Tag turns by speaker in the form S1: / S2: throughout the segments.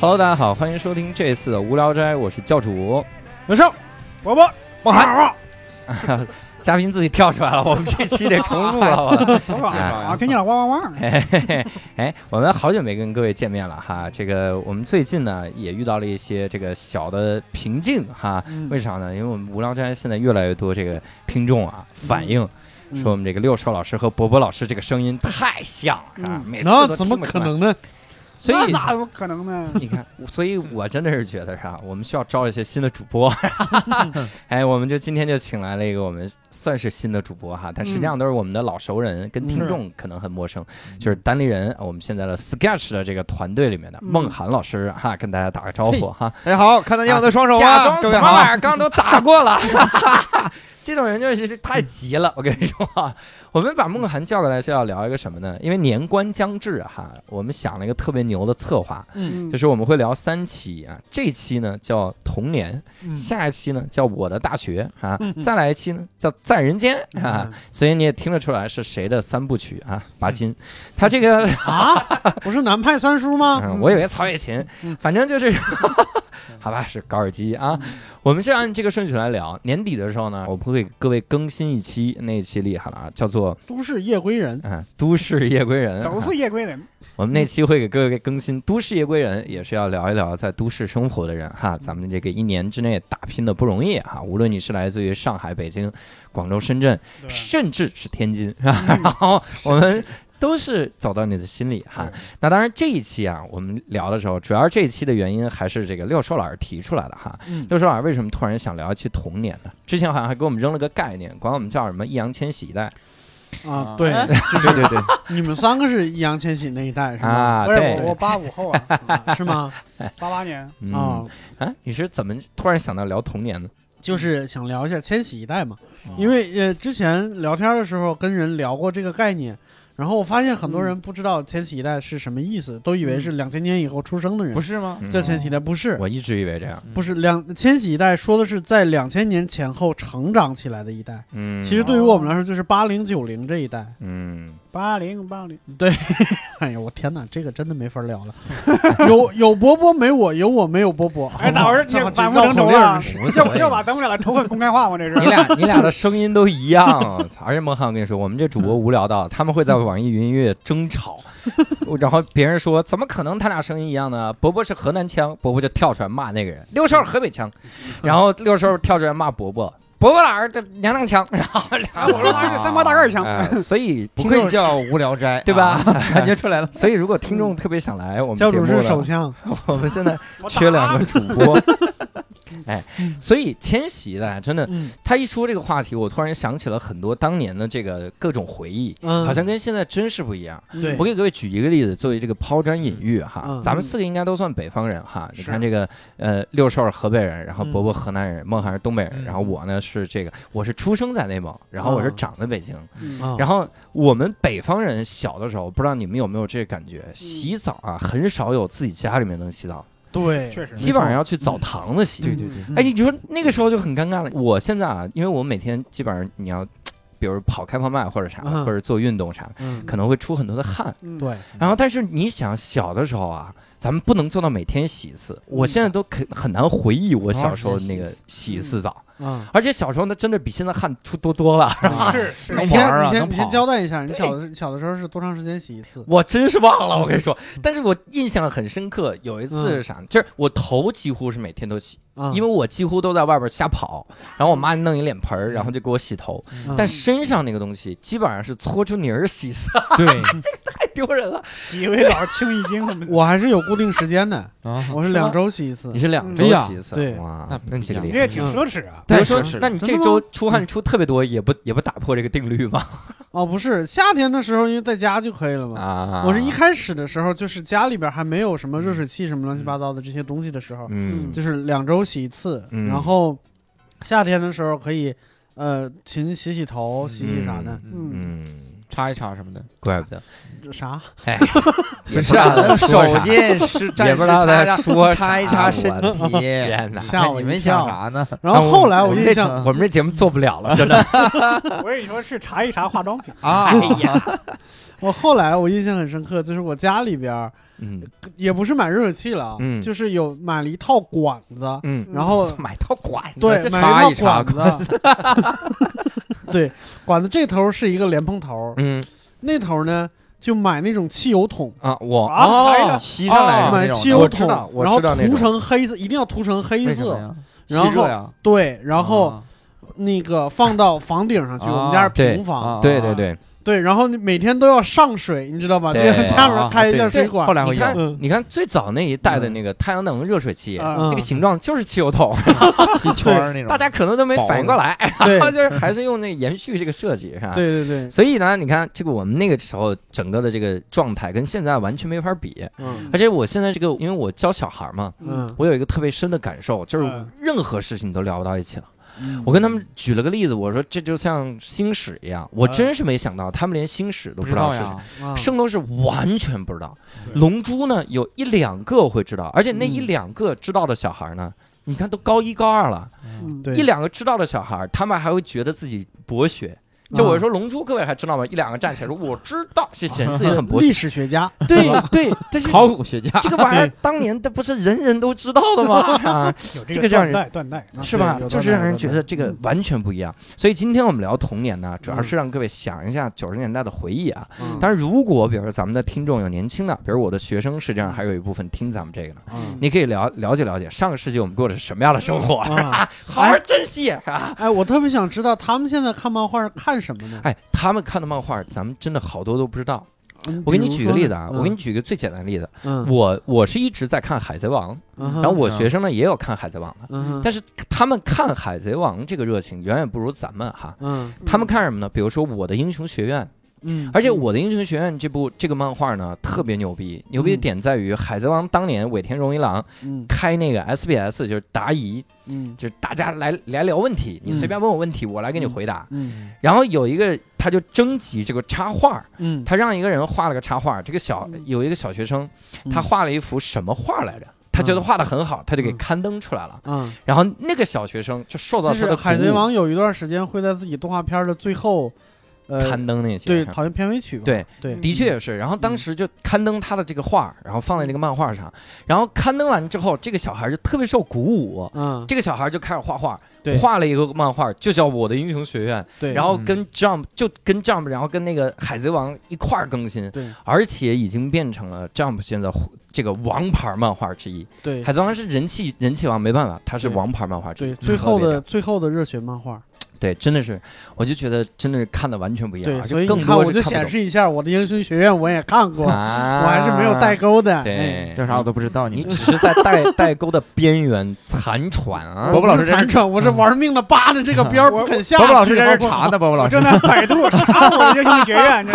S1: Hello，大家好，欢迎收听这次的无聊斋，我是教主
S2: 袁绍，伯伯，
S1: 孟涵。嘉宾自己跳出来了，我们这期得重录了。 我
S2: 等会儿
S1: 哎
S2: 啊，听见了，汪汪汪！
S1: 哎嘿嘿哎，我们好久没跟各位见面了哈。这个我们最近呢也遇到了一些这个小的瓶颈哈。
S2: 嗯
S1: 为啥呢？因为我们无聊斋现在越来越多这个听众啊反映
S2: 嗯
S1: 说我们这个六兽老师和博博老师这个声音太像了啊，
S2: 嗯
S1: 每次
S3: 那
S1: 都
S3: 怎
S1: 听
S3: 么
S1: 不出
S3: 可
S1: 来？
S3: 能呢？
S1: 所
S2: 那
S1: 以
S2: 哪有可能呢？
S1: 你看，所
S3: 嗯
S1: 以我真的是觉得啥，我们需要招一些新的主 播。
S3: 嗯
S1: 哎，我们就今天就请来了一个我们算是新的主播哈，但实际上
S3: 嗯
S1: 都是我们的老熟人，跟听众可能很陌生。就是单立人，我们现在的 Sketch 的这个团队里面的
S2: 嗯
S1: 孟涵老师哈，跟大家打个招呼哈。
S3: 大家哎好，看得见我的双手
S1: 假
S3: 吗？
S1: 装
S3: 各
S1: 什
S3: 位
S1: 么玩意
S3: 好。
S1: 儿，刚刚都打过了。 这种人就是太急了，我跟你说啊，我们把梦涵叫过来是要聊一个什么呢？因为年关将至哈，我们想了一个特别牛的策划，
S3: 嗯
S1: 就是我们会聊三期啊，这期呢叫童年，
S3: 嗯
S1: 下一期呢叫我的大学啊
S3: 嗯，嗯
S1: 再来一期呢叫在人间啊
S3: 嗯，
S1: 所以你也听得出来是谁的三部曲啊，拔金，他这个
S3: 啊，不是南派三叔吗？
S1: 嗯，我以为曹雪芹
S3: 嗯，
S1: 反正就是，好吧，是高尔基啊。我们是按这个顺序来聊。年底的时候呢，我们会给各位更新一期，那一期厉害了啊，叫做
S3: 都市夜归人，
S1: 嗯《都市夜归人》啊。
S2: 都是夜归人，
S1: 我们那期会给各位更新《都市夜归人》，也是要聊一聊在都市生活的人哈。咱们这个一年之内打拼的不容易哈，无论你是来自于上海、北京、广州、深圳，甚至是天津，是吧？ 然后我们都是走到你的心里哈。那当然，这一期啊，我们聊的时候，主要这一期的原因还是这个六叔老师提出来的哈。
S3: 嗯
S1: 六叔老师为什么突然想聊一期童年呢？之前好像还给我们扔了个概念，管我们叫什么“易烊千玺一代
S3: 啊，对，
S2: 哎
S3: 对对对，你们三个是易烊千玺那一代”是吗？
S1: 啊，
S2: 不是我，
S1: 对
S2: 哎我八 五后啊，
S3: 是吗？
S2: 八八年，
S1: 嗯
S3: 啊，
S1: 啊，你是怎么突然想到聊童年呢？
S3: 就是想聊一下千禧一代嘛，因为呃之前聊天的时候跟人聊过这个概念，然后我发现很多人不知道千禧一代是什么意思，都以为是两千年以后出生的人
S4: 不是吗？
S1: 嗯
S3: 叫千禧一代，不是，
S1: 我一直以为这样，
S3: 不是两千禧一代说的是在两千年前后成长起来的一代。
S1: 嗯，
S3: 其实对于我们来说，就是八零九零这一代。
S1: 嗯，
S2: 八零八零，
S3: 哎呀，我天哪，这个真的没法聊了。有有波波没我，有我没有波波。
S2: 哎，大伙儿你
S3: 正好
S2: 反复
S3: 绕
S2: 成仇
S3: 口令
S2: 了
S3: 儿，
S1: 无所
S2: 要不
S1: 谓
S2: 要 把咱们俩的仇恨公开化吗？这
S1: 你
S2: 是，
S1: 俩你俩的声音都一样，我 操而且孟汉，我跟你说，我们这主播无聊到他们会在网易云音乐争吵，然后别人说怎么可能他俩声音一样呢？伯伯是河南腔，伯伯就跳出来骂那个人；六兽是河北腔，然后六兽跳出来骂伯伯，伯伯哪儿这娘娘腔， 然后然后
S2: 我说他是三八大盖儿强
S1: 哎所以
S4: 不
S1: 听
S4: 愧
S1: 众
S4: 叫无聊斋，
S1: 对吧
S4: 啊？感觉出来了
S1: 。所以如果听众特别想来我们
S3: 教
S1: 节
S3: 主
S1: 目
S3: 是
S1: 呢
S3: 手枪，
S1: 我们现在
S2: 我打
S1: 缺两个主播，哎，所以千玺的真的
S3: 嗯
S1: 他一说这个话题，我突然想起了很多当年的这个各种回忆，
S3: 嗯，
S1: 好像跟现在真是不一样。
S3: 对
S1: 我给各位举一个例子，作为这个抛砖引玉哈，
S3: 嗯
S1: 咱们四个应该都算北方人哈。你
S3: 是
S1: 看这个呃，六兽是河北人，然后
S3: 嗯
S1: 伯伯河南人，孟涵是东北人，
S4: 嗯
S1: 然后我呢是这个，我是出生在内蒙，然后我是
S3: 哦
S1: 长在北京。
S2: 嗯
S3: 啊
S1: 然后我们北方人小的时候，不知道你们有没有这个感
S3: 嗯
S1: 觉，洗澡啊很少有自己家里面能洗澡，
S3: 对，
S2: 确实
S1: 基本上要去澡堂子洗。
S4: 对对对，
S3: 嗯
S1: 哎，你说那个时候就很尴尬了。我现在啊，因为我每天基本上你要，比如跑开放麦或者啥，
S3: 嗯
S1: 或者做运动啥，
S3: 嗯，
S1: 可能会出很多的汗。
S2: 嗯，
S3: 对，
S1: 然后，但是你想小的时候啊，咱们不能做到每天洗一次。我现在都很很难回忆我小时候那个洗一次澡，
S3: 嗯，
S1: 而且小时候那真的比现在汗出多多了。
S3: 啊
S2: 是是
S1: 嗯
S4: 能
S3: 你
S4: 玩
S3: 先
S4: 啊
S3: 你先
S4: 能
S3: 你先
S4: 跑
S3: 交代一下，你小的小的时候是多长时间洗一次？
S1: 我真是忘了，我跟你说，但是我印象很深刻。有一次是啥呢，就是我头几乎是每天都洗，
S3: 啊，
S1: 因为我几乎都在外边瞎跑，然后我妈弄一脸盆儿，然后就给我洗头。
S3: 嗯
S1: 但身上那个东西基本上是搓出泥儿洗的，
S4: 对
S1: 太丢人了。
S2: 洗为澡青一惊什么的，
S3: 我还是有固定时间的，
S4: 啊，
S3: 我是两周洗一次
S1: 你。是两周洗一次，
S3: 哎呀对
S1: 哇，
S4: 那不
S1: 那
S4: 一样
S1: 你这个
S2: 你
S1: 厉
S2: 这
S1: 害。
S2: 也挺奢侈啊，
S1: 比如
S4: 对
S1: 说
S4: 是，
S1: 那你
S3: 真的
S1: 这
S3: 吗
S1: 周出汗出特别多，也不也不打破这个定律吗？
S3: 哦，不是，夏天的时候因为在家就可以了嘛。
S1: 啊
S3: 嗯我是一开始的时候，就是家里边还没有什么热水器什么乱七八糟的这些东西的时候，
S1: 嗯
S3: 就是两周洗一次，
S1: 嗯
S3: 然后夏天的时候可以，呃，勤洗洗头、洗洗啥的。
S2: 嗯
S1: 嗯，
S4: 查一查什么的。
S1: 怪不得，
S3: 啥？
S1: 哎，
S4: 不
S1: 也
S4: 是啊，
S1: 他
S4: 咱
S1: 说
S4: 手
S1: 啥
S4: 贱是
S1: 也不知道他说
S4: 插一插身
S1: 我的
S4: 体。
S1: 天哪！
S3: 吓 我
S4: 你
S3: 一
S4: 们想
S3: 跳。
S4: 啥呢？
S3: 然后后来我印象
S1: 我们这节目做不了了，真 的。嗯哎
S2: 我跟你说是查一查化妆品，
S4: 啊，
S3: 我后来我印象很深刻，就是我家里边儿
S1: 嗯
S3: 也不是买热水器了啊，
S1: 嗯
S3: 就是有买了一套管子，
S1: 嗯，
S3: 然后
S1: 买套管子，
S3: 对
S1: 这
S3: 买了
S4: 查一查
S3: 套管子， 对，管子这头是一个莲蓬头，
S1: 嗯
S3: 那头呢就买那种汽油桶。
S1: 啊，我
S2: 啊啥意
S1: 哦
S2: 思
S4: 吸上来
S1: 哦
S4: 是那
S3: 买
S4: 种的
S3: 汽油
S1: 我知
S3: 桶
S1: 道，我
S3: 然后
S1: 知道那
S3: 涂
S1: 种
S3: 成黑色，一定要涂成黑
S4: 为什么
S3: 色。
S4: 呀？
S3: 然后
S4: 吸热呀
S3: 对，然后
S4: 啊
S3: 那个放到房顶上去。
S4: 啊
S3: 我们家是
S1: 对
S3: 平房，
S4: 啊
S1: 对对对，
S3: 对，然后你每天都要上水，你知道吧？就
S1: 对
S3: 要下
S4: 啊
S3: 面开一下水
S4: 后
S3: 管。
S4: 来会
S1: 你看
S4: 有，
S3: 嗯
S1: 你看最早那一代的那个太阳能热水器，
S2: 啊
S1: 那
S3: 嗯
S1: 个形状就是汽油桶，
S4: 一圈儿那种。
S1: 大家可能都没
S4: 薄的
S1: 反应过来，
S3: 对
S1: 就是还是用那个延续这个设计，是吧？。
S3: 对对对，
S1: 所以呢，你看这个我们那个时候整个的这个状态跟现在完全没法比，
S3: 嗯
S1: 而且我现在这个，因为我教小孩嘛，
S3: 嗯
S1: 我有一个特别深的感受，就是
S2: 嗯
S1: 任何事情都聊不到一起了。哎我跟他们举了个例子，我说这就像星矢一样，我
S2: 嗯
S1: 真是没想到他们连星矢都
S4: 不
S1: 不
S4: 知
S1: 知道
S4: 道
S1: 是谁。
S4: 呀，
S3: 啊
S1: 圣斗是完全不知道，
S2: 对
S1: 龙珠呢有一两个会知道，而且那一
S3: 嗯
S1: 两个知道的小孩呢，你看都高一高二了，
S4: 嗯
S2: 嗯
S3: 对
S1: 一两个知道的小孩，他们还会觉得自己博学。
S3: 嗯
S1: 就我说龙珠，各位还知道吗？一两个站起来 说我知道，是显得自己很博学
S3: 嗯历。史学家，
S1: 对 对，但是
S4: 考古学家
S1: 这个玩意儿当年它不是人人都知道的吗？ 啊，
S2: 有
S1: 这
S2: 这
S1: 个
S2: 个
S1: 让
S2: 断
S1: 人
S2: 代断代，
S3: 啊
S1: 是吧
S3: 对有？
S1: 就
S3: 道
S1: 是
S3: 理
S1: 让人
S3: 有
S1: 觉
S3: 道
S1: 得
S3: 理
S1: 这个完全不一样。所以今天我们聊童年呢，主要是让各位想一下九十年代的回忆啊。
S3: 嗯
S1: 当然，如果比如说咱们的听众有年轻的，比如我的学生，实际上还有一部分听咱们这个呢，
S3: 嗯
S1: 你可以了了解了解上个世纪我们过的是什么样的生活，
S3: 啊，
S1: 好好珍惜啊！
S3: 哎，我特别想知道他们现在看漫画是看什么呢？
S1: 哎，他们看的漫画，咱们真的好多都不知道。
S3: 嗯
S1: 我给你举个例子啊，我给，你
S3: 比
S1: 举个最简单的例子，
S3: 如说呢
S1: 我我是一直在看《海贼王》，
S3: 嗯，
S1: 然后我
S4: 嗯
S1: 学生呢也有看《海贼王》的，
S3: 嗯，
S1: 但是他们看《海贼王》这个热情远远不如咱们哈。
S3: 嗯
S1: 他们看什么呢？比如说《我的英雄学院》，
S3: 嗯，
S1: 而且《我的英雄学院》这部这个漫画呢特别牛逼，牛逼的点在于《海贼王》当年尾田荣一郎
S3: 嗯
S1: 开那个 SBS 就是答疑，
S3: 嗯
S1: 就是大家来来聊问题，你
S3: 嗯
S1: 随便问我问题，我来给你回答。
S3: 嗯
S1: 然后有一个他就征集这个插画，
S3: 嗯，
S1: 他让一个人画了个插画，这个小有一个小学生，
S3: 嗯
S1: 他画了一幅什么画来着？他觉得画的很好，他就给
S3: 嗯
S1: 刊登出来了。
S3: 嗯，
S1: 然后那个小学生就受到他
S3: 就是
S1: 的
S3: 海
S1: 鼓
S3: 贼
S1: 舞
S3: 王有一段时间会在自己动画片的最后，呃，
S1: 刊登那些，
S3: 对，
S1: 是吧
S3: 好像片尾曲吧，
S1: 对
S3: 对，
S1: 的确也是。然后
S3: 嗯
S1: 当时就刊登他的这个画，然后放在那个漫画上。然后刊登完之后，这个小孩就特别受鼓舞，
S3: 嗯，
S1: 这个小孩就开始画画
S3: 对，
S1: 画了一个漫画，就叫《我的英雄学院》，
S3: 对，嗯
S1: 然后跟 Jump 就跟 Jump，然后跟那个海贼王一块儿更新，
S3: 对
S1: 而且已经变成了 Jump 现在这个王牌漫画之一。
S3: 对
S1: 海贼王是人气人气王，没办法，他是
S3: 对
S1: 王牌漫画之一
S3: 对，。最
S1: 特
S3: 后
S1: 别屌
S3: 的最后的热血漫画，
S1: 对，真的是，我就觉得真的是看的完全不一样，
S3: 对
S1: 而，且
S3: 所以
S1: 更
S3: 你看，
S1: 多
S3: 我就是
S1: 看
S3: 显
S1: 不懂
S3: 示一下我的英雄学院，我也看过，
S1: 啊，
S3: 我还是没有代沟的，哎。
S1: 对，
S4: 叫啥我都不知道。
S1: 你
S4: 你
S1: 只是在代代沟的边缘残喘啊
S4: 伯！伯老师
S3: 不是残喘，我是玩命的扒着
S1: 嗯
S3: 这个边儿不肯下去。
S4: 伯伯老师在这
S3: 好
S4: 查呢，伯伯
S2: 我
S4: 老师
S2: 正在百度查我的英雄学院，这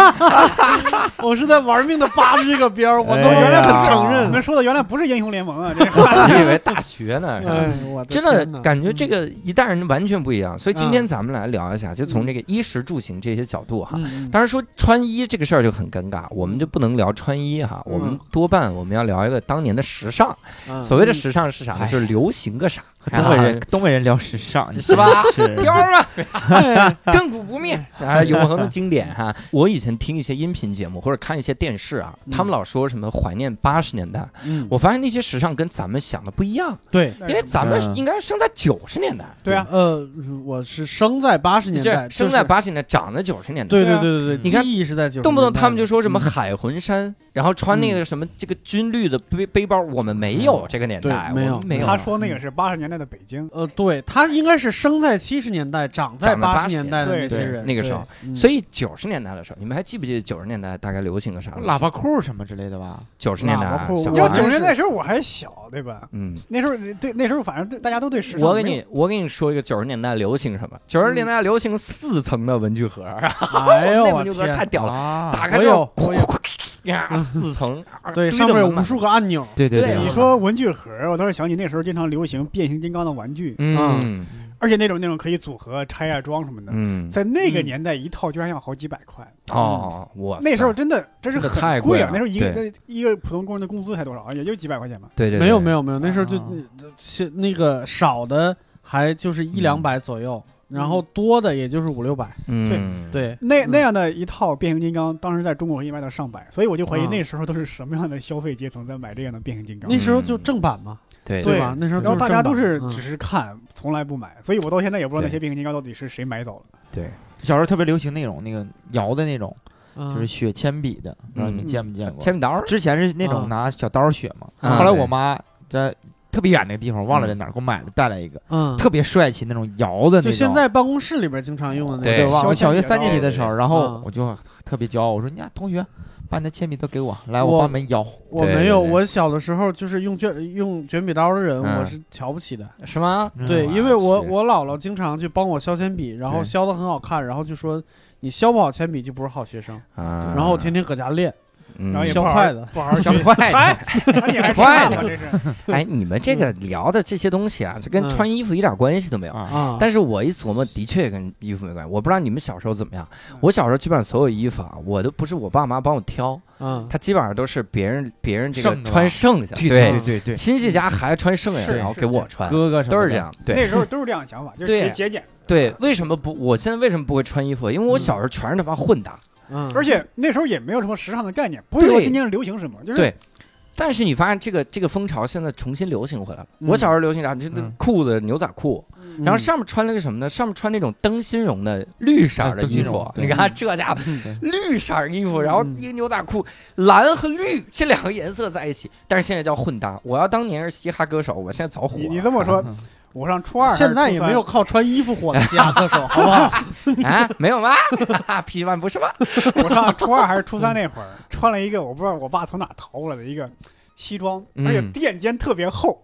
S3: 不好，我是在玩命的扒着这个边儿，我都
S4: 哎
S3: 原来
S4: 呀
S3: 很承
S2: 你
S3: 认。
S2: 们说的原来不是英雄联盟啊， 这个
S1: 你以为大学呢？是吧？
S3: 哎，我的
S1: 真
S3: 天
S1: 的
S3: 哪
S1: 感觉这
S3: 嗯
S1: 个一代人完全不一样，所以今天
S3: 嗯
S1: 咱们来聊一下，就从这个衣食住行这些角度哈。
S3: 嗯嗯
S1: 当然说穿衣这个事儿就很尴尬，我们就不能聊穿衣哈，我们
S3: 嗯
S1: 多半我们要聊一个当年的时尚。
S3: 嗯
S1: 所谓的时尚是啥呢？
S4: 哎
S1: 就是流行个啥，
S4: 东北人，东北人聊时尚
S1: 是吧？
S4: 是
S1: 貂儿 嘛，
S3: 哎
S1: 亘古不灭啊，永恒的经典哈。我以前听一些音频节目或者看一些电视啊，他们
S3: 嗯
S1: 老说什么怀念八十年代，
S3: 嗯
S1: 我发现那些时尚跟咱们想的不一样，
S3: 对，
S1: 因为咱们
S4: 嗯
S1: 应该生在九十年代，
S2: 啊对啊，
S3: 呃，我是生在八十年代，
S1: 是生在，八十年代，长在九十年代。
S3: 对
S2: 对
S3: 对
S2: 啊
S3: 对对对，
S1: 你看
S3: 记忆是在九，
S1: 动不动他们就说什
S3: 嗯
S1: 么海魂衫，然后穿那个什么这个军绿的背背包，我们没有这个年代，
S3: 嗯对没有
S1: 我们没有。啊
S2: 他说那个是八十年代的北京，
S3: 呃，对他应该是生在七十年代，长在
S1: 长在
S3: 八
S1: 80
S3: 十年代的
S2: 年代
S3: 那些
S1: 对
S3: 人，
S1: 那个时候
S3: 对，嗯
S1: 所
S3: 以
S1: 以九十年代的时候，你们还记不记得九十年代大概流行个啥东西？
S4: 喇叭裤什么之类的 吧？
S1: 九十年代
S3: 喇叭
S1: 啊，
S3: 裤
S1: 小
S2: 你
S3: 我
S2: 知道
S1: 娃
S2: 九
S1: 儿
S2: 十
S3: 还是
S2: 年代时候我还小，对吧？
S1: 嗯。
S2: 那时候对那时候反正对大家都对时尚，
S1: 我给你，我给你说一个九十年代流行什么？九十年代流行四层的文具盒，
S3: 嗯哎呦
S1: 那
S3: 我
S1: 文具盒太
S3: 天，啊哎
S1: 屌了！
S4: 了
S1: 打开之后， 呀，四层，啊
S3: 对，上面有无数个按钮，
S4: 对对
S1: 对
S2: 啊你说文具盒，我倒是想起那时候经常流行变形金刚的玩具，
S1: 嗯，
S2: 而且那种那种可以组合拆啊装什么的，
S1: 嗯，
S2: 在那个
S3: 嗯
S2: 年代一套居然要好几百块。
S1: 哦，我
S2: 那时候真的真是
S1: 真的
S2: 很
S1: 太贵
S2: 贵啊
S1: 了
S2: 那时候一个那一个普通工人的工资才多少，也就几百块钱吧。
S1: 对对
S3: 没有没
S1: 有，
S3: 有没有，那时候就
S4: 啊
S3: 是那个少的还就是一两百左右，然后多的也就是五六百。
S1: 嗯，
S3: 对，
S2: 那
S3: 嗯
S2: 那样的一套变形金刚，当时在中国可以卖到上百，所以我就怀疑
S3: 啊
S2: 那时候都是什么样的消费阶层在买这样的变形金刚
S3: 那。时候就正版嘛，
S1: 对
S2: 对
S3: 吧？那时候就
S2: 然后大家都是
S3: 正版嗯
S2: 只是看，从来不买，所以我到现在也不知道那些
S1: 对
S2: 变形金刚到底是谁买走 了。
S1: 对，
S4: 小时候特别流行那种那个摇的那种，
S3: 嗯
S4: 就是削铅笔的，不知道你们
S2: 嗯
S4: 见没见过？
S1: 铅笔刀儿
S4: 之前是那
S3: 啊
S4: 种拿小刀削嘛，
S1: 啊
S4: 后来
S1: 对
S4: 我妈在特别远那个地方，忘了在哪儿给我买了带来一个
S3: 嗯，
S4: 特别帅气那种摇的那种。
S3: 就现在办公室里边经常用的那
S1: 对
S3: 个，
S4: 对吧？
S2: 削
S4: 我小学
S2: 铅笔
S4: 三年级
S2: 刀
S4: 的时候，然后
S3: 嗯
S4: 我就特别骄傲，我说：“你看，同学，把你的铅笔都给我，来，
S3: 我
S4: 我帮你们摇。
S3: 我
S1: 对
S3: 没有，
S1: 对对
S3: 我小的时候就是用卷用卷笔刀的人，
S1: 嗯
S3: 我是瞧不起的。
S1: 是吗？
S4: 嗯”
S3: 对，
S1: 哇
S3: 因为我
S1: 是
S3: 我姥姥经常去帮我削铅笔，然后
S1: 对
S3: 削的很好看，然后就说你削不好铅笔就不是好学生，
S1: 啊，
S3: 然后我天天搁家练。
S1: 嗯，
S2: 然后也不
S3: 削
S2: 好
S3: 筷子
S2: 不好好
S4: 小
S2: 学，
S4: 坏的，
S2: 而且还吃
S1: 坏
S2: 饭
S1: 的
S2: 吗？这是
S1: 哎，你们这个聊的这些东西啊，就跟
S3: 嗯
S1: 穿衣服一点关系都没有。
S4: 啊，
S3: 啊，
S1: 但是我一琢磨，的确跟衣服没关系。我不知道你们小时候怎么样
S2: 嗯，
S1: 我小时候基本上所有衣服啊，我都不是我爸妈帮我挑，
S3: 嗯，
S1: 他基本上都是别人别人这个
S4: 剩的吧
S1: 穿剩下，
S4: 对
S1: 对，
S4: 对对，
S1: 亲戚家孩子穿剩下，
S2: 是
S1: 然后
S2: 是
S1: 给我穿，
S4: 哥哥什么
S1: 都是
S4: 的
S1: 这。样。对
S2: 那时候都是这样的想法，就是
S1: 对
S3: 啊
S2: 节节俭。
S1: 对，为什么不？我现在为什么不会穿衣服？因为我
S3: 嗯
S1: 小时候全是他妈混搭。
S3: 嗯，
S2: 而且那时候也没有什么时尚的概念，不是说
S1: 对
S2: 今年流行什么，就是
S1: 对但是你发现这个这个风潮现在重新流行回来了。
S3: 嗯
S1: 我小时候流行啥？就是那
S4: 嗯
S1: 裤子、牛仔裤，然后上面穿了个什么呢？上面穿那种灯芯绒的绿色儿的
S4: 啊灯芯
S1: 衣
S4: 绒
S1: 服，
S4: 对
S1: 你看这家伙
S4: 对
S1: 绿色儿衣服，然后
S3: 嗯
S1: 一个牛仔裤，蓝和绿这两个颜色在一起，但是现在叫混搭。我要当年是嘻哈歌手，我现在早火
S2: 你
S1: 了。
S2: 你这么说，
S4: 嗯
S2: 我上初二还是
S3: 现在也
S2: 初三
S3: 没有靠穿衣服火的 嘻哈歌手，好不好？
S1: 啊？没有吗？ 哈哈，皮万不是吗？
S2: 我上初二还是初三那会
S3: 嗯
S2: 儿，穿了一个我不知道我爸从哪淘来的一个西装，
S1: 嗯
S2: 而且垫肩特别厚，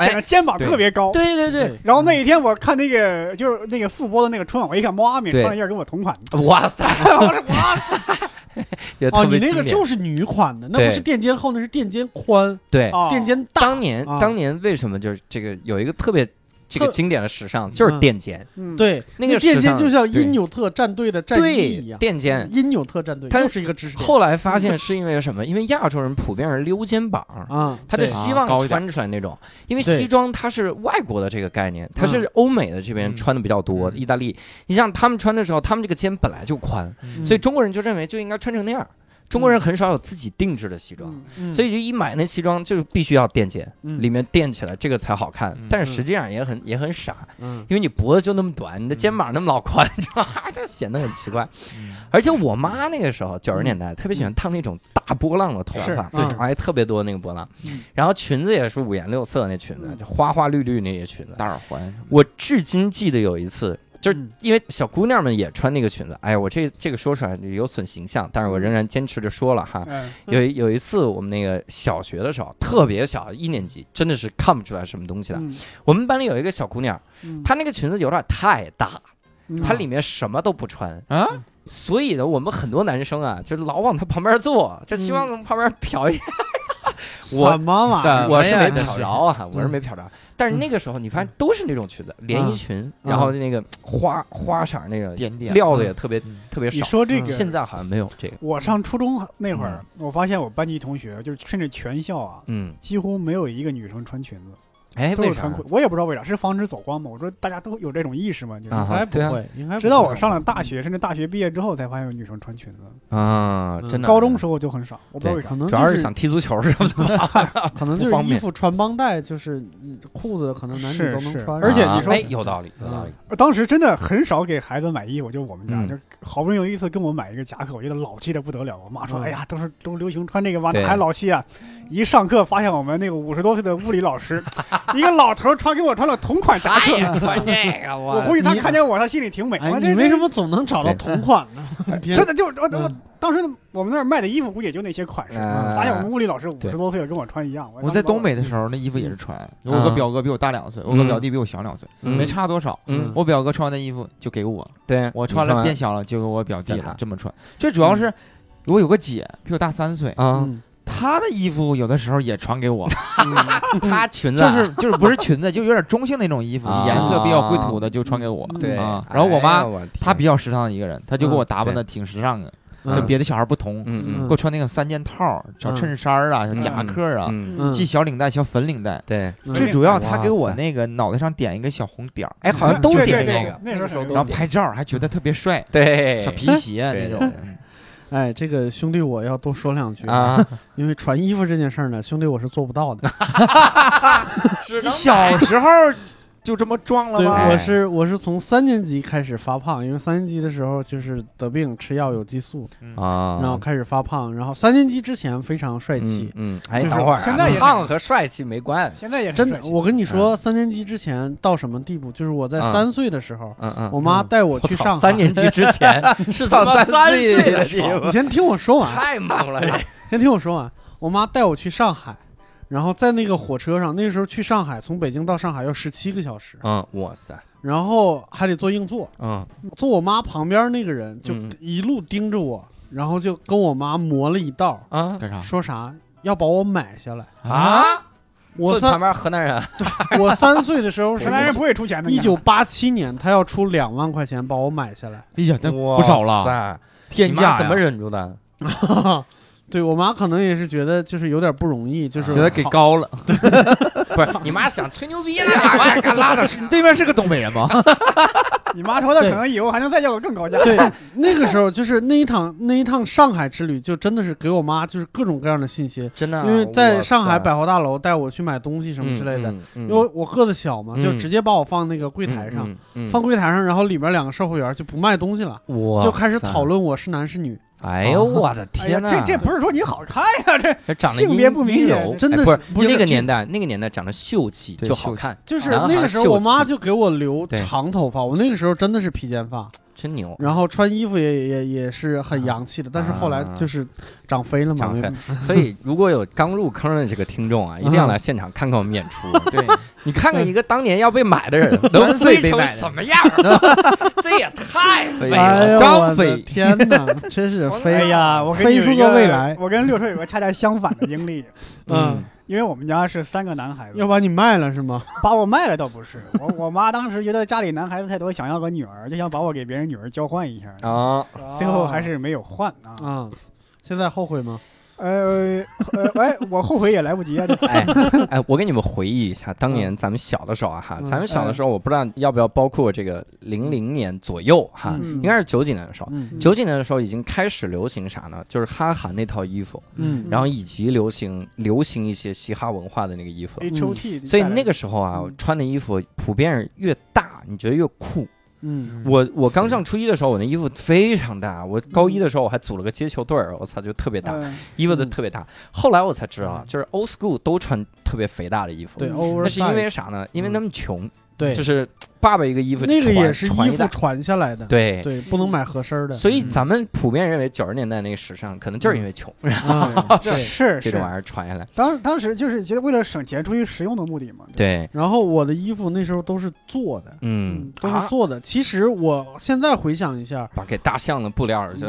S1: 哎
S2: 显得肩膀特别高。
S1: 对对对，
S2: 然后那一天我看那个就是那个复播的那个春晚，我一看妈咪
S1: 对
S2: 穿了一件跟我 同款的，
S1: 哇塞，我说哇塞，也特
S3: 哦，你
S1: 别
S3: 那
S1: 经
S3: 个
S1: 典
S3: 就是女款的，那
S1: 对
S3: 不是垫肩厚，那是垫肩宽、
S1: 对
S2: 啊，
S3: 垫肩哦大。
S1: 当年
S3: 啊
S1: 当年为什么就是这个有一个特别这个
S3: 特
S1: 经典的时尚就是
S3: 嗯
S1: 垫肩，
S2: 嗯，
S3: 对，
S1: 那个
S3: 垫
S1: 时
S3: 肩
S1: 尚
S3: 就像
S1: 对
S3: 因纽特战队的战衣一
S1: 对
S3: 样，
S1: 垫肩。
S3: 因纽特战队
S1: 它
S3: 就是一个知识点
S1: 后来发现是因为什么？因为亚洲人普遍是溜肩膀，
S3: 啊，
S1: 他就
S3: 对
S1: 希
S4: 啊高
S1: 望
S4: 一点
S1: 穿出来那种，因为
S3: 对嗯
S1: 西装它是外国的这个概念，它是欧美的这边穿的比较多。
S4: 嗯
S1: 意大利，你像他们穿的时候，他们这个肩本来就宽，
S4: 嗯
S1: 所以中国人就认为就应该穿成那样。中国人很少有自己定制的西装，
S2: 嗯
S3: 嗯
S1: 所以就一买那西装就必须要垫肩，
S3: 嗯
S1: 里面垫起来这个才好看
S4: 嗯。
S1: 但是实际上也很也很傻，
S3: 嗯
S1: 因为你脖子就那么短，你的肩膀那么老宽， 就显得很奇怪。而且我妈那个时候九十年代特别喜欢烫那种大波浪的头发，
S2: 啊
S3: 是对
S1: 哎，特别多那个波浪
S3: 嗯，
S1: 然后裙子也是五颜六色那裙子，
S2: 嗯
S1: 就花花绿绿那些裙子。
S4: 大耳环，
S1: 我至今记得有一次，就是
S3: 嗯
S1: 因为小姑娘们也穿那个裙子，哎呀，我这这个说出来有损形象，但是我仍然坚持着说了哈。
S2: 嗯，
S1: 啊有一有一次我们那个小学的时候，特别小，一年级，真的是看不出来什么东西的。
S2: 嗯
S1: 我们班里有一个小姑娘，
S2: 嗯
S1: 她那个裙子有点太大，
S2: 嗯
S1: 她里面什么都不穿。嗯
S4: 啊，
S1: 所以呢，我们很多男生啊，就老往她旁边坐，就希望从旁边瞟一眼。我
S3: 什么玩意儿？
S1: 我是没
S4: 这
S1: 瞟
S4: 是
S1: 着啊，我是没瞟着。但是那个时候，你发现都是那种裙子，连衣裙，然后那个花花色儿那个
S4: 点点
S1: 料子也特别
S4: 嗯
S1: 特别
S2: 你
S1: 少。
S2: 说这
S3: 嗯
S2: 个，
S1: 现在好像没有这个，
S2: 我上初中那会儿，我发现我班级同学就是甚至全校啊，
S1: 嗯，
S2: 几乎没有一个女生穿裙子。
S1: 哎，
S2: 都
S1: 为
S2: 是
S1: 啥
S2: 穿？裤，我也不知道为啥，是防止走光吗？我说大家都有这种意识吗？就是、
S1: 啊
S3: 应哎该不
S1: 对啊
S3: 会，应该不会
S2: 直到我上了大学，甚至大学毕业之后，才发现有女生穿裙子。
S1: 啊，
S3: 嗯
S1: 真的，
S2: 高中时候就很少，我不知道为啥
S3: 可。能
S1: 主要
S3: 就是
S1: 想踢足球什么的。
S3: 可能
S1: 不
S3: 就是
S1: 方
S3: 衣
S1: 便
S3: 服穿帮带，就是嗯裤子可能男女
S2: 是
S3: 都能
S2: 是
S3: 穿，
S2: 而且
S1: 啊
S2: 你说
S1: 哎，有道理，有道理。
S2: 我当时真的很少给孩子买衣服，就我们家，
S1: 嗯
S2: 就好不容易有一次跟我买一个夹克，我觉得老气的不得了。我妈说：“
S3: 嗯
S2: 哎呀，都是都流行穿这个吧，
S1: 对
S2: 哪还老气啊？”一上课发现我们那个五十多岁的物理老 师，一个老头儿穿给我穿了同款夹克
S1: 哎，呀，穿这个
S2: 我
S1: 我
S2: 估计他
S3: 你
S2: 看见我，他心里挺美。
S3: 哎
S2: 我，这
S3: 你为
S2: 这
S3: 什么总能找到
S1: 对哎
S3: 同款呢？
S2: 真的就我我
S3: 嗯
S2: 当时我们那儿卖的衣服估计也就那些款式，
S1: 啊
S2: 发现我们物理老师五
S1: 对
S2: 十多岁了跟我穿一样。
S4: 我在东北的时候，那衣服也是穿。我有个表哥比我大两岁，我有个表弟比我小两岁，
S1: 嗯
S4: 没差多少。
S1: 嗯，
S4: 我表哥穿完的衣服就给我，
S1: 对啊
S4: 我穿了变
S1: 形
S4: 小了就给我表弟
S1: 再
S4: 了
S1: 看，
S4: 这么穿。最主要是我有个姐比我大三岁，
S1: 啊，
S3: 嗯
S4: 她的衣服有的时候也传给我，
S1: 她裙子
S4: 就
S1: 啊
S4: 是就是不是裙子，就有点中性那种衣服
S1: 啊，
S4: 颜色比较灰土的就传给我
S3: 嗯
S1: 对哎
S4: 啊。然后我妈她比
S1: 较
S4: 较时尚的一个人，她就给我打扮
S1: 嗯
S4: 的挺时尚的，跟
S3: 嗯
S4: 别的小孩不同，
S1: 嗯
S4: 给
S1: 嗯
S4: 我穿那个三件套、小
S3: 嗯
S4: 衬衫儿啊、小夹克儿啊，
S1: 嗯，
S3: 嗯
S4: 系小领带、小粉领带。
S1: 对，
S3: 嗯
S4: 最主要，她给
S1: 哇
S4: 我
S1: 塞
S4: 那个脑袋上点一个小红点儿，
S1: 哎，好像都
S2: 对
S1: 点
S2: 对
S1: 那
S2: 对
S1: 个，
S2: 那时候肯定
S1: 都
S4: 然后
S1: 点
S4: 拍照还觉得特别帅，
S1: 对
S4: 小皮鞋
S1: 对
S4: 那种嗯
S3: 哎，这个兄弟，我要多说两句，
S4: 啊。
S3: 因为穿衣服这件事儿呢，兄弟我是做 不到的。
S1: 只
S4: 你小时候就这么壮了
S3: 对，
S4: 吗？哎
S1: 哎
S3: 我是我是从三年级开始发胖，因为三年级的时候就是得病吃药有激素，
S1: 啊，
S3: 然后开始发胖，然后三年级之前非常帅气，
S1: 嗯，嗯哎，
S3: 就是
S1: 等会儿啊，
S2: 现在也是
S1: 胖和帅气没关系，
S2: 现在也很
S3: 真的
S2: 帅，气
S3: 我跟你说，三年级之前到什么地步？就是我在
S1: 嗯
S3: 三岁的时候，
S1: 嗯嗯，
S3: 我妈带我
S1: 我
S3: 去
S1: 操
S3: 上海。
S1: 三年级之前 是他妈三岁的时候，
S3: 你先听我说完，
S1: 太猛了， 这
S3: 先听我说完。我妈带我去上海，然后在那个火车上，那个时候去上海，从北京到上海要十七个小时，
S1: 嗯，哇塞，
S3: 然后还得坐硬座。
S1: 嗯
S3: 坐我妈旁边那个人就
S1: 嗯
S3: 一路盯着我，然后就跟我妈磨了一道，
S1: 啊
S4: 干啥
S3: 说啥要把我买下来。
S1: 啊，
S3: 我
S1: 坐你
S3: 三
S1: 旁边河南人，
S3: 我三岁的 时候是
S2: 河南人不会出钱的。
S3: 一
S2: 你看
S3: 九八七年，他要出两万块钱把我买下来。
S4: 哎呀，那
S1: 哇
S4: 不少了，
S1: 塞，
S4: 天
S1: 你
S4: 价
S1: 妈
S4: 呀
S1: 怎么忍住的？
S3: 对我妈可能也是觉得就是有点不容易，就是
S4: 觉得给
S3: 好
S4: 高 了？
S1: 不是，你妈想吹牛逼呢，两万干拉倒，
S4: 你对面是个东北人吗？
S1: 啊
S2: 你妈说的，
S3: 对
S2: 可能以后还能再要个更高价。
S3: 对，那个时候就是那一趟那一趟上海之旅，就真的是给我妈就是各种各样的信心，
S1: 真的啊，
S3: 因为在上海
S1: 哇塞
S3: 百货大楼带我去买东西什么之类的，，因为我个子小嘛，
S1: 嗯
S3: 就直接把我放那个柜台上，放
S1: 过
S3: 柜台上，然后里面两个售货员就不卖东西了，
S1: 我
S3: 就开始讨。论啊我是男是女，
S1: 哎呦我的
S2: 哎呀，
S1: 天呐，
S2: 这这不是说你好看呀，这
S1: 这长得
S2: 性别
S1: 阴
S2: 不明显
S1: 柔
S3: 真
S1: 哎
S3: 的是
S1: 不是
S3: 不是
S1: 那个
S3: 这
S1: 年代，那个年代长得秀气
S4: 对秀
S1: 就好
S4: 气
S1: 看，
S3: 就是
S1: 男孩
S3: 那个时候
S1: 秀
S3: 我妈
S1: 气
S3: 就给我留
S1: 对
S3: 长头发，我那个时候真的是披肩发，
S1: 真牛。
S3: 然后穿衣服也也也是很洋气的，但是后来就是长飞了嘛，
S1: 啊 长分，所以如果有刚入坑的这个听 众啊，一定要来现场看看我们演 出。
S4: 对，
S1: 你看看一个当年要被买的 人能
S4: 三岁
S1: 飞
S4: 被买的
S1: 成什么样 儿，这也太飞
S3: 哎
S1: 了。
S3: 呦
S4: 张
S3: 我的
S4: 飞
S3: 天哪， 真是飞啊
S2: 哎呀，我跟你有
S3: 飞出
S2: 一个
S3: 个未来，
S2: 我跟六叔有个恰恰相反的经历，
S3: 嗯，
S2: 因为我们家是三个男孩子，
S3: 要把你卖了是吗？
S2: 把我卖了倒不是，我我妈当时觉得家里男孩子太多，想要个女儿，就想把我给别人女儿交换一下，
S1: 啊，
S2: 最后还是没有换啊。
S3: 啊，现在后悔吗？
S2: 呃呃， 哎，我后悔也来不及啊。 这
S1: 哎哎，我给你们回忆一下，当年咱们小的时候啊，哈，
S3: 嗯
S1: 咱们小的时候，我不知道要不要包括这个零零年左右哈，
S3: 嗯
S1: 应该是九几年的时候。
S3: 嗯
S1: 九几年的时候已经开始流行啥呢？就是哈韩那套衣服，
S3: 嗯
S1: 然后以及流行流行一些嘻哈文化的那个衣服。
S2: H O T，
S1: 嗯所以那个时候啊，
S2: 嗯
S1: 我穿的衣服普遍越大，你觉得越酷。
S3: 嗯
S1: 我我刚上初一的时候，我那衣服非常大。我高
S3: 嗯
S1: 一的时候我还组了个街球队儿，我操，就特别大，
S2: 嗯
S1: 衣服都特别大。后来我才知道啊，就是 old school 都穿特别肥大的衣服。
S3: 嗯对
S2: 嗯
S3: ，over
S1: 那是因为啥呢？因为他们穷，
S3: 对
S1: 就，是爸爸一个衣服，
S3: 那个也是
S1: 传
S3: 衣
S1: 一
S3: 服
S1: 大
S3: 传下来的，
S1: 对。
S3: 对，不能买合身的，
S1: 所以
S3: 嗯
S1: 咱们普遍认为九十年代那个时尚，可能就是因为穷，
S3: 啊对。
S2: 是
S1: 哦这
S2: 是
S1: 种，玩意儿传下来。
S2: 当当时就是觉得为了省钱，出于实用的目的嘛。
S1: 对，
S3: 然后我的衣服那时候都是做的，
S1: 嗯，
S3: 都
S1: 啊
S3: 是做的。其实我现在回想一下，
S1: 把给大象的布料儿就，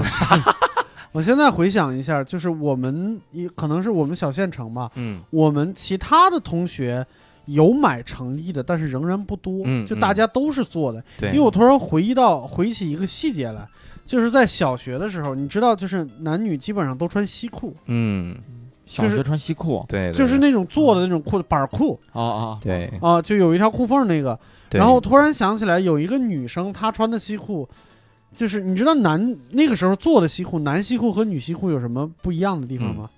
S3: 我现在回想一下，就是我们也可能是我们小县城吧，
S1: 嗯
S3: 我们其他的同学有买成衣的，但是仍然不多，
S1: 嗯
S3: 就大家都是做的。
S1: 对，
S3: 因为我突然回忆到回忆起一个细节来，就是在小学的时候，你知道，就是男女基本上都穿西裤，
S1: 嗯，
S4: 小学穿西裤
S1: 对，对嗯
S3: 就是那种做的那种裤子板儿裤
S4: 啊啊，
S1: 对，
S3: 啊、就有一条裤缝那个。
S1: 对
S3: 然后突然想起来，有一个女生她穿的西裤。就是你知道男那个时候做的西裤，男西裤和女西裤有什么不一样的地方吗？
S1: 嗯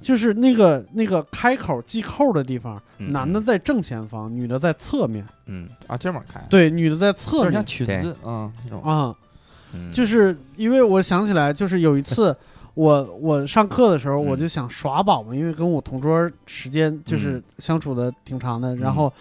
S3: 就是那个那个开口系扣的地方，
S1: 嗯
S3: 男的在正前方，女的在侧面。
S1: 嗯
S4: 啊这么开，
S3: 对，女的在
S4: 有
S3: 侧
S4: 点像
S3: 面
S4: 裙子啊那种。
S3: 啊、
S1: 嗯，
S3: 就是因为我想起来，就是有 一次我我上课的时候，
S1: 嗯
S3: 我就想耍宝嘛，因为跟我同桌时间
S1: 嗯
S3: 就是相处的挺长的，然后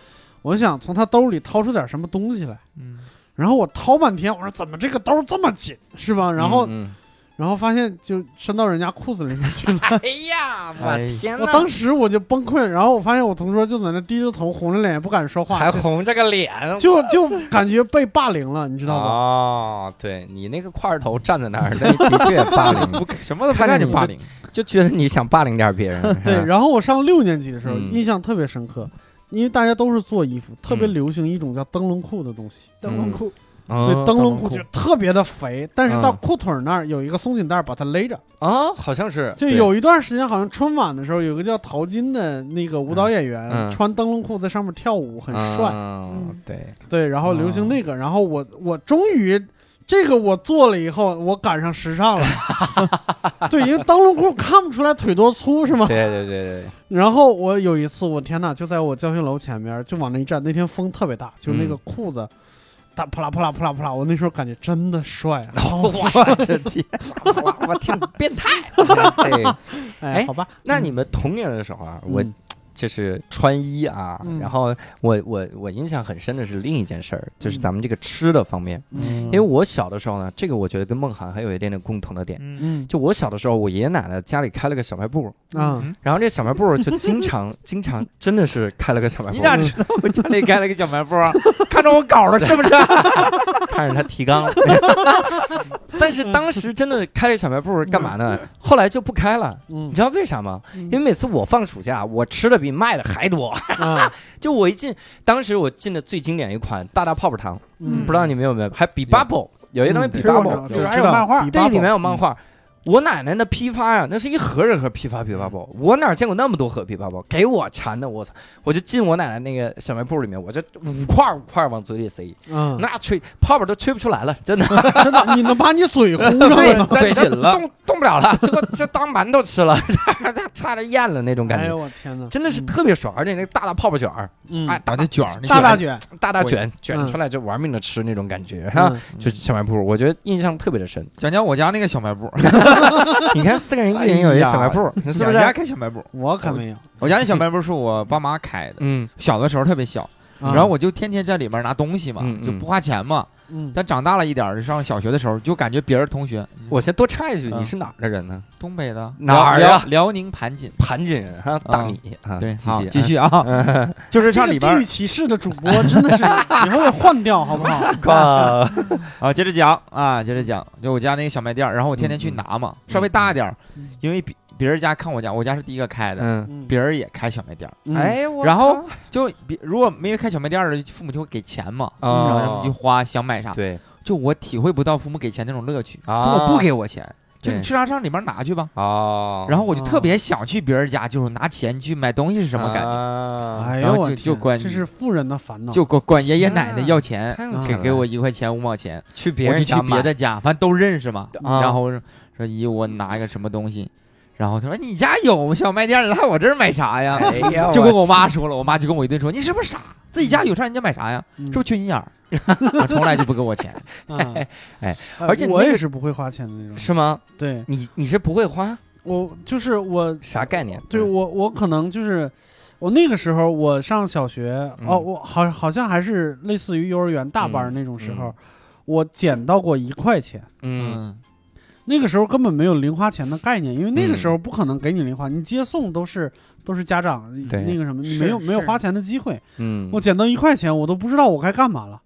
S3: 我想从他兜里掏出点什么东西来，
S4: 嗯，
S3: 然后我掏半天，我说怎么这个兜这么紧，是吧？然后、
S1: 嗯，
S3: 然后发现就伸到人家裤子里面去了，
S1: 嗯 哎呀，我
S4: 哎
S1: 天
S3: 我
S1: 呐，
S3: 当时我就崩溃，然后我发现我同桌就在那低着头红着脸不敢说话，
S1: 还
S3: 就
S1: 红着个脸，
S3: 就就感觉被霸凌了，你知道
S1: 哦
S3: 吧？
S1: 哦，对你那个块头站在那儿，那的确霸凌，
S4: 不什么都不
S1: 看着
S4: 干就
S1: 你
S4: 霸
S1: 就
S4: 凌，
S1: 就觉得你想霸凌点别人。
S3: 对，然后我上六年级的时候，
S1: 嗯
S3: 印象特别深刻，因为大家都是做衣服，特别
S1: 嗯哦
S3: 流行一种叫灯笼裤的东西。
S2: 灯笼裤，
S4: 嗯
S3: 对，灯笼
S4: 裤
S3: 裤就特别的肥，但是到
S1: 嗯
S3: 裤腿儿那儿有一个松紧带儿把它勒着。
S1: 啊，好像是
S3: 就有一段时间，好像春晚的时候，有个叫陶金的那个舞蹈演员，
S1: 嗯嗯
S3: 穿灯笼裤在上面跳舞，很帅。
S1: 嗯
S2: 嗯
S1: 对，
S3: 对，然后流行那个，然后我我终于这个我做了以后，我赶上时尚了。 对，因为灯笼裤看不出来腿多粗是吗？
S1: 对对对对，
S3: 然后我有一次，我天呐，就在我教学楼前面，就往那一站。那天风特别大，就那个
S1: 嗯
S3: 裤子，打扑啦扑啦扑啦扑啦，我那时候感觉真的帅啊！
S1: 哇，这天，哇，我天，变态！ 对，哎
S3: 哎，好吧，
S1: 那你们童年的时候啊，我
S3: 嗯
S1: 就是穿衣啊，
S3: 嗯
S1: 然后我我我印象很深的是另一件事儿，就是
S3: 嗯
S1: 咱们这个吃的方面，
S3: 嗯
S1: 因为我小的时候呢，这个我觉得跟梦涵还有一点点共同的点，
S4: 嗯
S3: 嗯
S1: 就我小的时候，我爷爷奶奶家里开了个小卖部，
S3: 啊，
S4: 嗯，
S1: 然后这小卖部就经常经常真的是开了个小卖
S4: 你
S1: 部，嗯
S4: 咋知 道我家里开了个小卖部啊？看着我稿了是不是？
S1: 看着他提纲了。 但
S2: 嗯
S1: 是当时真的开了小卖部干嘛呢？后来就不开了。
S3: 嗯
S1: 你知道为啥吗？
S2: 嗯
S1: 因为每次我放暑假，我吃的比卖的还多。
S3: 啊，
S1: 就我一进，当时我进的最经典一款大大泡泡糖，
S3: 嗯
S1: 不知道你们有没有？还比 Bubble，有些东西比
S2: 嗯吃过
S1: Bubble，
S2: 呢，
S3: 有
S2: 对，嗯还
S3: 知
S2: 有
S3: 道
S2: 漫画
S3: 比，
S1: 这里
S3: Bubble
S1: 面有漫画。我奶奶那批发呀、那是一盒一盒批发批发包，
S3: 嗯
S1: 我哪见过那么多盒批发包？给我馋的，我操！我就进我奶奶那个小卖部里面，我这五块五块往嘴里塞，
S3: 嗯，啊
S1: 那吹泡泡都吹不出来了，真的，
S3: 真的，你能把你嘴糊上
S1: 对
S3: 了。
S1: 嘴紧了，动动不了了，这个这当馒头吃了， 差点咽了那种感
S3: 哎
S1: 觉，
S3: 呦嗯我天哪！
S1: 真的是特别爽，而且那个大大泡泡卷儿，
S3: 嗯
S1: 哎，，
S4: 打那卷儿，那卷儿
S3: 大大卷
S1: 大大卷卷
S3: 嗯
S1: 出来就玩命的吃那种感觉哈，
S3: 嗯
S1: 就小卖部，我觉得印象特别的深。
S4: 讲讲我家那个小卖部，
S1: 你看四个 人一人有一
S3: 哎
S1: 小卖部，是不
S4: 我
S1: 是？
S4: 家开小卖部，
S3: 我可没有。
S4: 我家那小卖部是我爸妈开的，
S1: 嗯
S4: 小的时候特别小，
S3: 啊
S4: 嗯然后我就天天在里面拿东西嘛
S1: 嗯，嗯
S4: 就不花钱嘛。
S3: 嗯，
S4: 但长大了一点儿，上小学的时候，就感觉别人同学，
S1: 我先多插一句，
S4: 嗯
S1: 你是哪儿的人呢？
S4: 东北的
S1: 哪儿的
S4: 辽辽宁盘锦，
S1: 盘锦人哈，大米啊，
S4: 对，
S1: 继
S4: 好
S1: 续
S4: 继。续啊，就是
S3: 这
S4: 上
S3: 个
S4: 里
S3: 地
S4: 边
S3: 域歧视的主播真的是以后得换掉，好不好？
S1: 啊，
S4: 啊，接着讲啊，接着讲，就我家那个小卖店儿，然后我天天去拿嘛，稍微大点儿
S3: 嗯，
S4: 因为别别人家看我家，我家是第一个开的，
S1: 嗯，
S3: 嗯
S4: 别人也开小卖店儿，
S3: 嗯
S1: 哎，我
S4: 然后就别如果没有开小卖店儿的，父母就会给钱嘛，
S1: 啊
S4: 然后他们就花想买啥，
S1: 对
S4: 就我体会不到父母给钱那种乐趣，父
S1: 啊
S4: 母不给我钱，就
S1: 对
S4: 你吃啥上里面拿去吧。
S1: 哦，
S4: 然后我就特
S3: 哦
S4: 别想去别人家，就是拿钱去买东西是什么感
S1: 啊
S4: 觉？
S1: 觉？
S3: 哎
S4: 然
S3: 呦
S4: 后
S3: 我
S4: 就
S3: 天
S4: 就关
S3: 这是富人的烦恼。
S4: 就管管爷爷奶奶
S1: 天啊
S4: 要钱，
S1: 太有
S4: 给
S1: 钱了
S4: 给我一块钱五毛钱，
S1: 去别
S4: 我就
S1: 人
S4: 去
S1: 家
S4: 别
S1: 买
S4: 的家，反正都认识嘛。
S1: 啊
S4: 然后我说说姨，我拿一个什么东西，然后他说你家有小卖店，来我这儿买啥呀？
S1: 哎 呀，
S4: 就跟我
S1: 我
S4: 妈说了，我妈就跟我一顿说，你是不是傻？自己家有上人家买啥呀？
S3: 嗯
S4: 是不是缺心眼儿？我从来就不给我 钱，
S3: 嗯哎
S1: 哎而且
S3: 我
S1: 那
S3: 也
S1: 个
S3: 是不会花钱的那种。
S1: 是吗？
S3: 对
S1: 你你是不会花
S3: 我就是我，
S1: 啥概念？
S3: 对我我可能就是我那个时候我上小学
S1: 嗯
S3: 哦，我好好像还是类似于幼儿园大班儿那种时
S1: 嗯
S3: 候，我捡到过一块钱。
S1: 嗯，
S3: 那个时候根本没有零花钱的概念，因为那
S1: 嗯
S3: 个时候不可能给你零花，你接送都是都是家长
S1: 对
S3: 那个什么，你
S2: 是
S3: 没有没有
S2: 是
S3: 花钱的机会。
S1: 嗯，
S3: 我捡到一块钱，我都不知道我该干嘛了。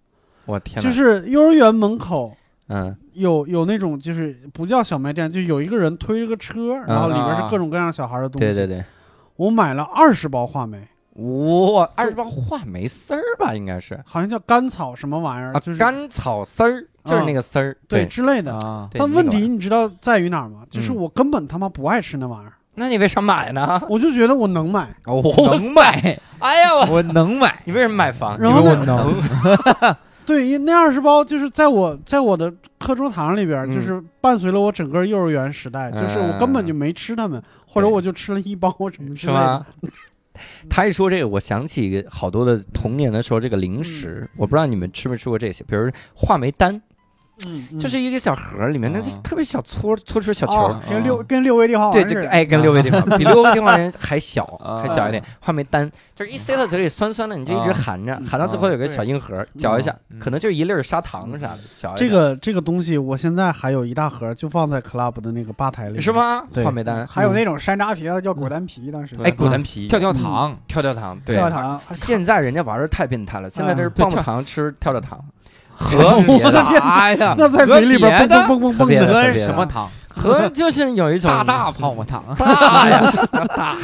S1: 我天哪，
S3: 就是幼儿园门口
S1: 嗯
S3: 有有那种就是不叫小卖店，就有一个人推着个车，然后里边是各种各样小孩的东西。
S1: 啊对对对，
S3: 我买了二十包话梅，
S1: 我二十八话梅丝儿吧，应该是
S3: 好像叫甘草什么玩意儿，
S1: 啊
S3: 啊就，是啊
S1: 甘草丝儿就是那个丝儿，
S3: 对之类的。
S4: 啊，
S1: 对
S3: 但
S1: 那
S3: 问
S1: 个玩意
S3: 题
S1: 儿
S3: 你知道在于哪儿吗？就是
S1: 嗯
S3: 我根本他妈不爱吃那玩意儿，
S1: 那你为啥买呢？
S3: 我就觉得我能买。
S1: 哦我
S4: 能买，
S1: 哎呀我，
S4: 我能买，
S1: 你为什么买房？嗯
S3: 然后
S1: 你为
S3: 呢
S1: 我能，
S3: 对，因那二十包就是在我在我的课桌堂里边儿，
S1: 嗯
S3: 就是伴随了我整个幼儿园时代，就是我根本就没吃它们，或者
S1: 对
S3: 我嗯就吃了一包什么之
S1: 是
S3: 类的。
S1: 吗？他一说这个，我想起好多的童年的时候，这个零食，我不知道你们吃没吃过这些，比如话梅丹，
S3: 嗯，嗯
S1: 就是一个小盒儿里面，那
S4: 啊
S1: 是特别小搓搓出小球儿，嗯
S2: 哦，跟六跟六味地黄
S1: 对，
S2: 丸
S1: 这
S2: 似
S1: 个
S2: 的，
S1: 哎，跟六味地黄比六味地黄丸还小，
S4: 啊
S1: 还小一点。话梅丹就是一塞到嘴里酸酸的，你就一直含着，
S3: 嗯
S1: 含到最后有个小硬盒，嚼一下，
S4: 嗯
S1: 可能就是一粒儿砂糖啥的，嚼一下。
S3: 这个这个东西，我现在还有一大盒，就放在 club 的那个吧台里，
S1: 是？吗？
S3: 对
S1: 话梅丹，
S2: 还有那种山楂皮的叫果丹皮，当时
S4: 嗯
S1: 嗯哎，果丹皮、
S4: 跳嗯跳糖，
S1: 跳跳糖，对，哎
S2: 跳糖，
S1: 现在人家玩的太变态了，现在都是
S4: 对
S1: 棒棒
S4: 跳
S1: 糖吃跳跳糖，
S4: 和
S1: 别的
S4: 啥呀？
S3: 那在嘴里 边
S4: 和别
S3: 蹦
S4: 的
S3: 蹦蹦蹦
S1: 和别
S3: 蹦
S1: 的
S4: 喝
S3: 的，
S4: 什么糖？
S1: 和就是有一种
S4: 大大泡沫糖，
S1: 大呀 大。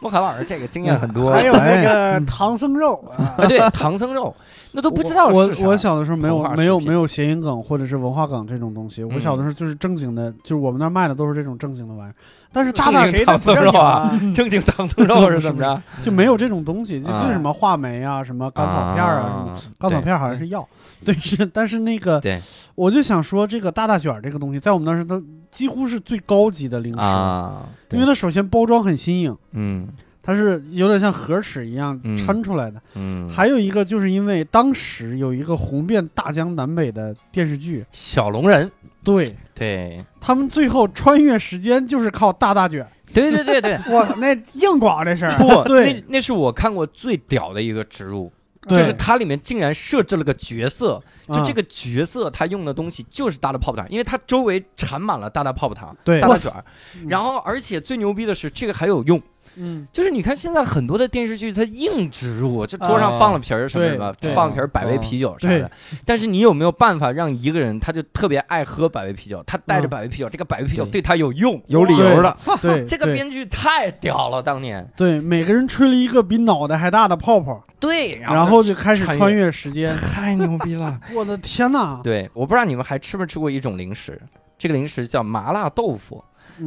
S1: 莫卡老师这个经验很多，
S2: 还有那个
S3: 哎
S1: 嗯
S2: 唐僧肉 啊，
S1: 哎，对，唐僧肉那都不知道
S3: 我
S1: 是啊啥
S3: 我小的时候没有
S1: 膨化食品
S3: 没有没有谐音梗或者是文化梗这种东西。我
S1: 嗯
S3: 小的时候就是正经的，就是我们那儿卖的都是这种正经的玩意儿，但是大
S1: 正
S3: 大
S1: 经
S2: 谁
S1: 唐
S2: 的
S1: 僧肉啊？正经唐僧肉是怎么 着？
S3: 就没有这种东西，就
S1: 啊
S3: 就是什么话梅啊、什么甘草片儿啊、什么
S1: 啊
S3: 甘草片儿好像是药，对是，但是那个
S1: 对
S3: 我就想说这个大大卷儿这个东西，在我们那儿是都几乎是最高级的零食，
S1: 啊，
S3: 因为它首先包装很新颖，
S1: 嗯
S3: 它是有点像盒尺一样
S1: 嗯
S3: 抻出来的。
S1: 嗯，
S3: 还有一个就是因为当时有一个红遍大江南北的电视剧，
S1: 小龙人，
S3: 对
S1: 对
S3: 他们最后穿越时间就是靠大大卷，
S1: 对对 对对，
S2: 我操，那硬广这事儿，
S1: 不，
S3: 对
S1: 那那是我看过最屌的一个植入，
S3: 对
S1: 就是它里面竟然设置了个角色，就
S3: 啊
S1: 这个角色他用的东西就是大大泡泡糖，因为它周围缠满了大大泡泡糖、
S3: 对
S1: 大，大卷儿
S3: 嗯，
S1: 然后而且最牛逼的是这个还有用，
S3: 嗯，
S1: 就是你看现在很多的电视剧它硬植入，就桌上放了瓶儿什么什么
S3: 啊对，对
S1: 放瓶儿百威啤酒啥的
S3: 对，
S1: 但是你有没有办法让一个人他就特别爱喝百威啤酒，他带着
S3: 嗯
S1: 百威啤酒，这个百威啤酒
S4: 对
S1: 对他有用，
S4: 有理由的。
S3: 对，
S1: 这个
S3: 对
S1: 编剧太屌了，当年
S3: 对每个人吹了一个比脑袋还大的泡泡，
S1: 对，
S3: 然后就开始
S1: 穿越
S3: 穿越时间。
S1: 太牛逼了。
S3: 我的天哪！
S1: 对，我不知道你们还吃没吃过一种零食，这个零食叫麻辣豆腐，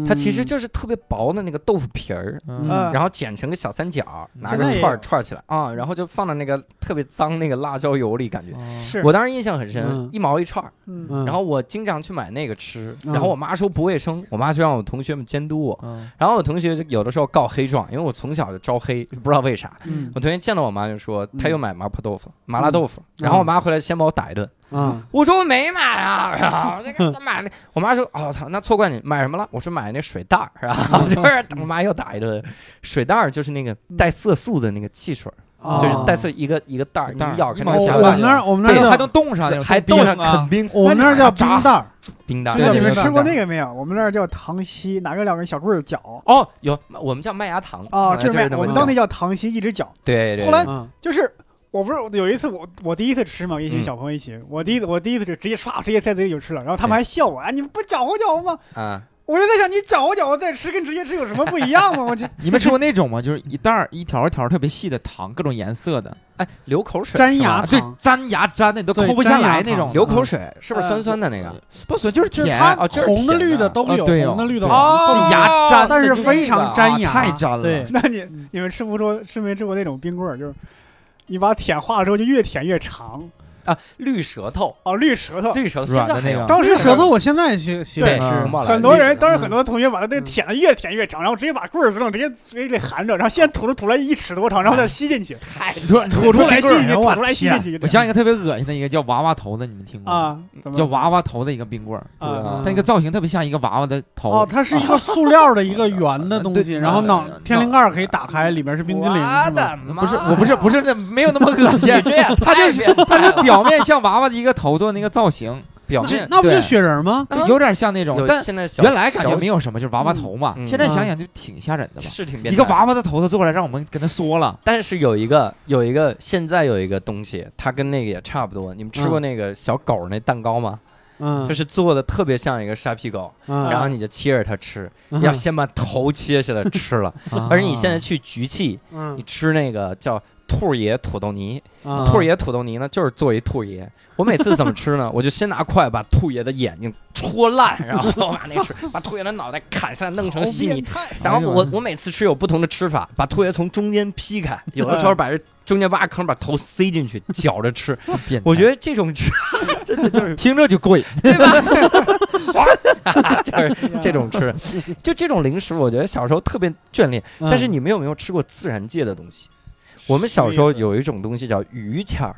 S1: 它其实
S3: 嗯
S1: 就是特别薄的那个豆腐皮儿。
S3: 嗯
S2: 啊嗯
S1: 然后剪成个小三角，拿
S2: 现在
S1: 个
S2: 也
S1: 串儿
S2: 有
S1: 串儿起来啊、然后就放到那个特别脏那个辣椒油里，感觉。
S4: 嗯
S2: 是
S1: 我当时印象很深，
S3: 嗯
S1: 一毛一串儿。
S2: 嗯
S3: 嗯
S1: 然后我经常去买那个吃，
S3: 嗯
S1: 然后我妈说不卫生，我妈就让我同学们监督我。
S4: 嗯
S1: 然后我同学就有的时候告黑状，因为我从小就招黑，就不知道为啥。
S3: 嗯
S1: 我同学见到我妈就说，
S3: 嗯
S1: 他又买麻婆豆腐、麻
S2: 嗯
S1: 辣豆腐，然后我妈回来先把我打一顿。
S3: 啊
S1: 我说我没买啊，然后这个买的，我妈说，哦操，那错怪你，买什么了？我说买那水袋儿，然后就是我妈又打一顿，水袋儿就是那个带色素的那个汽水儿，
S3: 啊，
S1: 就是带色一个一个袋儿，
S4: 一
S1: 你
S4: 袋儿
S1: 咬
S4: 一
S1: 开
S4: 毛
S1: 那
S3: 我
S4: 钱
S1: 个小
S4: 的
S1: 袋
S3: 我们那儿我们那
S1: 对
S3: 儿
S4: 还
S3: 叫
S4: 能冻上
S1: 儿，
S4: 呢，
S1: 还
S4: 冻
S1: 冻上
S4: 啊
S1: 肯！冰
S3: 我们那儿叫冰袋儿，
S1: 冰袋
S2: 不知道
S1: 儿
S2: 你。们
S3: 对
S2: 吃过那个没有？我们那儿叫糖稀，拿个两根小棍儿搅
S1: 哦，有我们叫麦芽糖
S2: 啊，
S1: 就
S2: 就是是
S1: 这么
S2: 我们
S1: 叫
S2: 当地叫糖稀，一直搅。
S1: 对对对。
S2: 后来
S3: 啊
S2: 就是我不是有一次我我第一次吃嘛，一群
S1: 嗯
S2: 小朋友一起，我第一我第一次吃直接唰直接塞嘴里就吃了，然后他们还笑我，哎，你们不搅和搅和吗？
S1: 啊，
S2: 我就在想你搅和搅和再吃跟直接吃有什么不一样吗？我去，
S4: 你们吃过那种吗？就是一袋儿一条一条特别细的糖，各种颜色的，
S1: 哎，流口水，
S3: 粘
S1: 是吧
S3: 牙
S4: 啊，对
S3: 糖，
S4: 粘牙粘的你都
S3: 对
S4: 抠不下
S3: 粘牙
S4: 来那
S3: 糖
S4: 种的，
S1: 流口水，是不是
S2: 呃
S1: 酸酸的那个？
S4: 不酸就是
S3: 就是
S4: 甜，
S3: 它
S1: 啊就是
S3: 红的、
S1: 甜
S3: 绿
S1: 的
S3: 的都
S4: 啊
S3: 有，
S4: 对哦
S3: 红的、绿的
S4: 对
S3: 都有。
S4: 哦
S1: 够牙粘的
S3: 但是
S1: 就是
S3: 非
S1: 那
S3: 常
S1: 个
S3: 粘
S4: 啊
S3: 牙
S4: 太粘了。
S3: 对，
S2: 那你
S1: 嗯
S2: 你们吃不出吃没吃过那种冰棍儿？就是你把舔化了之后就越舔越长
S1: 啊，绿舌头，
S2: 哦，绿舌头。
S1: 绿舌头，
S4: 软的
S1: 现在还
S4: 那个
S1: 有
S2: 当时
S3: 这舌头我现在喜喜欢
S1: 对，嗯
S4: 对
S3: 吃
S1: 红。宝蓝
S2: 很多人，
S1: 绿舌头嗯
S2: 当时很多同学把它那舔的越舔越长，然后直接把棍儿扔，直接嘴里含着，然后先吐出吐出来一尺多长，然后再
S1: 哎
S2: 吸 进去，
S1: 太
S4: 你说
S2: 吐出来吸进去，
S3: 哎呦
S2: 吐
S3: 我
S2: 出来吸进
S3: 天
S2: 去。就
S4: 我
S2: 这
S4: 想
S2: 样
S4: 起一个特别恶心的一个叫娃娃头的，你们听过吗？
S2: 啊，怎
S4: 叫
S2: 么
S4: 娃娃头的一个冰棍儿，
S2: 啊
S3: 嗯？
S4: 它那个造型特别像一个娃娃的头。
S3: 哦，它是一个
S1: 啊
S3: 塑料的一个圆 的东西，
S4: 对
S3: 然后脑
S4: 脑
S3: 天灵盖儿可以打开，里边是冰激
S1: 我
S3: 凌，是吗？
S1: 的妈！
S4: 不是，我不是，不
S1: 是，
S4: 是那没有那么恶心，
S1: 你 这样
S4: 它
S1: 太
S4: 就是
S1: 变态
S4: 它
S1: 了
S4: 是表面像娃娃的一个头做那个造型，
S1: 表
S4: 这
S1: 面
S3: 那不就
S4: 对
S3: 雪人吗？
S1: 啊
S4: 就有点像那种，但
S1: 有现在小
S4: 原来感觉没
S1: 有，
S4: 有什么，就是娃娃头嘛。
S1: 嗯
S4: 现在
S3: 嗯
S4: 想想就挺吓人的吧，
S1: 是挺变
S4: 一个
S1: 态的。
S4: 娃娃的头它做过来，让我们给它缩了。
S1: 但是有一个有一个现在有一个东西，它跟那个也差不多。你们吃
S4: 嗯
S1: 过那个小狗那蛋糕吗？
S3: 嗯，
S1: 就是做的特别像一个沙皮狗，
S3: 嗯，
S1: 然后你就切着它吃，
S3: 嗯
S1: 要先把头切下来吃了。
S4: 嗯
S1: 而你现在去局气，你
S3: 嗯
S1: 吃那个叫兔儿爷土豆泥，
S3: 嗯
S1: 兔儿爷土豆泥呢，就是做一兔儿爷。我每次怎么吃呢？我就先拿筷把兔爷的眼睛戳烂，然后把那吃，把兔爷的脑袋砍下来弄成稀泥。
S2: 态
S1: 然后
S4: 哎
S1: 我
S4: 呦
S1: 我每次吃有不同的吃法，把兔爷从中间劈开，有的时候把这中间挖坑，把头塞进去绞着吃。
S4: 变态，
S1: 我觉得这种吃真的就是
S4: 听着就贵。
S1: 对吧？爽， 就是
S2: 啊
S1: 这种吃， 就这种零食，我觉得小时候特别眷恋。
S3: 嗯
S1: 但是你们有没有吃过自然界的东西？我们小时候有一种东西叫榆钱儿，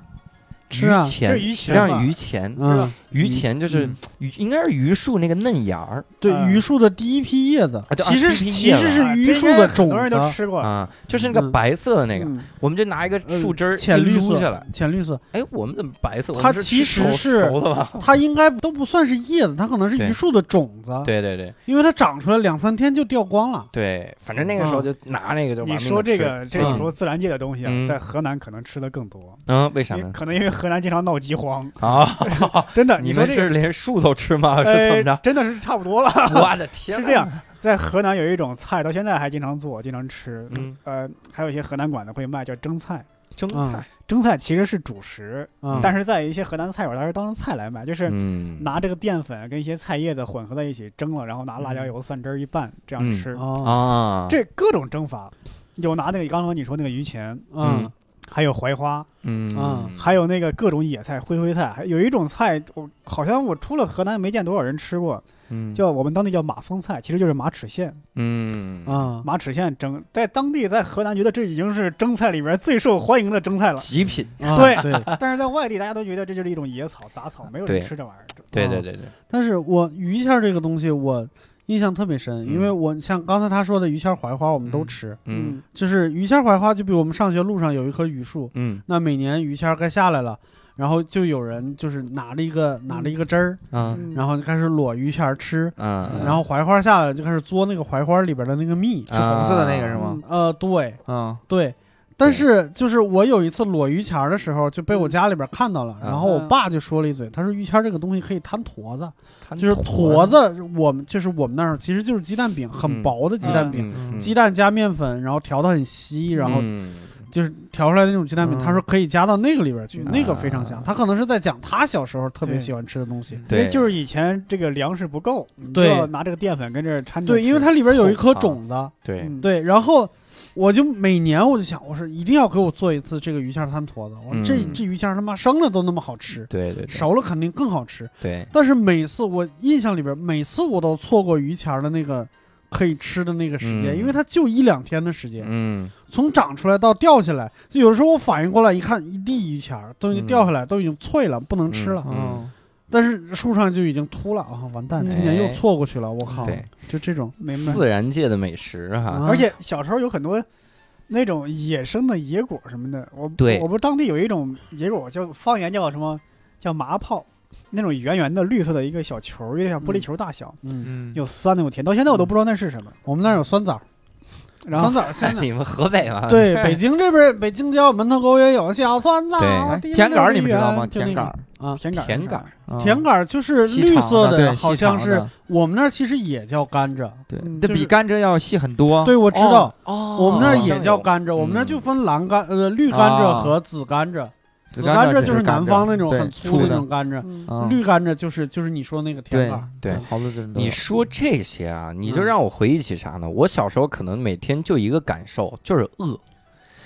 S3: 是啊
S1: 榆
S2: 这
S1: 钱，
S2: 鱼
S1: 实际
S2: 钱嘛
S1: 上榆钱，
S3: 嗯，
S1: 榆钱就是
S4: 嗯
S1: 榆，应该是榆树那个嫩芽儿
S3: 对
S2: 嗯
S3: 榆树的第一批叶子
S1: 啊，对啊
S3: 其实
S1: 第一批
S3: 其
S1: 叶子
S3: 实是
S2: 啊
S3: 榆
S2: 这
S3: 树
S2: 应该
S3: 的
S2: 很
S3: 种
S2: 多人都
S3: 子，
S2: 吃过，
S1: 啊，就是那个
S3: 嗯呃
S1: 白色的那个。
S2: 嗯
S1: 我们就拿一个树枝儿
S3: 浅绿
S1: 一撸
S3: 色
S1: 下来，
S3: 浅绿色，
S1: 哎，我们怎么白色？我
S3: 它
S1: 们是吃
S3: 其实
S1: 熟
S3: 是
S1: 熟的 吧？
S3: 它应该都不算是叶子，它可能是
S1: 嗯对
S3: 榆树的种子，
S1: 对对对
S3: 因为它长出来两三天就掉光了。
S1: 对，反正那个时候就拿那个就玩命
S2: 啊你
S1: 地
S2: 说这
S1: 吃
S2: 个这
S1: 嗯
S2: 说自然界的东西啊
S1: 嗯，
S2: 在河南可能吃的更多，
S1: 嗯，为啥
S2: 因为
S1: 呢？
S2: 可能因为河南经常闹饥荒，
S1: 啊！
S2: 真的。
S1: 你
S2: 说
S1: 们
S2: 这个
S1: 是连树都吃吗？是怎么
S2: 呃
S1: 着，？
S2: 真的是差不多了。
S1: 我的天，啊
S2: 是这，样，在河南有一种菜，到现在还经常做，经常吃。
S1: 嗯，
S2: 呃，还有一些河南馆子会卖叫蒸菜。
S1: 蒸
S3: 嗯
S1: 菜，
S2: 蒸菜其实是主食，
S3: 啊，
S2: 但是在一些河南菜馆，它是当成菜来卖，就是
S1: 嗯，
S2: 拿这个淀粉跟一些菜叶子混合在一起蒸了，然后拿辣椒油、蒜汁儿一拌，这样
S1: 嗯
S2: 吃。
S3: 啊，
S1: 啊，
S2: 这各种蒸法，有拿那个刚刚你说那个榆钱，
S3: 嗯，
S2: 还有槐花，
S1: 嗯
S3: 啊
S2: 还有那个各种野菜、灰灰菜，还有一种菜，我好像我出了河南没见多少人吃过，
S1: 嗯
S2: 叫我们当地叫马蜂菜，其实就是马齿苋。
S1: 嗯，
S3: 啊，
S2: 马齿苋蒸，在当地在河南觉得这已经是蒸菜里面最受欢迎的蒸菜了
S1: 极品，
S3: 啊
S2: 对
S3: 对，
S2: 但是在外地大家都觉得这就是一种野草杂草，没有
S1: 对
S2: 人吃这玩意儿。
S1: 对对对对，
S3: 但是我鱼签儿这个东西我印象特别深，因为
S1: 嗯
S3: 我像刚才他说的鱼签儿槐花，我们都
S1: 嗯
S3: 吃，
S1: 嗯
S3: 就是鱼签儿槐花，就比我们上学路上有一棵榆树，
S1: 嗯
S3: 那每年榆签儿该下来了，然后就有人就是拿着一个拿着一个汁儿，
S1: 啊
S2: 嗯，
S3: 然后就开始裸榆签儿吃，
S1: 嗯，啊
S3: 然后槐花下来就开始嘬那个槐花里边的那个蜜，
S4: 是红色的那个是吗
S2: 嗯？
S3: 呃，对
S4: 嗯，
S3: 对。但是就是我有一次裸榆签儿的时候，就被我家里边看到了，
S1: 嗯
S3: 然后我爸就说了一嘴，他说榆签儿这个东西可以摊坨子，
S2: 嗯
S1: 就
S3: 就是
S1: 啊
S3: 坨，子，我们就是我们那儿其实就是鸡蛋饼，很
S1: 嗯
S3: 薄的鸡蛋饼，
S1: 嗯，
S3: 鸡蛋加面粉，然后调的很稀，然后
S1: 嗯
S3: 就是调出来的那种鸡蛋饼，
S1: 嗯啊
S3: 他说可以加到那个里边去，
S2: 嗯
S3: 那个非常香。他可能是在讲他小时候特别喜欢吃的东西。
S2: 因为
S1: 对，
S2: 就是以前这个粮食不够，你就
S3: 对
S2: 要拿这个淀粉跟这儿掺着吃。
S3: 对，因为它里边有一
S1: 凑
S3: 颗
S1: 合
S3: 种子。
S1: 对，
S2: 嗯
S3: 对，然后我就每年我就想，我说一定要给我做一次这个鱼馅儿摊坨子。我说
S1: 嗯
S3: 这这鱼馅儿他妈生了都那么好吃，
S1: 对对对
S3: 熟了肯定更好吃。
S1: 对，
S3: 但是每次我印象里边，每次我都错过榆钱儿的那个可以吃的那个时间，
S1: 嗯
S3: 因为它就一两天的时间，
S1: 嗯
S3: 从长出来到掉下来，就有时候我反应过来一看，一地榆钱儿都已经掉下来，都已经脆了，不能吃了。
S1: 嗯
S3: 但是树上就已经秃了啊，完蛋，
S4: 哎
S2: 嗯
S3: 今年又错过去了，我靠
S1: 对，
S3: 就这种，
S2: 明白。
S1: 自然界的美食哈，
S3: 啊
S2: 嗯而且小时候有很多那种野生的野果什么的，我
S1: 对
S2: 我不是当地有一种野果叫方言叫什么叫麻泡，那种圆圆的绿色的一个小球，有点像玻璃球大小，
S3: 嗯，
S4: 嗯，
S2: 有酸的有甜，到现在我都不知道那是什么。
S3: 我们那儿有酸枣，
S2: 然
S3: 酸
S2: 后
S3: 枣现 在。
S1: 你们河北嘛，
S3: 对，北京这边，北京郊门头沟也有小酸枣
S1: 对，
S3: 滴溜
S4: 哎甜杆儿你
S3: 溜
S4: 们知道
S3: 圆
S4: 吗？
S3: 就那
S4: 甜
S3: 个
S4: 杆儿，
S3: 啊，
S2: 甜杆儿
S1: 甜
S2: 是啥
S1: 杆儿
S4: 嗯
S3: 甜杆儿就是
S4: 细
S3: 绿
S4: 长
S3: 色
S4: 的，对
S3: 好
S4: 细
S3: 像
S4: 长
S3: 是
S4: 的
S3: 我们那儿其实也叫甘蔗，
S4: 对
S2: 嗯，
S4: 这
S3: 就是
S4: 比甘蔗要细很多。
S3: 对，我知道，
S1: 哦
S3: 我们那儿
S1: 好像
S3: 也叫
S1: 有
S3: 甘蔗，我们那儿就分蓝甘呃绿甘蔗和紫甘蔗，紫
S4: 紫甘
S3: 蔗
S4: 蔗
S3: 就是南方那种
S4: 对
S3: 很粗
S4: 粗
S3: 的
S4: 的
S3: 那种甘蔗，
S1: 啊
S2: 嗯
S4: 嗯
S3: 绿甘蔗就是就是你说那个甜
S4: 对
S3: 杆儿，
S1: 对
S4: 好多人都有
S1: 你说这些啊，你就
S3: 嗯
S1: 让我回忆起啥呢？我小时候可能每天就一个感受，就是
S3: 嗯
S1: 饿。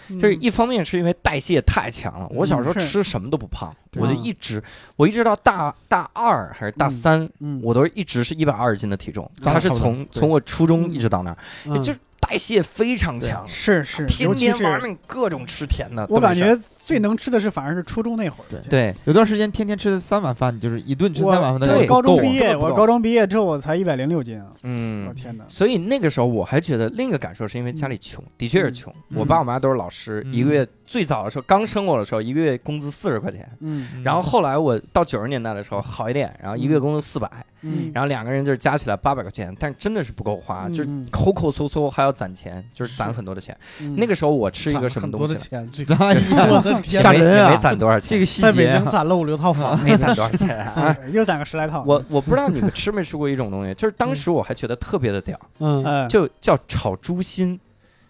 S1: 就是一方面是因为代谢太强了，我小时候
S2: 嗯是
S1: 吃什么都不胖，
S4: 对
S1: 我就
S3: 嗯
S1: 一直，我一直到大大二还是大
S3: 嗯
S1: 三，
S3: 嗯，
S1: 我都是一直是一百二十斤的体重，
S4: 差
S1: 它
S4: 不
S1: 是
S4: 多
S1: 从
S4: 对
S1: 从我初中一直到那儿，
S3: 嗯
S1: 哎就是代谢非常
S4: 对
S1: 强，
S2: 是是，
S1: 啊天
S2: 尤其
S1: 天玩
S2: 是
S1: 命各种吃甜的，都
S2: 我
S1: 没
S2: 感
S1: 事儿
S2: 觉最能吃的是反而是初中那会儿。
S4: 对对，有段时间天天吃三碗饭，就是一顿吃
S2: 我
S4: 三碗饭，那
S1: 对
S4: 就
S2: 我高中
S4: 够了
S2: 毕业，
S4: 根本不
S2: 我
S4: 够
S2: 高中毕业之后我才一百零六斤啊！我
S1: 嗯。
S2: 天哪！
S1: 所以那个时候我还觉得另一个感受是因为家里穷，的确是穷。
S4: 嗯
S1: 我爸我妈都是老师，
S4: 嗯
S1: 一个月最早的时候刚生我的时候，一个月工资四十块钱，
S3: 嗯
S4: 嗯
S1: 然后后来我到九十年代的时候好一点，然后一个月工资四百，
S3: 嗯
S1: 然后两个人就是加起来八百块钱，但真的是不够花，
S2: 嗯
S1: 就是
S3: 嗯
S1: 抠抠搜搜还要攒钱，就是攒
S3: 是
S1: 很多的钱。
S3: 嗯
S1: 那个时候我吃一
S3: 攒
S1: 个
S3: 了
S1: 什么
S3: 很
S1: 东
S3: 多
S1: 西
S3: 的
S1: 呢？
S3: 钱，这
S4: 哎呀
S3: 我的
S1: 也
S3: 天
S4: 吓
S1: 没
S3: 哪，
S4: 人
S1: 也没
S4: 啊
S1: 攒多少钱，
S4: 这个细
S3: 在北
S4: 节啊
S3: 京攒了五六套房，
S1: 没攒多少钱 啊。
S2: 又攒个十来套。
S1: 我我不知道你们吃没吃过一种东西， 就是当时我还觉得特别的屌，
S3: 嗯
S2: 嗯
S1: 就叫炒猪心，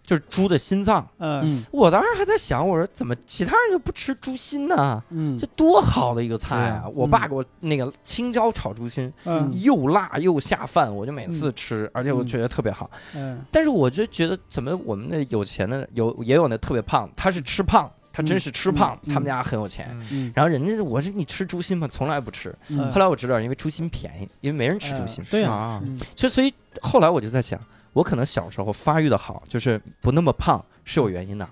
S1: 就是猪的心脏。
S2: 嗯
S3: 嗯
S1: 我当时还在想，我说怎么其他人就不吃猪心呢？
S3: 嗯
S1: 这多好的一个菜啊！
S4: 对啊
S1: 我爸给我那个青椒炒猪心，
S2: 嗯
S1: 又辣又下饭，我就每次吃，而且我
S3: 嗯
S1: 觉得特别好。
S2: 嗯，
S1: 但是我就觉得，怎么我们那有钱的有也有那特别胖，他是吃胖，他真是吃胖，
S3: 嗯嗯
S1: 他们家很有钱。
S4: 嗯
S3: 嗯
S1: 然后人家我说你吃猪心吗？从来不吃。
S3: 嗯
S1: 后来我知道，因为猪心便宜，因为没人吃猪心。
S3: 对呀
S4: 啊，
S3: 嗯
S1: 就所以后来我就在想，我可能小时候发育的好，就是不那么胖是有原因 的。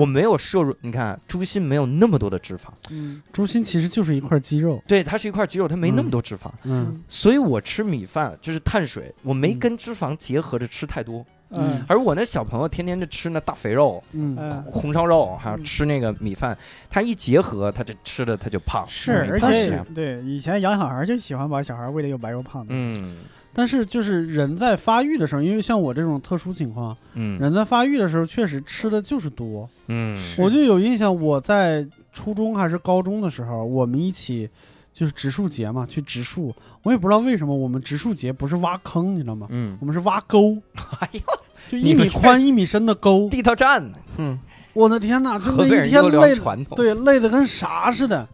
S1: 我没有摄入，你看啊猪心没有那么多的脂肪，
S2: 嗯
S3: 猪心其实就是一块肌肉，
S1: 对，它是一块肌肉，它没那么多脂肪。
S3: 嗯
S1: 所以我吃米饭就是碳水，我没跟脂肪结合着吃太多。
S2: 嗯
S1: 而我那小朋友天天就吃那大肥肉、
S3: 嗯
S2: 嗯，
S1: 红烧肉，还有
S2: 嗯
S1: 吃那个米饭，他一结合，他这吃的他就胖。
S2: 是，
S1: 嗯
S2: 而
S1: 胖
S2: 且
S1: 起来
S2: 对以前养小孩就喜欢把小孩喂的又白又胖的。
S1: 嗯，
S3: 但是就是人在发育的时候，因为像我这种特殊情况，
S1: 嗯
S3: 人在发育的时候确实吃的就是多。
S1: 嗯
S2: 是
S3: 我就有印象，我在初中还是高中的时候，我们一起就是植树节嘛，去植树。我也不知道为什么我们植树节不是挖坑，你知道吗？
S1: 嗯，
S3: 我们是挖沟，
S1: 哎呦，
S3: 就
S1: 你
S3: 一
S1: 们
S3: 米
S1: 这
S3: 宽一米深的沟。
S1: 地道战呢？
S3: 我的天哪，真
S1: 河北
S3: 的一
S1: 人
S3: 天
S1: 优良
S3: 累，
S1: 传统，
S3: 对，累得跟啥似的，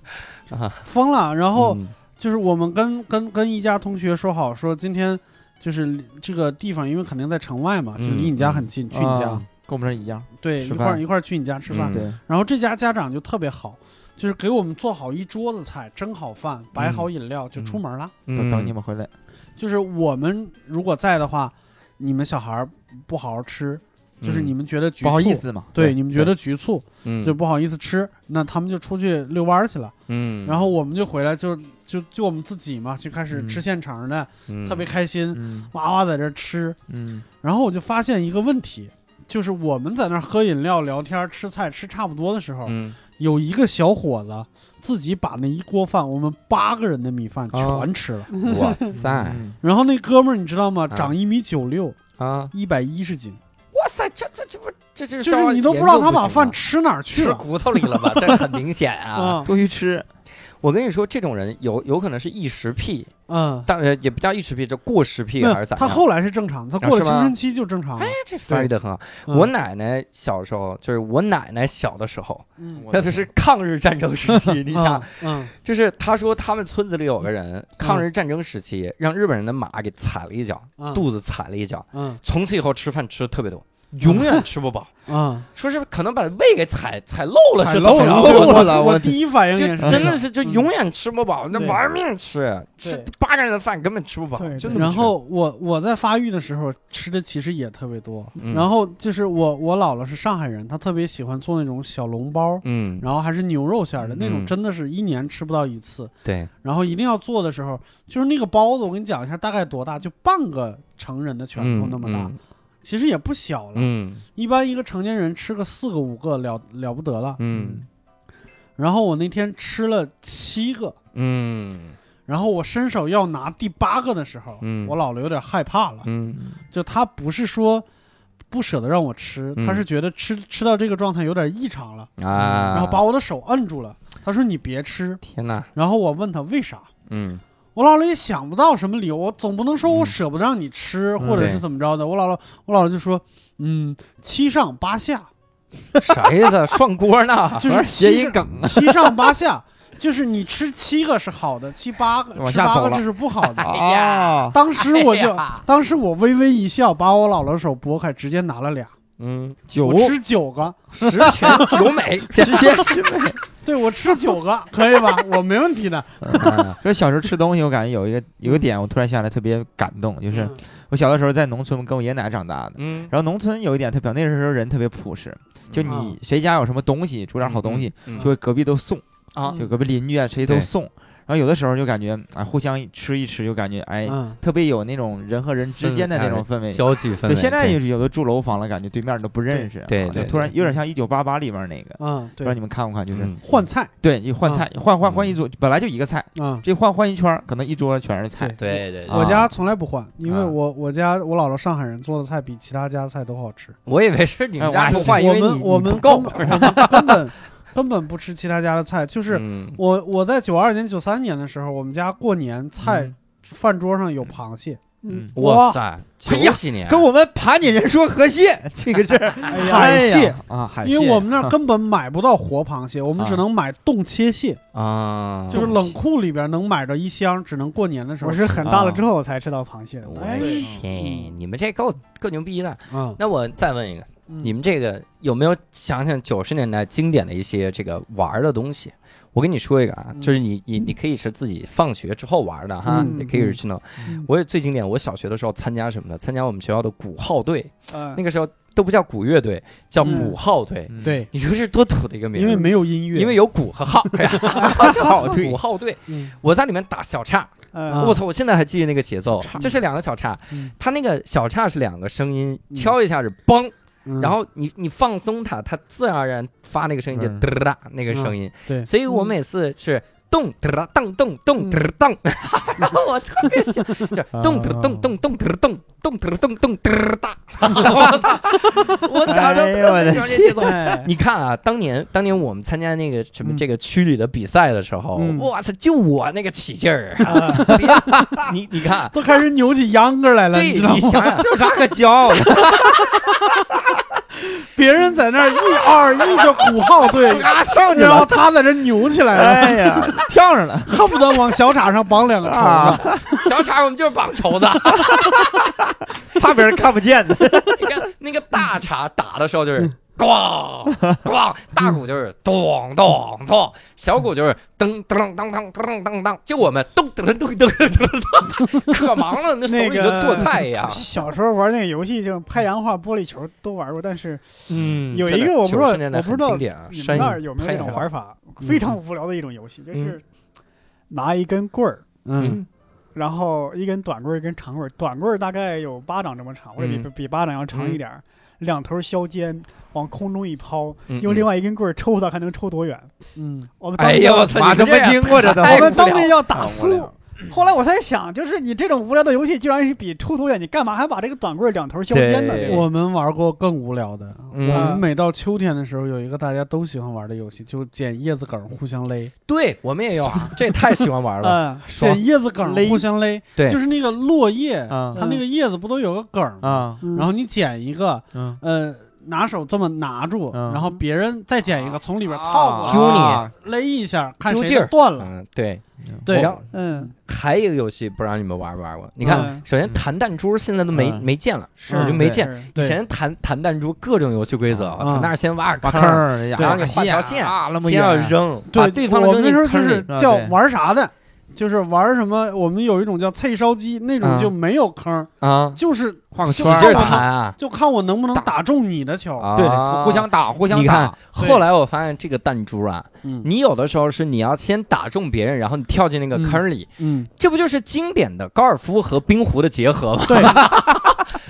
S1: 啊
S3: 疯了。然后
S1: 嗯
S3: 就是我们跟跟跟一家同学说好，说今天就是离这个地方，因为肯定在城外嘛，就离
S1: 嗯
S3: 你家很近，去你家，
S4: 啊跟我们这一样，
S3: 对，一
S4: 吃
S3: 块儿
S4: 饭
S3: 一块儿去你家吃饭。
S1: 嗯
S4: 对，
S3: 然后这家家长就特别好，就是给我们做好一桌子菜，蒸好饭，摆好饮料，就出门了。
S4: 等等你
S1: 们
S4: 们回来，
S3: 就是我们如果在的话，你们小孩儿不好好吃，就是你们觉得局
S4: 不好意
S3: 促，
S4: 思嘛，
S3: 对，你们觉得局促
S1: 嗯
S3: 就不好意思吃，那他们就出去遛弯儿去了。
S1: 嗯，
S3: 然后我们就回来就就就我们自己嘛，就开始吃现成的，
S1: 嗯
S3: 特别开心，
S4: 嗯
S3: 哇哇在这吃。
S4: 嗯
S3: 然后我就发现一个问题，就是我们在那儿喝饮料、聊天、吃菜吃差不多的时候，
S1: 嗯
S3: 有一个小伙子自己把那一锅饭，我们八个人的米饭
S1: 啊
S3: 全吃了。
S1: 哇 塞
S4: 嗯
S3: 然后那哥们儿你知道吗？
S1: 啊
S3: 长一米九六，
S1: 啊，
S3: 一百一十斤，
S1: 哇塞，这这这不这这
S3: 就是你都不知道他把饭吃哪儿去
S1: 啊吃
S3: 了
S1: 骨头里了吧？这很明显 啊！
S3: 啊！
S4: 多余吃，
S1: 我跟你说，这种人有有可能是一时癖，
S3: 嗯，
S1: 但呃也不叫一时癖，就过时癖
S3: 没
S1: 还
S3: 有，
S1: 是咋样？啊
S3: 他后来是正常，他过了
S1: 是吗
S3: 青春期就正常了。
S1: 这发育的很好。
S3: 嗯
S1: 我奶奶小时候，就是我奶奶小的时候，
S3: 嗯
S1: 那就是抗日战争时 期。你想，
S3: 嗯
S1: 就是她说他们村子里有个人，抗日战争时期让日本人的马给踩了一脚，
S3: 嗯
S1: 肚子踩了一脚，
S3: 嗯
S1: 从此以后吃饭吃的特别多，永远吃不 饱，
S3: 嗯，哎
S1: 说是可能把胃给踩踩漏了，
S3: 踩
S1: 是怎
S3: 漏
S1: 么
S3: 了，
S1: 漏
S3: 我
S1: 了？
S3: 我
S1: 我
S3: 第一反应
S1: 就
S3: 也是
S1: 真的是就
S3: 嗯
S1: 永远吃不饱，那
S3: 对
S1: 玩命吃，吃
S2: 对
S1: 八个人的饭根本吃不饱，
S2: 对
S1: 就
S2: 对
S1: 那么
S3: 然
S1: 吃
S3: 后我我在发育的时候吃的其实也特别多，
S1: 嗯
S3: 然后就是我我姥姥是上海人，她特别喜欢做那种小笼包，
S1: 嗯，
S3: 然后还是牛肉馅儿的那种，
S1: 嗯
S3: 真的是一年吃不到一次。
S1: 对，
S3: 然后一定要做的时候，就是那个包子，我跟你讲一下大概多大，就半个成人的拳头那么大，其实也不小了。
S1: 嗯
S3: 一般一个成年人吃个四个五个了了不得了
S1: 嗯。嗯
S3: 然后我那天吃了七个，
S1: 嗯
S3: 然后我伸手要拿第八个的时候，
S1: 嗯
S3: 我姥姥有点害怕了。
S1: 嗯
S3: 就他不是说不舍得让我吃，
S1: 嗯
S3: 他是觉得吃吃到这个状态有点异常了，
S1: 嗯啊，
S3: 然后把我的手摁住了。他说你别吃，
S1: 天哪，
S3: 然后我问他为啥，
S1: 嗯
S3: 我姥姥也想不到什么理由，我总不能说
S4: 嗯
S3: 我舍不得让你吃，
S1: 嗯
S3: 或者是怎么着的。我姥姥，我姥姥就说，嗯，七上八下，
S1: 啥意 思啊？涮锅呢？
S3: 就是
S4: 谐
S3: 七
S4: 音
S3: 上
S4: 梗，
S3: 七上八下，就是你吃七个是好的，七八个
S4: 往
S3: 吃
S4: 下
S3: 八
S4: 走
S3: 个
S4: 了
S3: 就是不好 的。
S1: 哎呀
S4: 啊，
S3: 当时我就
S1: 哎呀，
S3: 当时我微微一笑，把我姥姥手拨开，直接拿了俩，
S1: 嗯，
S4: 九
S3: 我吃九个。
S1: 十全九 美，
S4: 直接吃呗。
S3: 对我吃 九个可以吧？我没问题的。
S4: 说小时候吃东西，我感觉有一个有
S1: 嗯
S4: 个点，我突然想起来特别感动，就是
S3: 嗯
S4: 我小的时候在农村跟我爷爷奶奶长大的。
S1: 嗯，
S4: 然后农村有一点特别，那时候人特别朴实，就
S3: 嗯
S4: 你谁家有什么东西，煮点好东西，
S1: 啊嗯，
S4: 就会隔壁都送
S1: 啊
S4: 就隔壁邻居啊谁都
S1: 对
S4: 送。然后有的时候就感觉啊，互相吃一吃，就感觉哎，
S3: 嗯，
S4: 特别有那种人和人之间的那种氛围。
S1: 交际啊氛围。
S4: 对，现在就是有的住楼房了，感觉对面都不认识，
S1: 对
S4: 啊
S1: 对啊
S4: 就突然有点像《一九八八》里面那个，
S3: 嗯，
S4: 不知道
S3: 对
S4: 你，们看不看？就是
S1: 嗯
S3: 换菜
S4: 对，你换菜，换换换一桌，本来就一个菜，
S3: 啊，
S4: 这换换一圈儿，可能一桌全是菜。
S1: 对对，对
S3: 我
S4: 啊
S3: 家从来不换，因为
S4: 啊
S3: 我我家我姥姥上海人做的菜比其他家菜都好吃。
S1: 我以为是你们家
S4: 哎
S1: 不
S4: 我
S1: 换，因
S3: 我
S1: 为你
S3: 们我
S1: 你
S3: 们
S1: 不够啊
S3: 根，本我们根本根本不吃其他家的菜，就是
S1: 嗯
S3: 我我在九二年九三年的时候，我们家过年菜
S1: 嗯
S3: 饭桌上有螃蟹，
S4: 嗯，
S1: 哇塞，
S4: 哎呀
S1: 九几年
S4: 跟我们盘锦人说河蟹 这个事儿，
S3: 呀
S4: 哎呀
S3: 海蟹
S4: 啊，海蟹，
S3: 因为我们
S1: 嗯
S3: 那儿根本买不到活螃蟹，我们
S4: 啊
S3: 只能买冻切蟹，
S1: 啊，
S3: 就是冷库里边能买着一箱，只能过年的时候
S2: 我是
S3: 吃。
S2: 很大了之后才吃到螃蟹的。
S1: 嗯我
S2: 哎，
S1: 天，你们这够够牛逼的。
S3: 嗯，
S1: 那我再问一个，
S3: 嗯
S1: 你们这个有没有想想九十年代经典的一些这个玩儿的东西？我跟你说一个啊，
S3: 嗯
S1: 就是你你你可以是自己放学之后玩的哈，
S3: 嗯
S1: 也可以是去弄。
S3: 嗯
S1: 我也最经典，我小学的时候参加什么呢？参加我们学校的鼓号队，
S2: 嗯
S1: 那个时候都不叫鼓乐队，叫鼓号队。
S4: 嗯，
S3: 对，
S1: 你说是多土的一个名字，
S3: 因为没有音乐，
S1: 嗯因为有鼓和号，
S4: 好对
S1: 鼓号队。
S3: 嗯
S1: 我在里面打小叉，
S3: 啊
S2: 嗯
S1: 我操！我现在还记得那个节奏
S4: 叉，
S1: 就是两个小叉
S3: 嗯，
S1: 它那个小叉是两个声音，
S3: 嗯
S1: 敲一下是梆，
S3: 嗯
S1: 然后你你放松它，它自然而然发那个声音就
S4: 嗯
S1: 嘚儿哒那个声音。
S3: 对
S1: 所以我每次是咚嘚儿当咚咚嘚儿当，然后我特别想，就咚嘚儿咚咚咚嘚儿咚咚嘚儿咚咚嘚儿哒，我操！我小时候特别喜欢这节奏。
S3: 哎，
S1: 你看啊，当年当年我们参加那个什么
S3: 嗯
S1: 这个区里的比赛的时候，
S3: 嗯
S1: 我操，就我那个起劲儿，别你你看，
S3: 都开始扭起秧歌来了，
S1: 对
S3: 你知道
S1: 你
S3: 吗？
S1: 想想，
S4: 有啥可骄傲 的？
S3: 别人在那儿一二一就鼓号队，
S4: 啊，上去
S3: 然后
S4: 了，
S3: 他在这扭起来了，
S4: 哎呀，跳上了
S3: 恨不得往小场上绑两个
S4: 啊
S3: 镯子。，
S1: 小傻我们就是绑绸子，
S4: 怕别人看不见的。
S1: 你看那个大叉打的时候就是咣咣，大鼓就是咚咚咚，小鼓就是噔噔噔噔噔噔噔噔，就我们咚噔噔噔噔噔噔，可忙了，那手里跟剁菜一样。
S2: 小时候玩那个游戏，就是拍洋画、玻璃球都玩过，但是
S1: 嗯
S2: 有一个我不知道我不知道
S1: 经典啊，
S2: 你们
S1: 山
S2: 那儿有没有这种玩
S1: 法？
S2: 法？
S1: 嗯
S2: 非常无聊的一种游戏，就是拿一根棍儿，
S3: 嗯，
S2: 然后一根短棍儿，一根长棍儿。短棍儿大概有巴掌这么长，或者比
S1: 嗯
S2: 比巴掌要长一点儿，两头削尖，往空中一抛，用
S1: 用
S2: 另外一根棍儿抽它，看能抽多远。哦
S3: 嗯，
S2: 我们当
S1: 嗯哎
S2: 时
S1: 呀，
S2: 要
S1: 我操，
S4: 妈
S1: 你
S4: 都
S1: 们这
S4: 没
S1: 样
S4: 听过 这都。
S3: 哎
S1: 太
S2: 我们
S1: 无
S2: 当
S1: 聊
S2: 年要
S4: 啊
S2: 打
S4: 无聊
S2: 输。后来我才想，就是你这种无聊的游戏，居然是比抽多远，你干嘛还把这个短棍儿两头削尖呢？
S1: 对
S2: 对吧
S3: 我们玩过更无聊的。
S1: 嗯
S3: 我们每到秋天的时候，有一个大家都喜欢玩的游戏，就捡叶子梗互相勒，
S1: 对我们也有，这也太喜欢玩 了。
S2: 嗯，
S1: 爽
S3: 捡叶子梗
S4: 勒
S3: 互相勒，
S1: 对嗯
S3: 就是那个落叶，
S4: 啊
S3: 它那个叶子不都有个梗儿吗？
S4: 啊
S3: 然后你捡一个，
S4: 嗯，
S3: 呃，拿手这么拿住，
S4: 嗯
S3: 然后别人再捡一个，从里边套过来，
S1: 啊
S3: 勒一下，看
S1: 揪
S3: 谁
S1: 劲
S3: 的
S1: 儿
S3: 断了。
S1: 嗯，对，
S3: 对
S1: 然后
S2: 嗯，
S1: 还有一个游戏不知道你们玩不玩过？你看
S2: 嗯，
S1: 首先弹弹珠现在都没
S4: 嗯
S1: 没见了，
S3: 是
S1: 我就没
S3: 对
S1: 见。
S2: 是
S1: 以
S3: 对
S1: 前弹弹弹珠各种游戏规则，我操
S3: 嗯
S1: 那是先挖个
S4: 挖
S1: 坑
S4: 坑
S1: 儿，
S4: 儿，
S3: 对
S1: 然后
S4: 呀
S1: 你画条线
S4: 啊，那么
S1: 先要
S4: 远，
S1: 扔，把
S3: 对，
S1: 对方
S3: 我
S1: 扔
S3: 们那时候
S1: 进
S3: 就
S1: 坑里。
S3: 是
S4: 里
S3: 叫
S4: 啊对
S3: 玩啥的，就是玩什么，我们有一种叫脆烧鸡，那种
S1: 嗯
S3: 就没有坑儿，
S1: 啊，
S3: 就是
S4: 画个
S1: 使
S4: 圈
S1: 劲
S3: 儿
S4: 儿，
S1: 弹啊！
S3: 就看我能不能
S4: 打
S3: 打中你的球。
S1: 啊
S4: 对，互相打，互相
S1: 你看
S4: 打，，
S3: 对
S1: 后来我发现这个弹珠啊，
S3: 嗯
S1: 你有的时候是你要先打中别人，然后你跳进那个坑里，
S3: 嗯，
S1: 这不就是经典的高尔夫和冰壶的结合吗？
S3: 对，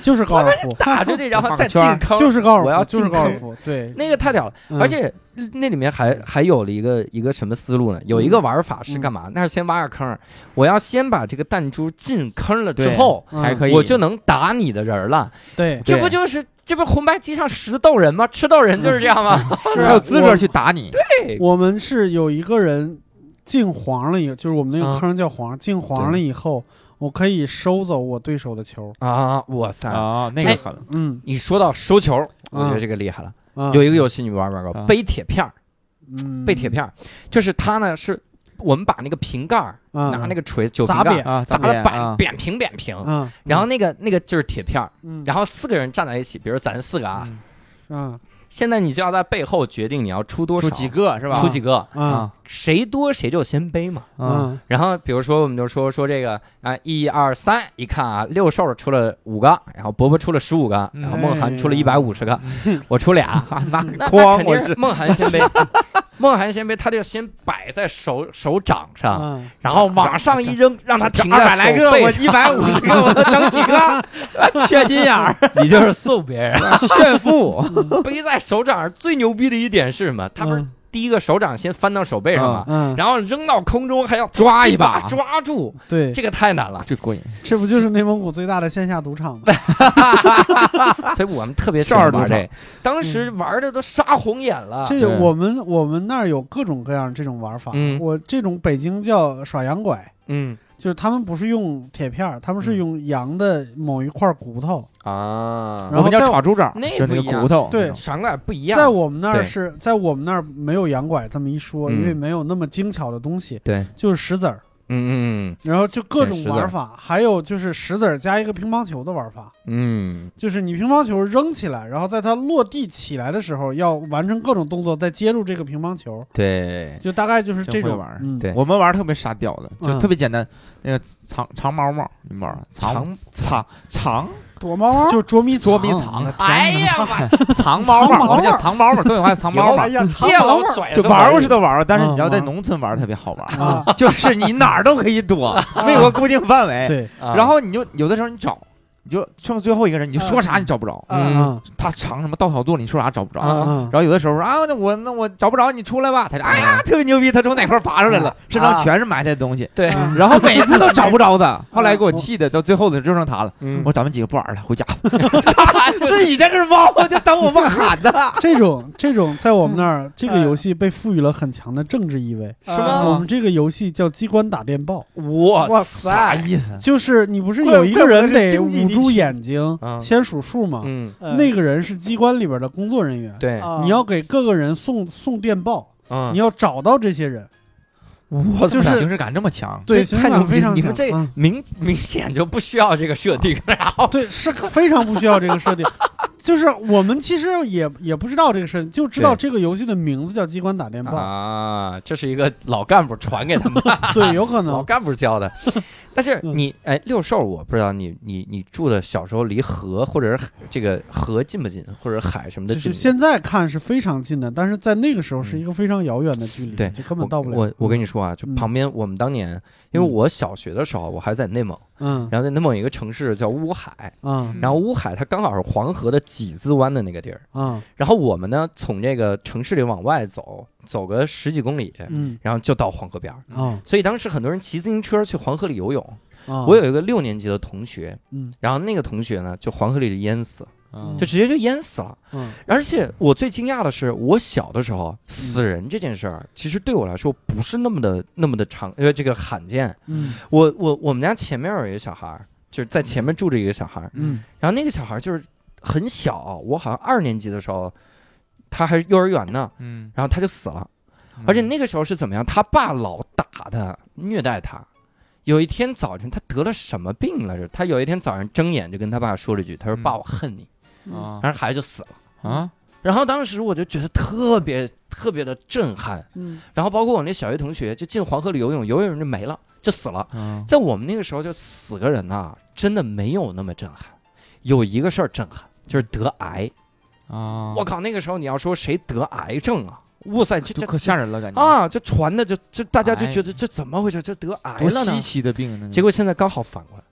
S3: 就是高尔夫，
S1: 打出去然后再进
S4: 画个
S1: 坑，
S3: 就是高尔夫，
S1: 我要
S3: 就是
S1: 进
S3: 高尔
S1: 坑
S3: 夫，对，
S1: 那个太屌了。
S3: 嗯
S1: 而且呃那里面还还有了一个一个什么思路呢？有一个玩法是干嘛？那是先挖个坑儿，我要先把这个弹珠进坑了之
S4: 对
S1: 后，
S3: 嗯
S4: 才可以，
S1: 我就能打你的人儿了。
S3: 对，
S1: 这
S4: 对
S1: 不就是这不是红白机上识豆人吗？吃豆人就是这样吗？
S4: 还有资格去打你，
S3: 啊我们是有一个人进黄了以后，就是我们那
S1: 啊
S3: 个坑叫黄，进黄了以后，我可以收走我对手的球。
S1: 啊，哇塞！
S4: 啊，那
S1: 哎
S4: 个狠，
S3: 嗯
S1: 你说到收球，我觉得
S3: 啊
S1: 这个厉害了。
S3: 啊，
S1: 有一个游戏你们玩没玩过？
S4: 啊
S1: 背铁片儿，
S3: 嗯
S1: 背铁片儿，就是它呢是。我们把那个瓶盖儿
S3: 啊
S1: 拿那个锤酒瓶
S3: 砸
S1: 盖儿
S3: 扁
S4: 啊，
S1: 哎砸
S4: 咱们
S1: 的
S4: 也
S1: 扁
S4: 啊
S1: 扁平扁平，
S3: 啊，
S4: 嗯
S1: 然后那个那个就是铁片儿，
S3: 嗯
S1: 然后四个人站在一起，比如咱四个啊，
S4: 嗯
S3: 啊
S1: 现在你就要在背后决定你要出多少，
S4: 出几个是吧？
S1: 出几个，
S3: 啊
S1: 谁多谁就先背嘛。
S4: 啊，
S3: 啊
S1: 然后比如说我们就说说这个啊，一二三，一看啊，六兽出了五个，然后伯伯出了十五个，
S4: 嗯
S1: 然后梦涵出了一百五十个，我出 俩。
S4: 那
S1: 那那
S4: 哎哐
S1: 肯
S4: 我
S1: 定是
S4: 是
S1: 梦涵先背， 梦涵先背，他就先摆在手手掌上，
S3: 啊！
S1: 然后往上一扔，让他停
S4: 嗯二
S1: 在
S4: 百来
S1: 手
S4: 个，我
S1: 背上。
S4: 一百五十个，我能整几 个？缺心眼儿，
S1: 你就是送别人，
S4: 炫富，
S1: 背在手掌上最牛逼的一点是什么？他不是
S3: 嗯
S1: 第一个手掌先翻到手背上嘛，
S3: 嗯，
S1: 然后扔到空中还要
S4: 抓一
S1: 把
S4: 把，
S1: 抓住，
S3: 对，
S1: 这个太难 了。
S4: 这过瘾。
S3: 这不就是内蒙古最大的线下赌场吗？
S1: 所以我们特别喜欢
S4: 少
S1: 玩这，当时玩的都杀红眼了。
S3: 嗯这个
S4: 对
S3: 我们我们那儿有各种各样这种玩法。
S1: 嗯
S3: 我这种北京叫耍羊拐，
S1: 嗯
S3: 就是他们不是用铁片儿，他们是用羊的某一块骨头。
S1: 啊
S3: 然后
S4: 我们叫
S3: 在
S4: 耍猪掌，
S1: 那
S4: 就
S1: 不
S4: 那个
S1: 一样
S4: 骨头，
S3: 对
S1: 传过来不一样。
S3: 在我们那
S1: 对
S3: 儿是在我们那儿没有羊拐这么一说，
S1: 嗯
S3: 因为没有那么精巧的东西，
S1: 对，
S3: 就是石子儿，
S1: 嗯嗯
S3: 然后就各
S1: 捡
S3: 种
S1: 石子儿
S3: 玩法，还有就是石子儿加一个乒乓球的玩法，
S1: 嗯，
S3: 就是你乒乓球扔起来，然后在它落地起来的时候要完成各种动作，再接住这个乒乓球，
S1: 对，
S3: 就大概就是这
S4: 真会
S3: 种
S4: 玩儿
S3: 嗯，
S1: 对
S4: 我们玩儿特别傻屌的，就
S3: 嗯
S4: 特别简单。那个藏藏猫猫，你们玩儿啊吗藏
S1: 长
S4: 藏藏
S2: 躲猫猫。
S3: 就捉 迷
S4: 捉迷藏，啊
S1: 哎呀，我
S4: 藏猫
S2: 藏猫
S4: 猫，我们叫藏猫猫，东北话叫藏猫
S2: 哎
S4: 猫。
S2: 呀，藏
S1: 别
S2: 猫
S1: 老
S2: 猫
S1: 拽
S4: 就
S1: 着
S4: 玩儿过
S1: 我
S4: 是都玩儿过，但是
S3: 嗯
S4: 你要在
S3: 嗯
S4: 农村玩儿特别好玩 儿，
S2: 啊
S3: 啊，
S4: 就是你哪儿都可以躲，没有个固定范围。
S3: 对，
S1: 啊
S4: 然后你就有的时候你找，你就剩最后一个人，你就说啥你找不着。
S1: 嗯
S3: 啊
S4: 他藏什么稻草垛，你说啥找不着。
S1: 啊
S3: 啊
S4: 然，后有的时候说啊，那我那我找不着，你出来吧。他说哎呀，特别牛逼，他从哪块儿爬出来了，身上全是埋汰的东西。
S1: 对，
S3: 嗯
S1: 嗯
S2: 啊
S4: 然后每次都找不着他，后来给我气的，到最后的就剩他了。
S1: 嗯
S4: 我说咱们几个不玩了，回家吧。自己在这儿猫，就等我们喊他。
S3: 这种这种在我们那儿，这个
S1: 嗯
S2: 哎
S3: 游戏被赋予了很强的政治意味。
S2: 是
S1: 吗啊
S3: 我们这个游戏叫机关打电报，
S4: 哇
S2: 哇
S4: 塞，
S2: 塞
S4: 啥意
S1: 嗯
S4: 思？
S3: 就是你不是有一个人得捂住眼睛
S1: 啊
S3: 先数数吗？
S1: 嗯，
S3: 那个人是机关里边的工作人员，
S2: 嗯
S1: 对，
S3: 你要给各个人送送电报，
S1: 嗯
S3: 你，要找到这些人，
S1: 我
S3: 就是
S4: 形式感这么强，
S3: 对，
S1: 这
S3: 形
S1: 太
S3: 象
S1: 牛
S3: 非
S1: 逼
S3: 常！
S1: 你们
S3: 强
S1: 这
S3: 嗯啊
S1: 明明显就不需要这个设定，然后
S3: 对是非常不需要这个 设定。就是我们其实也也不知道这个设定，就知道这个游戏的名字叫机关打电报。
S1: 啊，这是一个老干部传给他 们的，
S3: 对，有可
S1: 老
S3: 能。
S1: 干部 教的。但是
S3: 嗯
S1: 你哎，六兽，我不知道你你你住的小时候离河或者是这个河近不近，或者海什么的
S3: 就
S1: 近
S3: 是
S1: 不近？
S3: 现在看是非常近的，但是在那个时候是一个非常遥远的距离，
S1: 对
S3: 就根
S1: 我
S3: 本到不了。
S1: 我我跟你说啊，就
S3: 嗯
S1: 旁边我们当年，因为我小学的时候我还在内蒙，
S3: 嗯
S1: 然后在内蒙有一个城市叫乌海，
S3: 啊
S1: 然后乌海它刚好是黄河的几字湾的那个地儿，
S3: 啊
S1: 然后我们呢从这个城市里往外走，走个十几公里，
S3: 嗯
S1: 然后就到黄河边儿。
S3: 啊
S1: 所以当时很多人骑自行车去黄河里游泳。
S3: 啊！
S1: 我有一个六年级的同学，
S3: 嗯
S1: 然后那个同学呢，就黄河里就淹死，
S4: 嗯
S1: 就直接就淹死了。
S3: 嗯
S1: 而且我最惊讶的是，我小的时候死人这件事儿，其实对我来说不是那么的那么的常，呃，这个罕见。
S3: 嗯
S1: 我我我们家前面有一个小孩儿，就是在前面住着一个小孩儿，
S3: 嗯
S1: 然后那个小孩儿就是很小，我好像二年级的时候，他还是幼儿园呢，
S4: 嗯，
S1: 然后他就死了。而且那个时候是怎么样？他爸老打他，虐待他。有一天早晨，他得了什么病了？是他有一天早上睁眼就跟他爸说了一句：“他说
S4: 嗯
S1: 爸，我恨你。”
S4: 啊
S1: 然后孩子就死了。
S4: 啊，
S1: 然后当时我就觉得特别特别的震撼。
S3: 嗯
S1: 然后包括我那小学同学，就进黄河里游泳，游泳就没了，就死了。
S4: 嗯
S1: 在我们那个时候，就死个人呐、真的没有那么震撼。有一个事儿震撼，就是得癌。
S4: 啊，
S1: 我靠，那个时候你要说谁得癌症啊？哇塞，这
S4: 就
S1: 这
S4: 可吓人了，感觉，
S1: 啊，就传的就就大家就
S4: 哎
S1: 觉得这怎么回事？这得癌
S4: 多
S1: 了呢
S4: 稀？奇的病啊呢。
S1: 结果现在刚好反过来，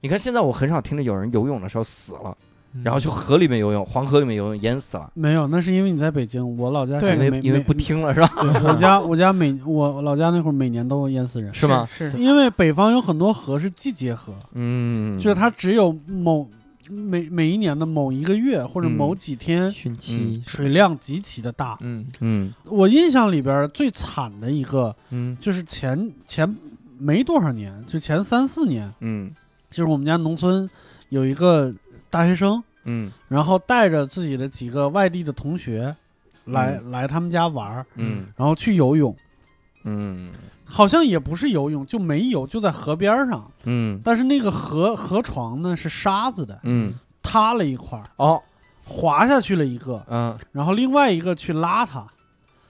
S1: 你看现在我很少听着有人游泳的时候死了，
S4: 嗯，
S1: 然后去河里面游泳，黄河里面游泳淹死了，
S3: 没有，那是因为你在北京，我老家
S2: 对
S3: 是
S1: 因为
S3: 没
S1: 因为
S3: 没
S1: 不听了是吧？
S3: 对，我家我家每我老家那会儿每年都淹死人，
S1: 是吗？
S2: 是
S3: 因为北方有很多河是季节河，
S1: 嗯，
S3: 就是它只有某每每一年的某一个月或者
S1: 嗯
S3: 某几天
S4: 汛期，
S3: 水量极其的大。
S4: 嗯
S1: 嗯
S3: 我印象里边最惨的一个
S1: 嗯
S3: 就是前前没多少年，就前三四年，
S1: 嗯
S3: 就是我们家农村有一个大学生，
S1: 嗯
S3: 然后带着自己的几个外地的同学来、来他们家玩儿，
S1: 嗯
S3: 然后去游泳。
S1: 嗯
S3: 好像也不是游泳，就没游，就在河边儿上。
S1: 嗯
S3: 但是那个河河床呢是沙子的，
S1: 嗯，
S3: 塌了一块儿，
S1: 哦，
S3: 滑下去了一个，
S1: 嗯，
S3: 然后另外一个去拉他，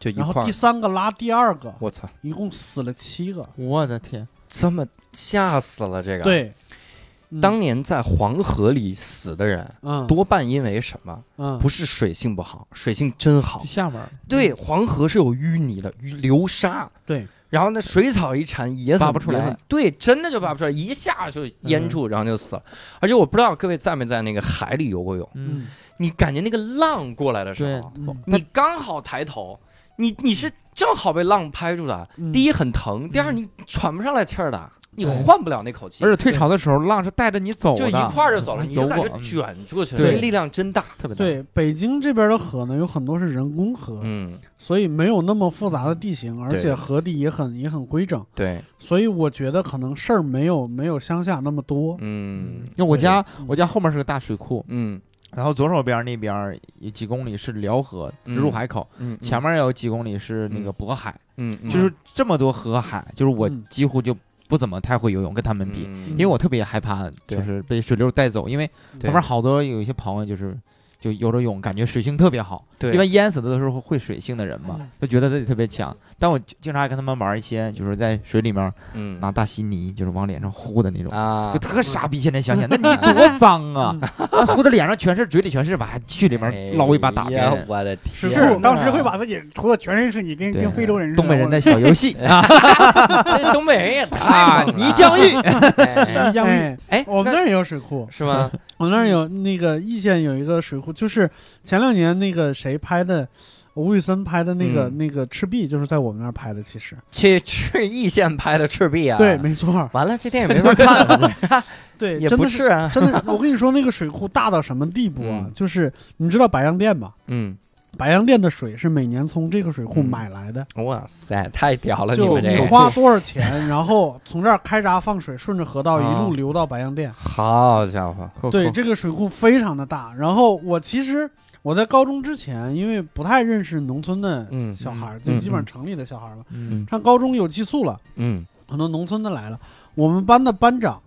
S1: 就一
S3: 然
S1: 块
S3: 后
S1: 儿
S3: 第，三个拉第二个，
S1: 我操，
S3: 一共死了七个。
S4: 我的天，
S1: 这么吓死了这个。，
S3: 对，嗯
S1: 啊当年在黄河里死的人，
S3: 嗯
S1: 多半因为什么？
S3: 嗯
S1: 不是水性不好，水性真好
S4: 就。下面儿
S1: 对，黄河是有淤泥的，淤流沙。
S3: 对，
S1: 然后那水草一缠也很
S4: 拔不出来嗯
S1: 也很对，真的就拔不出来，一下就淹住，然后就死了。而且我不知道各位在没在那个海里游过泳，
S4: 嗯，
S1: 你感觉那个浪过来的时候，
S3: 嗯
S1: 你刚好抬头，你你是正好被浪拍住的。
S3: 嗯
S1: 第一很疼，第二你喘不上来气儿的，你换不了那口气，
S4: 而且退潮的时候浪是带着你走
S1: 就
S4: 的，
S1: 一块儿就走了，
S4: 嗯
S1: 你就感
S4: 走
S1: 觉
S4: 过
S1: 卷出去了，
S4: 对
S1: 那力量真大。
S4: 特别大，
S3: 对北京这边的河呢，有很多是人工河，
S1: 嗯，
S3: 所以没有那么复杂的地形，而且河底也很也很规整，
S1: 对，
S3: 所以我觉得可能事儿没有没有乡下那么多。
S1: 嗯
S4: 因为我家
S3: 对
S4: 我家后面是个大水库，
S1: 嗯
S4: 然后左手边那边儿有几公里是辽河
S1: 嗯
S4: 入海口，
S1: 嗯，
S4: 前面有几公里是那个渤海，
S1: 嗯，嗯
S4: 就是这么多河海，就是我
S3: 嗯
S4: 几乎就不怎么太会游泳，跟他们比，
S1: 嗯
S4: 因为我特别害怕
S1: 对
S4: 就是被水流带走，因为旁
S1: 对
S4: 边好多有一些朋友就是就游着泳，感觉水性特别好。
S1: 对
S4: 一般淹死的都是会水性的人
S2: 嗯
S4: 嘛，就觉得自己特别强。但我经常爱跟他们玩一些，就是在水里面
S1: 嗯
S4: 拿大稀泥，就是往脸上呼的那种，
S1: 啊
S4: 就，特傻逼。现在 想想，那你多脏
S1: 嗯
S4: 啊！
S2: 嗯
S4: 呼的脸上全是，嘴里全是吧，还去里面捞一把打别
S1: 哎呀
S4: 人。
S1: 我的天
S3: 是
S1: 哪，
S2: 是当时会把自己涂的全身是你，跟
S4: 对
S2: 跟非洲人似的。
S4: 东北人的小游戏啊，
S1: 这东北人也太猛了
S4: 泥浆浴，
S1: 哎
S2: 一样
S3: 哎，
S1: 哎，
S3: 我们
S1: 那
S3: 那儿也有水库，
S1: 是吗？
S3: 我
S1: 嗯
S3: 们那儿有那个易县有一个水库，就是前两年那个谁拍的，吴宇森拍的那个、
S1: 嗯啊
S3: 那个赤壁，就是在我们那儿拍的。其实、
S1: 去赤义县拍的赤壁啊，
S3: 对，没错儿，
S1: 完了这电影没法 看了，
S3: 对，
S1: 也
S3: 真
S1: 不
S3: 的是
S1: 是啊，
S3: 真 的。我跟你说，那个水库大到什么地步啊？
S1: 嗯
S3: 就是你知道白洋淀吧？
S1: 嗯，
S3: 白洋淀的水是每年从这个水库
S1: 嗯
S3: 买来的，
S1: 哇塞，太屌了，你
S3: 就
S1: 们这
S3: 你
S1: 个
S3: 花多少钱，然后从这儿开闸放水，顺着河道一
S1: 啊
S3: 路流到白洋淀。
S1: 好家伙，
S3: 对，这个水库非常的大。然后我其实我在高中之前，因为不太认识农村的
S1: 嗯
S3: 小孩儿，
S1: 嗯
S3: 就基本上城里的小孩儿嘛。
S4: 嗯
S3: 上高中有寄宿了，
S1: 嗯，
S3: 很多农村的来了。我们班的班长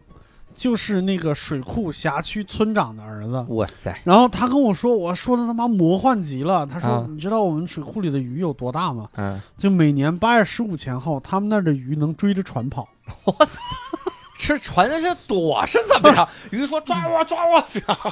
S3: 就是那个水库辖区村长的儿子。
S1: 嗯哇塞，
S3: 然后他跟我说，我说的他妈魔幻极了。他说：“
S1: 啊
S3: 你知道我们水库里的鱼有多大吗？
S1: 嗯，
S3: 就每年八月十五前后，他们那儿的鱼能追着船跑。
S1: 哇塞。吃船的是躲是怎么着？鱼说抓我抓我，然后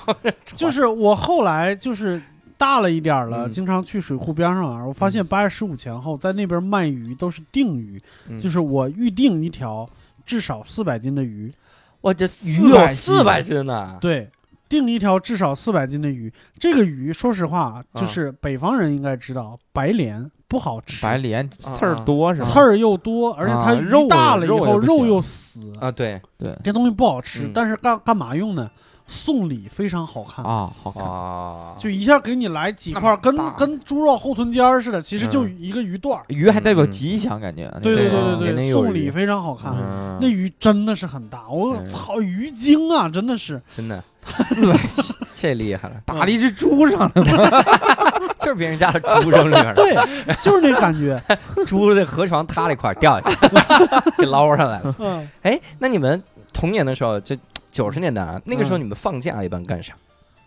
S3: 就是我后来就是大了一点儿了，
S1: 嗯
S3: 经常去水库边上玩儿，我发现八月十五前后在那边卖鱼都是定鱼，
S1: 嗯
S3: 就是我预定一条至少四百斤的鱼，
S4: 我这
S1: 鱼有四百斤啊呢，
S3: 对，定一条至少四百斤的鱼。这个鱼说实话，
S1: 啊
S3: 就是北方人应该知道，白鲢不好吃，
S4: 白鲢刺
S1: 啊
S4: 儿多是吧？
S3: 刺儿又多，而且它
S4: 啊
S3: 鱼
S4: 肉
S3: 大了以
S4: 肉也
S3: 后
S4: 不
S3: 肉
S4: 行
S3: 又死，
S1: 啊，对
S4: 对
S3: 这东西不好吃
S1: 嗯。
S3: 但是干干嘛用呢？送礼非常好看。
S4: 啊，好看。
S1: 啊，
S3: 就一下给你来几
S1: 那
S3: 块
S1: 么
S3: 儿，跟
S1: 大
S3: 跟猪肉后臀尖儿似的，其实就
S1: 嗯
S3: 一个鱼段儿。
S4: 鱼还代表
S1: 嗯嗯
S4: 吉祥，感觉。
S3: 对对
S1: 对
S3: 对
S1: 啊
S3: 对
S1: 里面
S3: 对，
S1: 有
S3: 送
S1: 鱼
S3: 礼非常好看，
S1: 嗯
S3: 那鱼真的是很大，我
S4: 对
S3: 操，鱼精啊，真的是。
S1: 真的四百斤，这厉 害了，
S4: 打了一只猪上了，
S1: 就是别人家的猪扔里面了，
S3: 对，就是那感觉。
S1: 猪的河床塌了一块儿掉下去，给捞上来了。
S3: 嗯，
S1: 哎，那你们童年的时候，这九十年代
S3: 嗯
S1: 啊，那个时候你们放假一般干啥？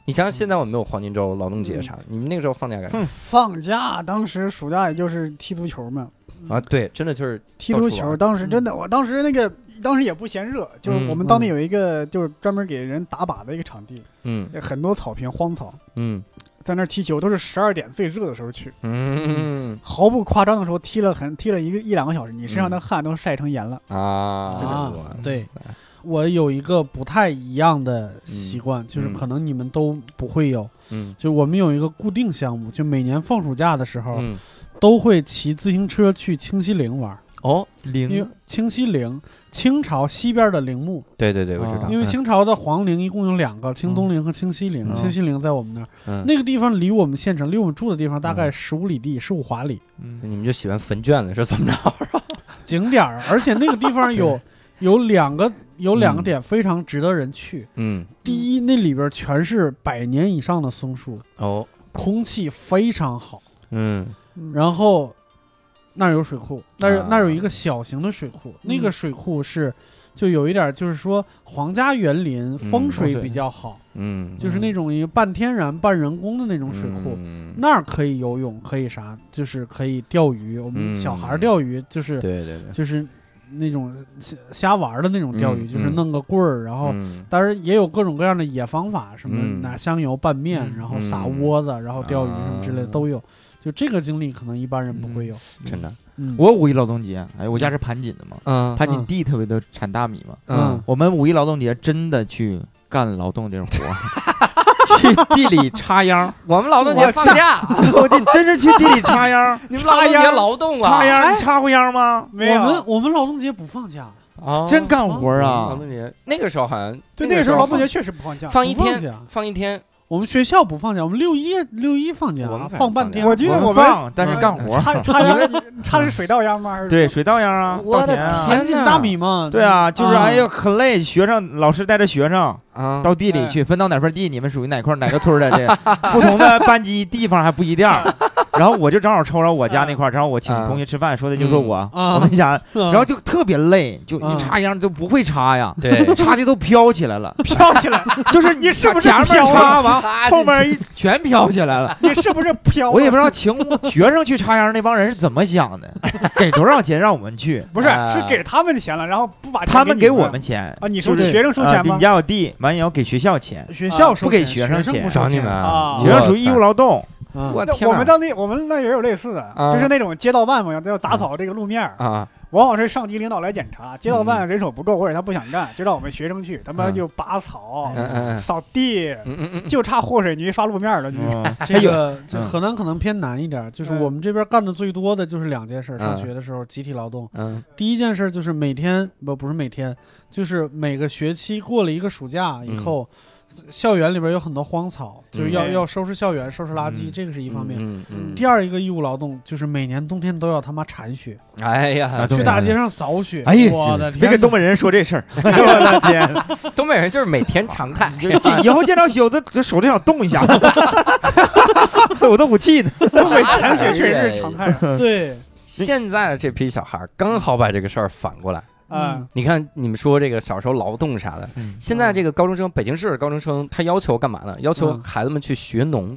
S1: 你想想，现在我们有黄金周、劳动节啥
S3: 嗯
S1: 的，你们那个时候放假干
S2: 嗯
S1: 啥？
S2: 放假，当时暑假也就是踢足球嘛，
S1: 啊，对，真的就是
S2: 踢
S1: 到处
S2: 足
S1: 玩
S2: 球。
S1: 儿
S2: 当时真的，我当时那个当时也不嫌热，就是我们当地
S3: 嗯
S2: 有一个就是专门给人打靶的一个场地，
S1: 嗯
S2: 很多草坪荒草，
S1: 嗯
S2: 在那儿踢球都是十二点最热的时候去，
S1: 嗯
S2: 毫不夸张的说，踢了很踢了一个一两个小时，你身上的
S1: 嗯
S2: 汗都晒成盐了。
S1: 啊
S3: 啊
S1: 哇塞
S3: 对我有一个不太一样的习惯，就是
S1: 嗯
S3: 可能你们都不会有。
S1: 嗯
S3: 就我们有一个固定项目，就每年放暑假的时候，
S1: 嗯
S3: 都会骑自行车去清西陵玩儿。
S1: 哦，
S3: 因为
S4: 零
S3: 清西陵，清朝西边的陵墓，
S1: 对对对，我知
S4: 啊
S1: 道，
S3: 哦因为清朝的皇陵一共有两个，清东陵和清西陵。
S4: 嗯
S3: 清西陵在我们那儿，
S1: 嗯
S3: 那个地方离我们县城，离我们住的地方大概十五里地，十五华里
S1: 你们就喜欢坟圈子是怎么 着？
S3: 景点儿。而且那个地方有有两个有两个点非常值得人去。
S1: 嗯
S3: 第一，那里边全是百年以上的松树，
S1: 哦
S3: 空气非常好。
S1: 嗯
S3: 然后那儿有水库，那儿、
S1: 啊嗯
S3: 那儿有一个小型的水库，那个水库是就有一点儿就是说皇家园林风水比较好，
S1: 嗯，
S3: 就是那种一个半天然半人工的那种水库。
S1: 嗯
S3: 那儿可以游泳，可以啥，就是可以钓鱼。我们
S1: 嗯
S3: 小孩儿钓鱼就是、
S1: 对对对，
S3: 就是那种瞎瞎玩儿的那种钓鱼，
S1: 嗯
S3: 就是
S1: 嗯
S3: 弄个棍儿，然后
S1: 嗯
S3: 当然也有各种各样的野方法，什么
S1: 嗯
S3: 拿香油拌面，
S4: 嗯
S3: 然后撒
S1: 嗯
S3: 窝子，然后钓鱼什么之类的
S1: 啊
S3: 都有。就这个经历，可能一般人不会有。
S1: 真的
S3: 嗯，
S4: 我五一劳动节，哎，我家是盘锦的嘛，
S3: 啊
S1: 嗯
S4: 盘锦地特别多产大米嘛。
S1: 嗯
S3: 嗯
S4: 我们五一劳动节真的去干劳动这种活儿， 去地里插秧儿，
S1: 我们劳动节放假，
S4: 我这真是去地里插秧儿，
S1: 你们劳动节
S2: 插秧
S1: 劳动啊，
S4: 插秧儿，你插过秧儿吗？
S2: 没有
S3: 我们我们劳动节不放假，
S1: 啊
S4: 真干活儿
S1: 劳
S4: 啊！
S1: 动节那个时候好像
S2: 对，那个时候劳动
S1: 放
S2: 节确实不放假。
S1: 放一
S3: 不放
S1: 天，
S3: 假
S1: 放一天，
S3: 我们学校不放假，我们六一六一放假
S1: 我们，反正
S3: 放半
S1: 放假
S3: 天。
S2: 我记得
S4: 我
S2: 我
S4: 们
S2: 们嗯
S4: 放，但是干活
S2: 插
S4: 儿，
S2: 插秧，插是水稻秧吗？还是
S4: 对，水稻秧儿啊，
S1: 我
S4: 稻
S1: 的
S4: 田啊。
S1: 天
S3: 盘锦
S1: 哪
S3: 大米嘛，
S4: 对啊，就是
S3: 啊
S4: 哎呦，可累，学生老师带着学生
S1: 啊
S4: 到地里去，分到哪块地，你们属于哪块哪个村儿的这不同的班级地方还不一样，然后我就正好抽着我家那块儿，然后我请同学吃饭，说的就是我，
S3: 嗯
S4: 我们家，
S3: 然
S4: 然后就特别累，就
S3: 嗯
S4: 你插秧就不会插呀，
S1: 对，
S4: 插的都飘起来了，
S2: 飘起来，
S4: 就是你
S2: 是不是
S4: 前面
S2: 飘
S4: 插完，
S1: 完
S4: 后面一全飘起来 了。
S2: 你是不是飘？
S4: 我也不知道情学生去插秧那帮人是怎么想的，给多少钱让我们去？
S2: 不是，
S1: 啊
S2: 是给他们钱了，然后不把钱
S4: 哎他们
S2: 你
S4: 给我们钱，
S2: 啊？你说
S4: 对
S2: 学生收钱
S4: 呃
S2: 吗
S4: 你？家有地，完也要给学校钱，
S3: 学校
S2: 啊
S3: 收
S4: 不给
S3: 钱
S4: 学
S3: 学
S4: 生
S3: 不
S4: 钱
S3: 收
S1: 找你
S3: 钱
S1: 们
S2: 啊
S4: 学生属于义务劳动。
S3: 嗯
S1: 我
S2: 那
S1: 天啊
S2: 我
S1: 哪
S2: 们到那我们那也有类似的，
S1: 啊
S2: 就是那种街道办嘛，要要打扫这个路面儿，
S1: 啊，
S2: 往往是上级领导来检查，街道办人手不够或者他不想干，就让我们学生去，他妈
S1: 嗯
S2: 就拔草、
S1: 嗯嗯
S2: 扫地，
S1: 嗯嗯嗯，
S2: 就差和水泥刷路面了。 就是
S4: 嗯
S3: 这个这
S4: 嗯
S3: 河南可能偏难一点，就是
S2: 嗯
S3: 我们这边干的最多的就是两件事儿。上
S1: 嗯
S3: 学的时候集体劳动，
S1: 嗯
S3: 第一件事就是每天不不是每天，就是每个学期过了一个暑假以后，校园里边有很多荒草，就是要
S2: 嗯
S3: 要收拾校园、收拾垃圾，
S4: 嗯
S3: 这个是一方面。
S1: 嗯嗯，
S3: 第二一个义务劳动就是每年冬天都要他妈铲雪，
S1: 哎呀，
S3: 去大街上扫雪。
S4: 哎呀
S3: 我的天啊哪！
S4: 别给东北人说这事儿， 我的天！
S1: 东北人就是每天常态，
S4: 就 见以后见到雪，我都这手都想动一下， 我都不气呢。
S2: 东北铲雪确实是常态
S3: 对，
S1: 现在的这批小孩儿刚好把这个事儿反过来。
S2: 啊。
S1: 你看，你们说这个小时候劳动啥的，
S4: 嗯
S1: 现在这个高中生，北京市的高中生，他要求干嘛呢？要求
S3: 嗯
S1: 孩子们去学农，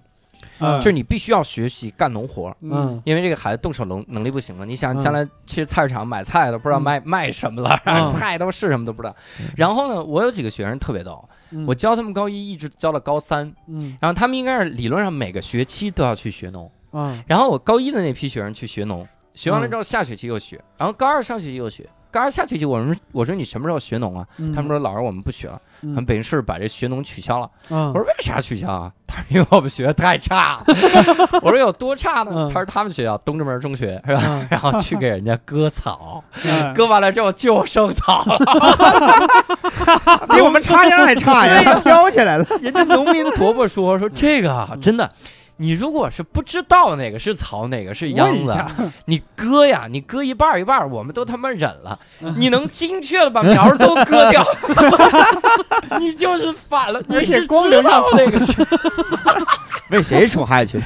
S2: 嗯
S1: 就是你必须要学习干农活儿，
S3: 嗯，
S1: 因为这个孩子动手能能力不行了。你想
S3: 嗯
S1: 将来去菜市场买菜都不知道
S3: 嗯
S1: 卖卖什么了，
S3: 嗯
S1: 菜都是什么都不知道。然后呢，我有几个学生特别逗，
S3: 嗯
S1: 我教他们高一一直教到高三，
S3: 嗯
S1: 然后他们应该是理论上每个学期都要去学农。
S3: 啊
S1: 然后我高一的那批学生去学农，学
S3: 嗯
S1: 完了之后下学期又学，然后高二上学期又学，高二下学期我们我说你什么时候学农啊？
S3: 嗯
S1: 他们说老师我们不学了，我们
S3: 嗯
S1: 北京市把这学农取消了。
S3: 嗯
S1: 我说为啥取消啊？ 他说因为我们学的太差 了。我说有多差呢
S3: 嗯？
S1: 他说他们学校东直门中学 是吧？
S3: 嗯
S1: 然后去给人家割 草，
S2: 嗯
S1: 割完了之后就剩草了。
S4: 比 我们插秧还差呀，飘起来了。
S1: 人家农民伯伯说说这个啊，真的，你如果是不知道哪个是草，哪个是秧
S2: 问一
S1: 子
S2: 下，
S1: 你割呀，你割一半儿一半儿，我们都他妈忍了。你能精确的把苗儿都割 掉，你就是反了，你
S2: 而且
S1: 是
S2: 光
S1: 知
S2: 留下
S1: 道那个是。
S4: 为谁出汗 去？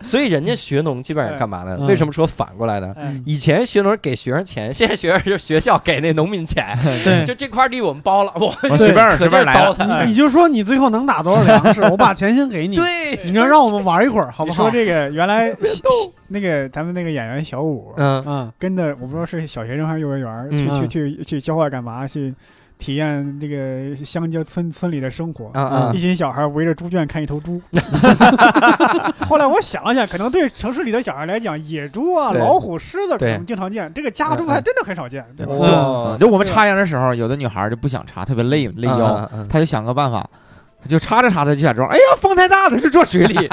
S1: 所以人家学农基本上干嘛呢？
S3: 嗯
S1: 为什么说反过来呢？
S2: 嗯
S1: 以前学农给学生钱，现在学生就是学校给那农民钱，
S3: 对
S1: 就这块地我们包了，我
S4: 我随便随
S1: 可劲儿
S4: 便来
S1: 糟
S4: 了。
S1: 蹋。
S2: 哎
S3: 你就说你最后能打多少粮食，我把钱先给你。
S1: 对，
S3: 你就让我们玩一会儿，好不
S2: 你说？
S3: 好
S2: 这个原来
S1: 逗
S2: 那个咱们那个演员小五，
S1: 嗯
S3: 嗯
S2: 跟着我不知道是小学生还是幼儿园儿，去
S3: 嗯
S2: 去去去郊外干嘛？去体验这个香蕉村村里的生活。
S4: 嗯
S1: 啊啊
S2: 一群小孩围着猪圈看一 头猪。后来我想了想，可能对城市里的小孩来讲，野猪啊、
S1: 对
S2: 老虎、狮子可
S1: 对嗯
S2: 能经常见，这个家猪还真的很少见。对吧
S1: 哇
S4: 嗯就我们插秧的时候，有的女孩就不想插，特别累累腰，，她就想个办法。她就插着插着就假装，哎呀，风太大了，就坐水里。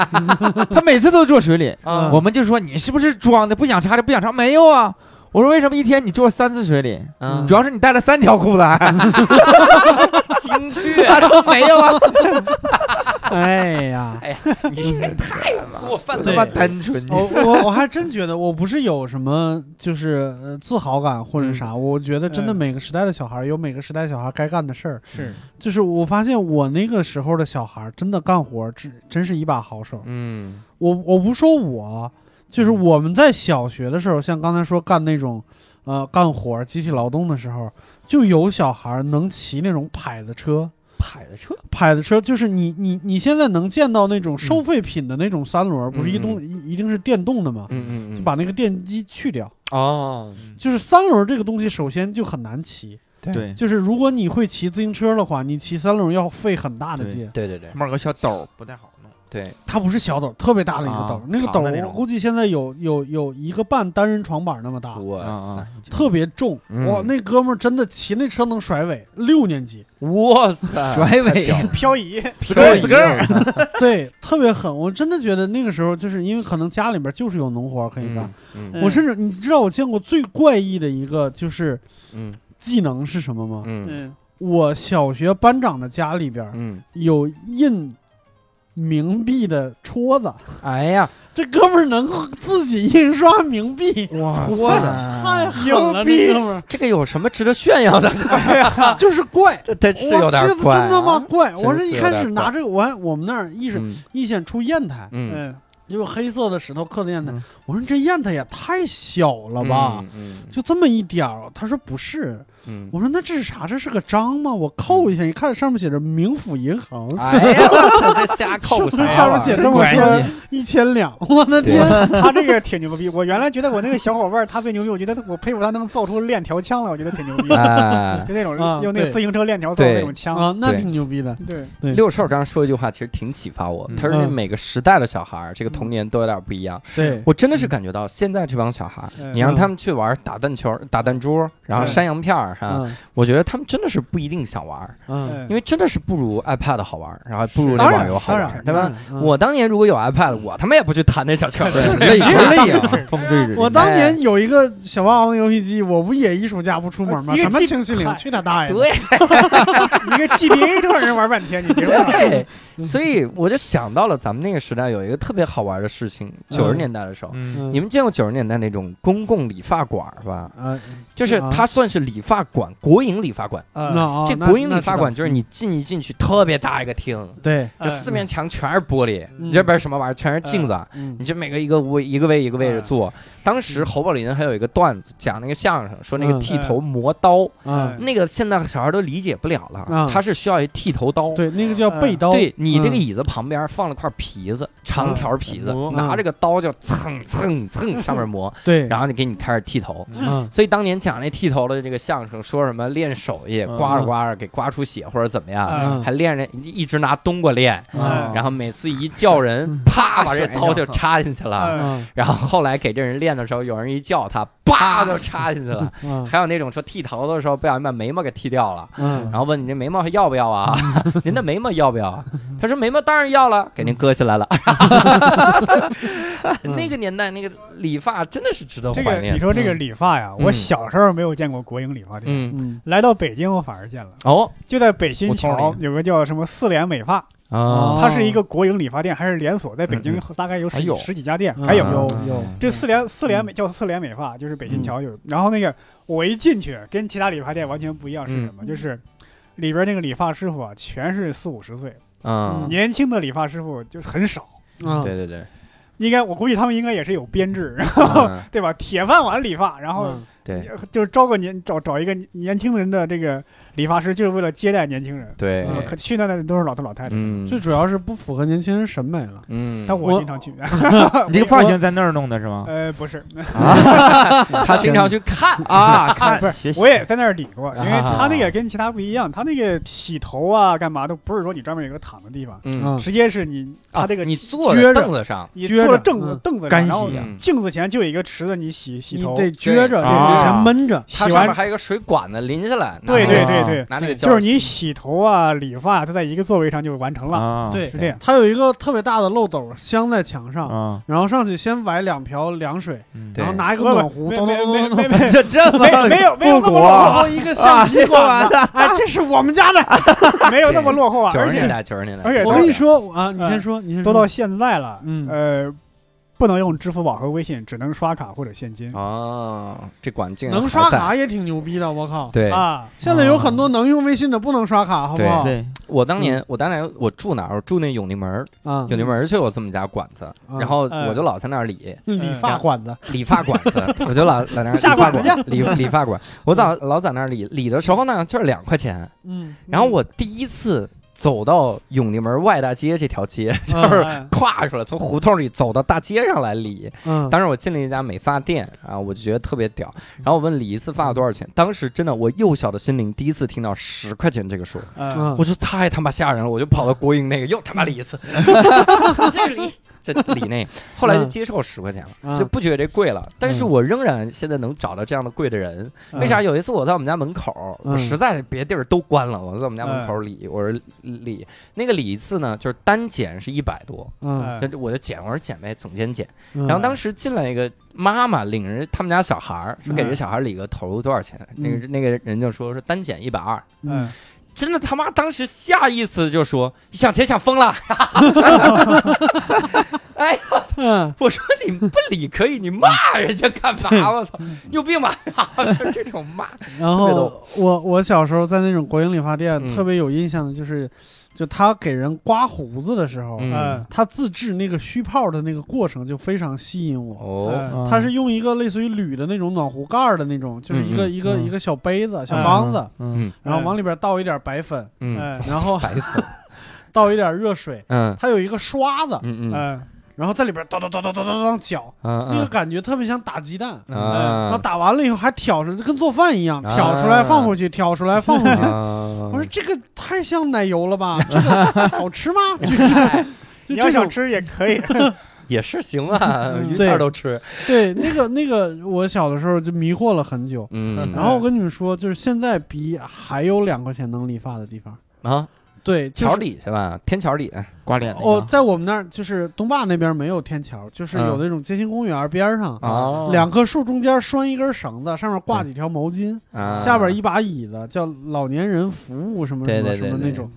S4: 她每次都坐水里，
S1: 啊
S4: 我们就说你是不是装的？不想插就不想插，没有啊。我说为什么一天你坐三次水里？
S1: 嗯
S4: 主要是你带了三条裤子，
S1: 精 确，
S4: 她说没有啊，
S3: 哎呀，
S1: 你这个太过分
S3: 对
S1: 了
S4: 他妈
S1: 吧。
S4: 单纯。
S3: 我哦我我还真觉得我不是有什么就是呃自豪感或者啥，我觉得真的
S2: 嗯
S3: 每个时代的小孩有每个时代小孩该干的事儿。
S2: 是
S3: 就是我发现我那个时候的小孩真的干活真真是一把好手。
S1: 嗯
S3: 我我不说我，就是我们在小学的时候，像刚才说干那种呃干活集体劳动的时候，就有小孩能骑那种牌子车。
S1: 牌子车，
S3: 牌子车就是你你你现在能见到那种收废品的那种三轮儿，不是一动一一定是电动的嘛？
S1: 嗯
S3: 就把那个电机去掉。
S1: 哦，
S3: 就是三轮儿这个东西，首先就很难骑。
S4: 对，
S3: 就是如果你会骑自行车的话，你骑三轮儿要费很大的
S4: 对
S3: 劲。
S1: 对对对
S4: 面有个小斗不太好弄。
S1: 对，
S3: 它不是小斗，特别大的一个斗，
S4: 啊
S3: 那个
S4: 长的那
S3: 斗我
S4: 种
S3: 估计现在有有有一个半单人床板那么大，
S1: 哇
S4: 啊
S1: 塞，
S3: 特别重。
S1: 嗯
S3: 哇，那哥们儿真的骑那车能甩尾，六年级。
S1: 哇塞，
S4: 甩尾
S2: 漂移，
S4: skr skr，
S3: 对，特别狠。我真的觉得那个时候，就是因为可能家里边就是有农活儿可以干，
S1: 嗯嗯
S3: 我甚至你知道我见过最怪异的一个就是
S1: 嗯
S3: 技能是什么吗？
S1: 嗯
S2: 嗯
S3: 我小学班长的家里边儿
S1: 嗯，
S3: 有印冥币的戳子，
S1: 哎呀，
S3: 这哥们儿能自己印刷冥币，
S1: 哇
S3: 我
S1: 啊
S3: 太狠
S2: 牛
S3: 了，
S2: 逼
S3: 这哥们
S1: 这个有什么值得炫耀的？
S3: 儿就是怪。
S1: 这这是有
S3: 哇
S1: 点
S3: 这个
S1: 怪，
S3: 真他妈怪！
S1: 真
S3: 我这
S1: 是
S3: 一
S1: 有
S3: 开
S1: 点
S3: 始拿
S1: 怪
S3: 啊这个，我还我们那儿一是
S1: 嗯
S3: 一线出砚台，
S1: 嗯
S2: 嗯
S3: 就黑色的石头刻的砚台。
S4: 嗯
S3: 我说你这砚台也太小了吧，
S1: 嗯
S3: 就这么一点儿。他说不是，
S1: 嗯，
S3: 我说那这是啥？这是个章吗？我扣一下，一看上面写着冥府银行，
S1: 哎呀，我操，这瞎扣啊
S3: 是不
S1: 啥 玩意儿？
S3: 是上面写这么
S1: 关
S3: 说
S1: 系
S3: 一千两？我的
S1: 对
S3: 天！
S2: 他这个挺牛逼。我原来觉得我那个小伙伴儿他最牛逼，我觉得我佩服他能造出链条枪来，我觉得挺牛逼的。
S1: 哎，
S2: 就那种
S3: 啊
S2: 用那个
S3: 对
S2: 自行车链条造的那种枪，
S3: 啊，那
S1: 对
S3: 挺牛逼的。
S2: 对，
S1: 六兽刚刚说一句话，其实挺启发我。
S4: 嗯
S1: 他说
S3: 嗯
S1: 每个时代的小孩儿，这个童年都有点不一样。
S3: 对，
S1: 我真的是感觉到现在这帮小孩儿，
S2: 嗯
S1: 你让他们去玩打弹球、打弹珠，然后
S2: 嗯
S1: 山羊片儿哈，
S3: 嗯
S1: 我觉得他们真的是不一定想玩儿，
S3: 嗯，
S2: 嗯
S1: 因为真的是不如 iPad 好玩儿，然后不如
S2: 是
S1: 那
S3: 当
S1: 网
S3: 然
S1: 游好
S3: 当
S1: 玩
S3: 然
S1: 儿，对
S3: 当
S1: 吧？
S3: 然嗯
S1: 我当年如果有 iPad，我他妈也不去弹那小球儿，
S4: 累
S3: 呀累呀
S4: 啊，风吹日
S3: 我当年有一个小霸王游戏机，我不也一暑假不出门吗？
S2: 一个
S3: 什么
S2: 机
S3: 清心灵，
S2: 嗨
S3: 去他大爷的！
S1: 对
S2: 一个 GBA 都让人玩半天，你别问了。
S1: 对，所以我就想到了咱们那个时代有一个特别好玩的事情，九十年代的时候。
S4: 嗯
S3: 嗯
S1: 你们见过九十年代那种公共理发馆儿吧？
S3: 啊，
S1: 就是
S3: 啊
S1: 它算是理发馆，国营理发馆。
S3: 那
S2: 嗯，
S3: 啊
S1: 这
S3: 那
S1: 国营
S3: 那
S1: 理发
S3: 道嗯
S1: 馆就是你进一进去特别大一个厅，
S3: 对，
S2: 嗯
S1: 这四面墙全是玻璃，
S3: 嗯
S1: 你这边什么玩意儿全是镜子，
S3: 嗯
S1: 你这每个一个位一个位一个位置坐。当时侯宝林还有一个段子讲那个相声，说那个
S3: 嗯
S1: 剃头磨刀，
S3: 啊，
S1: 那个现在小孩都理解不了了
S3: 嗯，
S1: 他是需要一剃头刀。
S3: 对，那个叫背刀，
S1: 对你这个
S3: 嗯
S1: 椅子旁边放了块皮子，长条皮子，
S4: 嗯
S1: 拿这个刀就蹭蹭蹭上面磨，
S3: 对，
S1: 然后就给你开始剃头。
S3: 嗯
S1: 所以当年讲那剃头的这个相声，说什么练手艺，
S4: 嗯
S1: 刮着刮着给刮出血或者怎么样，
S2: 嗯
S1: 还练着一直拿冬瓜练，
S3: 啊
S1: 然后每次一叫人
S3: 嗯，
S1: 啪把这刀就插进去了。
S2: 嗯
S3: 嗯
S1: 然后后来给这人练的时候，有人一叫他，叭就插进去了。
S3: 嗯
S1: 还有那种说剃头的时候不小心把眉毛给剃掉了，
S3: 嗯
S1: 然后问你这眉毛还要不要啊？您的眉毛要不要啊？他说眉毛当然要了，给您割下来了。
S3: 嗯
S1: 那个年代那个理发真的是值得
S2: 这个
S1: 怀
S2: 你
S1: 念。
S2: 说这个理发呀，
S1: 嗯
S2: 我小时候没有见过国营理发店，
S1: 嗯，
S3: 嗯
S2: 来到北京我反而见了，
S1: 哦，
S2: 就在北新
S1: 我同
S2: 桥
S1: 意
S2: 有个叫什么四联美发，
S1: 啊
S3: 哦
S2: 它是一个国营理发店，还是连锁，在北京
S1: 嗯
S2: 大概有
S1: 还
S2: 十
S1: 有
S2: 几十几家店，
S3: 嗯
S2: 还有
S3: 有
S1: 嗯
S3: 有
S2: 这四联四联美叫四联美发，就是北新桥有。然后那个我一进去，跟其他理发店完全不一样是什么？
S5: 嗯
S2: 就是里边那个理发师傅啊，全是四五十岁，
S1: 嗯，
S2: 年轻的理发师傅就是很少。
S3: 啊
S1: 对 对对，
S2: 应该我估计他们应该也是有编制，
S1: 嗯
S2: 对吧？铁饭碗理发，然后
S3: 嗯
S1: 对
S2: 就是招个年找找一个年轻人的这个理发师，就是为了接待年轻人。
S1: 对
S4: 嗯
S2: 对吧，可去那那都是老头老太太，
S1: 嗯，
S3: 最主要是不符合年轻人审美了。
S1: 嗯，
S2: 但
S3: 我
S2: 我经常去。
S4: 你这个发型在那儿弄的是吗？
S2: 呃，不是，
S1: 他经常去
S2: 嗯
S1: 看，
S4: 啊，
S2: 看
S4: 不是
S2: 我也在那儿理过，因为
S1: 啊
S2: 他那个跟其他不一样，他那个洗头啊干嘛都不是说你专门有个躺的地方，
S1: 嗯，啊
S3: 嗯
S2: 直接是你啊他这个
S1: 你坐在
S2: 撅着
S1: 凳子上，
S2: 你
S3: 撅
S2: 坐在
S3: 着
S2: 凳子
S3: 嗯
S2: 凳子
S4: 干
S2: 上，然后
S4: 洗
S1: 嗯
S2: 镜子前就有一个池子，你洗洗
S3: 你
S2: 头，
S3: 得撅
S1: 对
S3: 着，得之
S4: 啊
S3: 前闷着，
S1: 它
S2: 洗
S1: 上
S2: 完
S1: 面还有一个水管子淋下来，拿那
S2: 对
S1: 个
S2: 对
S1: 胶
S2: 对
S3: 啊
S2: 对，
S1: 拿那个胶
S2: 就 是你洗头啊、理发啊都在一个座位上就完成了，
S4: 啊，
S3: 对
S2: 是这样。
S3: 它有一个特别大的漏斗镶在墙上，
S4: 啊，
S3: 然后上去先崴两瓢凉水，
S4: 嗯
S1: 对
S3: 然后拿一个
S2: 不
S3: 暖壶，
S2: 没
S3: 咚咚
S2: 没没
S3: 咚咚咚
S2: 没。没
S4: 这这
S2: 没没有没有啊那么落
S1: 啊
S2: 后，
S3: 后一个橡皮管子，哎，这是我们家的。
S2: 没有那么落后啊！
S1: 九
S2: 而
S1: 十年
S2: 且
S1: 代，九十年代，
S2: 而且
S3: 我
S2: 都
S3: 跟你说啊，你先说，你先说。
S2: 都到现在了，
S3: 嗯
S2: 呃，不能用支付宝和微信，只能刷卡或者现金
S1: 哦，这管竟然
S3: 能
S1: 还
S3: 刷
S1: 在
S3: 卡也挺牛逼的，我靠！
S1: 对，
S2: 啊。
S3: 现在有很多能用微信的不能刷卡，好不好？
S4: 对，
S1: 我当
S2: 嗯
S1: 年，我当年我住哪儿？我住那永定门儿，
S3: 啊，
S1: 永定门儿就有这么一家馆子，
S3: 嗯
S1: 然后嗯
S2: 嗯
S1: 我就老在那儿理
S3: 理发馆子，
S1: 理发馆子，我就老在那儿理
S2: 下
S1: 发
S2: 馆子嗯
S1: 馆理理发馆，我早老在那儿理理的时候呢，就是两块钱，
S3: 嗯，
S1: 然后我第一次走到永定门外大街这条街，
S3: 嗯
S2: 哎
S1: 跨出来，从胡同里走到大街上来理。
S3: 嗯，
S1: 当时我进了一家美发店啊，我就觉得特别屌。然后我问理一次发多少钱，当时真的我幼小的心灵第一次听到十块钱这个数，
S2: 嗯，
S3: 嗯
S1: 我说太他妈吓人了，我就跑到国营那个又他妈理一次，这理。这理那个，后来就接受十块钱
S3: 嗯
S1: 了，就不觉得这贵了。但是我仍然现在能找到这样的贵的人，
S2: 呃
S1: 为啥？有一次我在我们家门口，
S3: 嗯
S1: 我实在别地儿都关了，我在我们家门口理，我说理那个理一次呢，就是单剪是一百多，
S2: 呃
S3: 嗯，
S1: 那我就剪，我说剪呗，总监剪。
S3: 然
S1: 然后当时进来一个妈妈领着他们家小孩儿，说给这小孩儿理个头多少钱？那个那个人就说说单剪一百二。
S2: 嗯，
S1: 真的他妈当时下意识就说你想钱想疯了，哎呦，
S3: 嗯，
S1: 我说你不理可以，你骂人家干嘛？我操，有病吧？就这种骂，
S3: 然
S1: 特别
S3: 后
S1: 逗
S3: 我我小时候在那种国营理发店、
S1: 嗯
S3: 特别有印象的就是，就他给人刮胡子的时候，
S2: 嗯，
S3: 他自制那个虚泡的那个过程就非常吸引我。
S1: 哦，
S2: 嗯
S3: 他是用一个类似于铝的那种暖壶盖儿的那种，就是一个、
S1: 嗯
S3: 一个、
S4: 嗯
S3: 一个小杯子、小缸子，
S4: 嗯
S3: 然后往里边倒一点白粉，
S1: 嗯
S2: 哎
S3: 然后
S4: 白色，
S3: 倒一点热水，
S4: 嗯
S3: 它有一个刷子，
S4: 嗯嗯
S2: 哎
S3: 然后在里边当当当当当当当搅，那个
S4: 嗯
S3: 感觉特别像打鸡蛋。
S4: 嗯
S2: 呃
S3: 然后
S4: 啊
S3: 打完了以后还挑着，跟做饭一样，
S4: 啊
S3: 挑出来放回去，挑出来放回去。
S4: 啊
S1: 嗯
S3: 我说这个太像奶油了吧？这个好吃吗？就是就
S2: 你要
S3: 这
S2: 想
S3: 种
S2: 吃也可以， 啊
S1: 也是行啊，
S3: 嗯
S1: 鱼
S3: 对
S1: 馅儿都吃，
S3: 对那个那个，我小的时候就迷惑了很久。
S1: 嗯
S3: 然后我跟你们说，就是现在比还有两块钱能理发的地方，
S1: 啊，
S3: 对，就
S1: 桥
S3: 是
S1: 底下吧，天桥底，
S4: 刮脸那
S3: 哦，
S4: 个
S3: 在我们那儿就是东坝那边没有天桥，就是有那种街心公园边儿上，
S1: 嗯
S4: 啊
S1: 哦嗯
S3: 两棵树中间拴一根绳子，上面挂几条毛巾，
S1: 啊
S3: 下边一把椅子，叫老年人服务什么什
S1: 对
S3: 么
S1: 对
S3: 什
S1: 对
S3: 么
S1: 对
S3: 那种，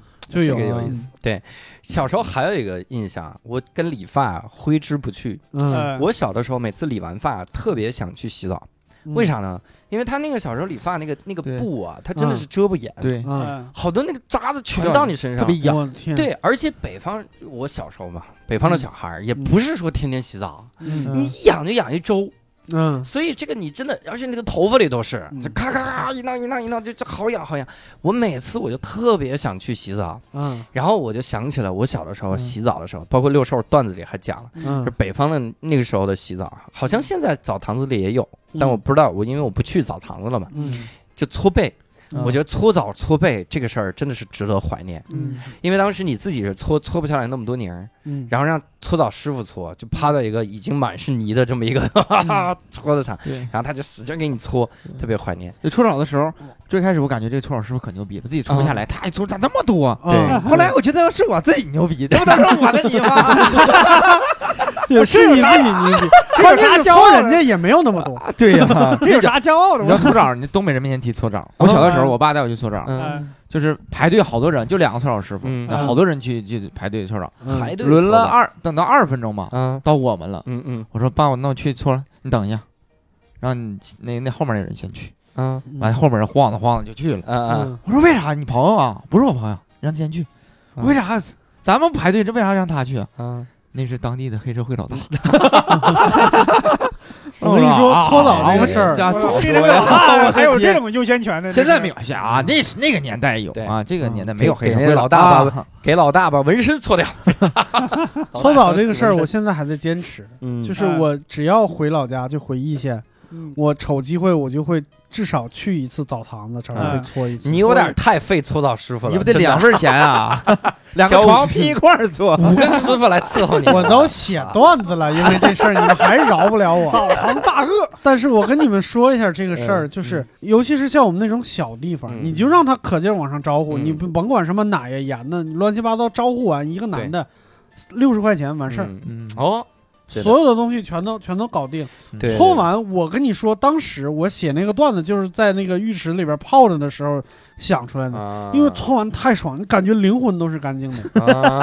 S1: 这
S3: 就有
S1: 个有
S3: 啊
S1: 意思。对，小时候还有一个印象，我跟理发挥之不去。
S3: 嗯，
S2: 哎
S1: 我小的时候每次理完发，特别想去洗澡，
S3: 嗯
S1: 为？啥呢？因为他那个小时候理发那个那个
S4: 对
S1: 布啊，它真
S3: 嗯
S1: 的是遮不严，
S4: 对，
S3: 啊，
S2: 嗯
S1: 好多那个渣子全到你身
S4: 特
S1: 上
S4: 别。痒，
S3: 我的天，
S1: 对，而且北方，我小时候嘛，北方的小孩儿也不是说天天洗澡，
S3: 嗯，
S1: 你一养就养一周，
S3: 嗯
S1: 所以这个你真的，而且那个头发里都是
S3: 嗯，
S1: 就咔咔咔一弄一弄一弄，就就好痒好痒。我每次我就特别想去洗澡，
S3: 嗯
S1: 然后我就想起了我小的时候
S3: 嗯
S1: 洗澡的时候，包括六兽段子里还讲了，
S3: 嗯
S1: 是，北方的那个时候的洗澡，好像现在澡堂子里也有，但我不知道，我因为我不去澡堂子了嘛，
S3: 嗯
S1: 就搓背。
S3: 嗯
S1: 我觉得搓澡搓背这个事儿真的是值得怀念，
S3: 嗯
S1: 因为当时你自己是搓搓不下来那么多泥儿，
S3: 嗯，
S1: 然后让搓澡师傅搓，就趴在一个已经满是泥的这么一个
S3: 嗯
S1: 搓的上，
S4: 对。
S1: 然后他就使劲给你搓，特别怀念。
S4: 就搓澡的时候，最开始我感觉这个搓澡师傅可牛逼了，自己搓不下来，他一搓咋那么多？
S1: 对
S3: 啊
S4: 嗯后来我觉得是我自己牛逼，这不都是我的你吗？
S3: 也是你自己牛逼，关键是教人家也没有那么多。
S4: 对 呀、
S2: 这有啥骄傲的？
S4: 你
S2: 我
S4: 要搓澡，你东北人面前提搓澡。我小的时候，我爸带我去搓澡，
S2: 哎
S4: 就是排队好多人，就两个搓澡师傅，
S1: 啊嗯
S4: 然后好多人去去排队搓澡，
S3: 嗯哎
S1: 排队
S4: 轮了
S1: 搓吧，
S4: 二，等到二十分钟吧，
S1: 嗯
S4: 到我们了。
S1: 嗯嗯
S4: 我说爸，我那我去搓了，你等一下，让你那那后面那人先去。
S1: 嗯
S3: 哎
S4: 完，后面人晃荡晃荡就去了。
S1: 嗯嗯，
S4: 我说为啥？你朋友啊？不是我朋友，让他先去。
S1: 嗯
S4: 为啥？咱们排队，这为啥让他去啊？
S1: 嗯，
S4: 那是当地的黑社会老大。
S3: 我跟你说
S4: 啊
S3: 搓澡这个事儿
S4: 家
S2: 我
S4: 早
S2: 黑
S4: 说
S2: 这个
S4: 呀
S2: 啊还有这种优先权的？
S4: 现在
S2: 这
S4: 没
S2: 是
S4: 有啊，那是那个年代有
S1: 对
S4: 啊，这个年代
S1: 嗯
S4: 没有
S1: 给
S4: 黑社
S1: 给
S4: 会
S1: 那老大
S4: 啊
S1: 吧给老大把纹身搓掉。
S3: 搓澡这个事儿，我
S1: 我
S3: 现在还在坚持，
S1: 嗯
S3: 就是我只要回老家就回易县，
S2: 嗯
S3: 我瞅机会我就会至少去一次澡堂子，找人
S2: 嗯
S3: 会搓一次。
S1: 你有点太费搓澡师傅了，
S4: 你不得
S1: 真的
S4: 两份钱 啊？两个
S1: 小
S4: 床拼一块儿坐，
S1: 五个师傅来伺 候你。
S3: 我都写段子了，因为这事儿你们还饶不了我。
S2: 澡堂大鳄，
S3: 但是我跟你们说一下这个事儿，就是尤其是像我们那种小地方，
S1: 嗯
S3: 你就让他可劲儿往上招呼，
S1: 嗯
S3: 你不甭管什么奶呀、盐呢，你乱七八糟招呼完一个男的，六十块钱完事儿，
S1: 嗯
S4: 嗯，
S1: 哦，是的
S3: 所有的东西全都全都搞定。
S1: 对，
S3: 搓完，我跟你说，当时我写那个段子就是在那个浴池里边泡着的时候想出来的，
S1: 啊，
S3: 因为搓完太爽，你感觉灵魂都是干净的。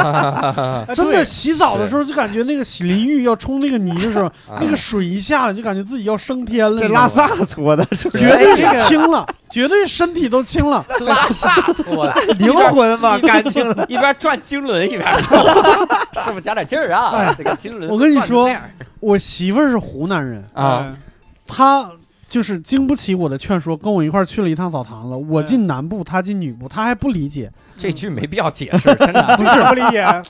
S1: 啊
S2: 哎
S3: 真
S2: 对
S3: 的洗澡的时候就感觉那个洗淋浴要冲那个泥的时候，
S1: 啊
S3: 那个水一下来就感觉自己要升天了。
S4: 这
S3: 你知
S4: 拉
S3: 道吗
S4: 萨搓的，是
S3: 绝对是轻了，绝对身体都轻了。
S1: 拉萨搓的，
S4: 灵魂
S2: 啊
S4: 吧，
S1: 一边
S4: 干净了。
S1: 一边转经轮一边搓， 师傅加点劲儿啊！这个经轮，
S3: 我跟你说，我媳妇儿是湖南人，
S1: 啊，
S2: 嗯
S3: 她就是经不起我的劝说，跟我一块儿去了一趟澡堂子。我进男部，她进女部，她还不理解。
S1: 这句没必要解释，真的
S2: 嗯不是不理解，啊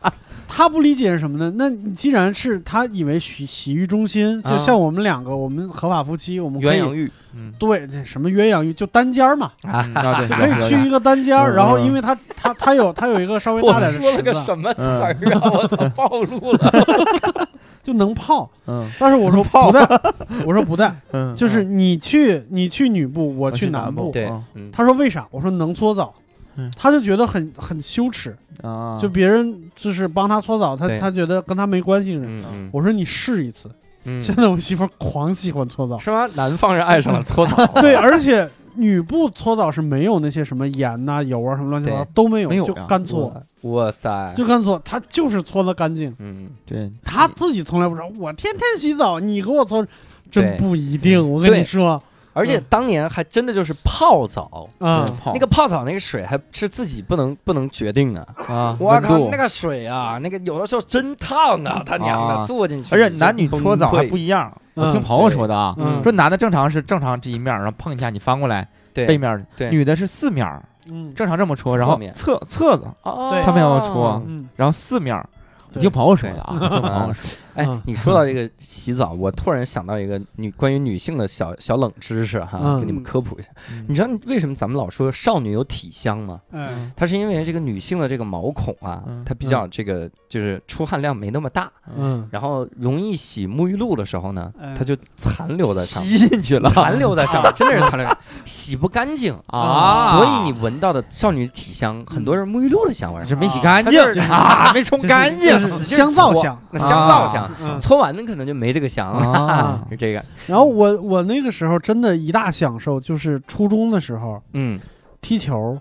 S3: 她不理解是什么呢？那你既然是她以为洗洗浴中心，就
S1: 啊
S3: 像我们两个，我们合法夫妻，我们可
S1: 鸳鸯
S3: 以
S1: 浴
S4: 嗯
S3: 对那什么鸳鸯浴就单间儿嘛，
S4: 嗯啊，对，
S3: 可以去一个单间儿。
S4: 嗯
S3: 然后因为她她她有她有一个稍微
S1: 我
S3: 大点
S1: 说了
S3: 的
S1: 个
S3: 池子，
S1: 什么词儿啊！我操，暴露了。
S3: 就能泡。
S4: 嗯
S3: 但是我说不带，我说不带。
S4: 嗯
S3: 就是你去你去女部，我去男部。
S1: 对
S4: 啊
S1: 嗯
S3: 他说为啥？我说能搓澡
S4: 嗯。
S3: 他就觉得很很羞耻，
S4: 啊，
S3: 就别人就是帮他搓澡，他
S1: 对
S3: 他觉得跟他没关系的人。
S1: 嗯
S3: 我说你试一次，
S1: 嗯
S3: 现在我媳妇儿狂喜欢搓 澡，
S1: 是吗？南方人爱上了搓澡，
S3: 对，而且女布搓澡是没有那些什么盐呐、油啊什么乱七八糟
S1: 对
S3: 都没有，
S4: 没有
S3: 就
S4: 呀
S3: 干搓，
S1: 哇塞，
S3: 就干搓，她就是搓的干净。
S1: 嗯，
S4: 对，
S3: 她自己从来不说，我天天洗澡，你给我搓，真
S1: 对
S3: 不一定。我跟
S1: 对
S3: 你说，
S1: 而且当年还真的就是泡澡，
S3: 啊
S4: 就是，泡
S1: 那个泡澡那个水还是自己不能不能决定的。
S4: 啊，
S1: 我
S4: 温
S1: 靠，
S4: 度
S1: 那，个水啊，那个有的时候真烫啊，他娘的，
S4: 啊
S1: 坐进去，
S4: 而且男女搓澡还不
S1: 一
S4: 一样，
S3: 嗯
S4: 我听朋友说的啊，
S3: 嗯
S4: 说男的正常是正常这一面儿，然后碰一下你翻过来背
S1: 对，
S4: 面儿，
S1: 对
S4: 女的是四面儿，
S3: 嗯
S4: 正常这么搓，
S1: 侧
S4: 然后
S1: 面
S4: 侧侧的，
S1: 哦
S4: 他们要啊搓
S3: 嗯，
S4: 然后四面儿，我
S3: 对
S4: 听朋友说的啊，我听朋友说，
S1: 哎
S3: 嗯，
S1: 你说到这个洗澡，我突然想到一个女 关于女性的小小冷知识哈，
S3: 嗯
S1: 给你们科普一下。你
S4: 嗯
S1: 知道为什么咱们老说少女有体香吗？
S2: 嗯，
S1: 它是因为这个女性的这个毛孔啊
S4: 嗯，
S1: 它比较这个就是出汗量没那么大，
S3: 嗯，
S1: 然后容易洗沐浴露的时候呢，
S2: 嗯
S1: 它就残留在上面，
S4: 吸哎进去了
S1: 残留在 上面，真的是残留在上面，洗不干净
S4: 啊，
S1: 所以你闻到的少女体香，很多人沐浴露的香味儿
S4: 是没洗干净
S1: 它就是
S4: 啊，没冲 干净
S3: 就是就是香皂香，
S1: 那香皂香，
S3: 嗯，
S1: 搓完的可能就没这个香了，
S4: 啊
S1: 是这个，
S3: 然后我我那个时候真的一大享受就是初中的时候
S1: 嗯
S3: 踢球，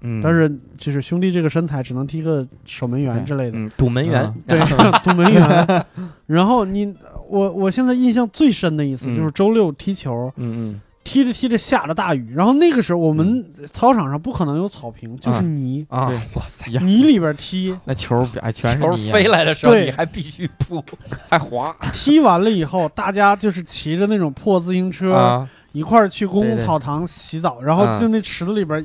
S1: 嗯，
S3: 但是就是兄弟这个身材只能踢个守门员之 类的，
S1: 嗯，堵门员
S4: 嗯，
S3: 对，堵门员。然后你我我现在印象最深的一次
S1: 嗯
S3: 就是周六踢球，
S1: 嗯
S3: 踢着踢着下着大雨，然后那个时候我们操场上不可能有草坪，就是泥
S1: 嗯，啊
S4: 对，
S1: 哇塞，
S4: 呀
S3: 泥里边踢，
S4: 那球儿哎全是
S1: 球
S4: 泥呀
S1: 飞来的时候
S3: 对
S1: 你啊还必须扑，
S4: 还滑
S3: 踢完了以后，大家就是骑着那种破自行车，
S4: 啊，
S3: 一块儿去公
S4: 对
S3: 共
S4: 对
S3: 草堂洗澡，然后
S1: 嗯
S3: 就那池子 里边儿，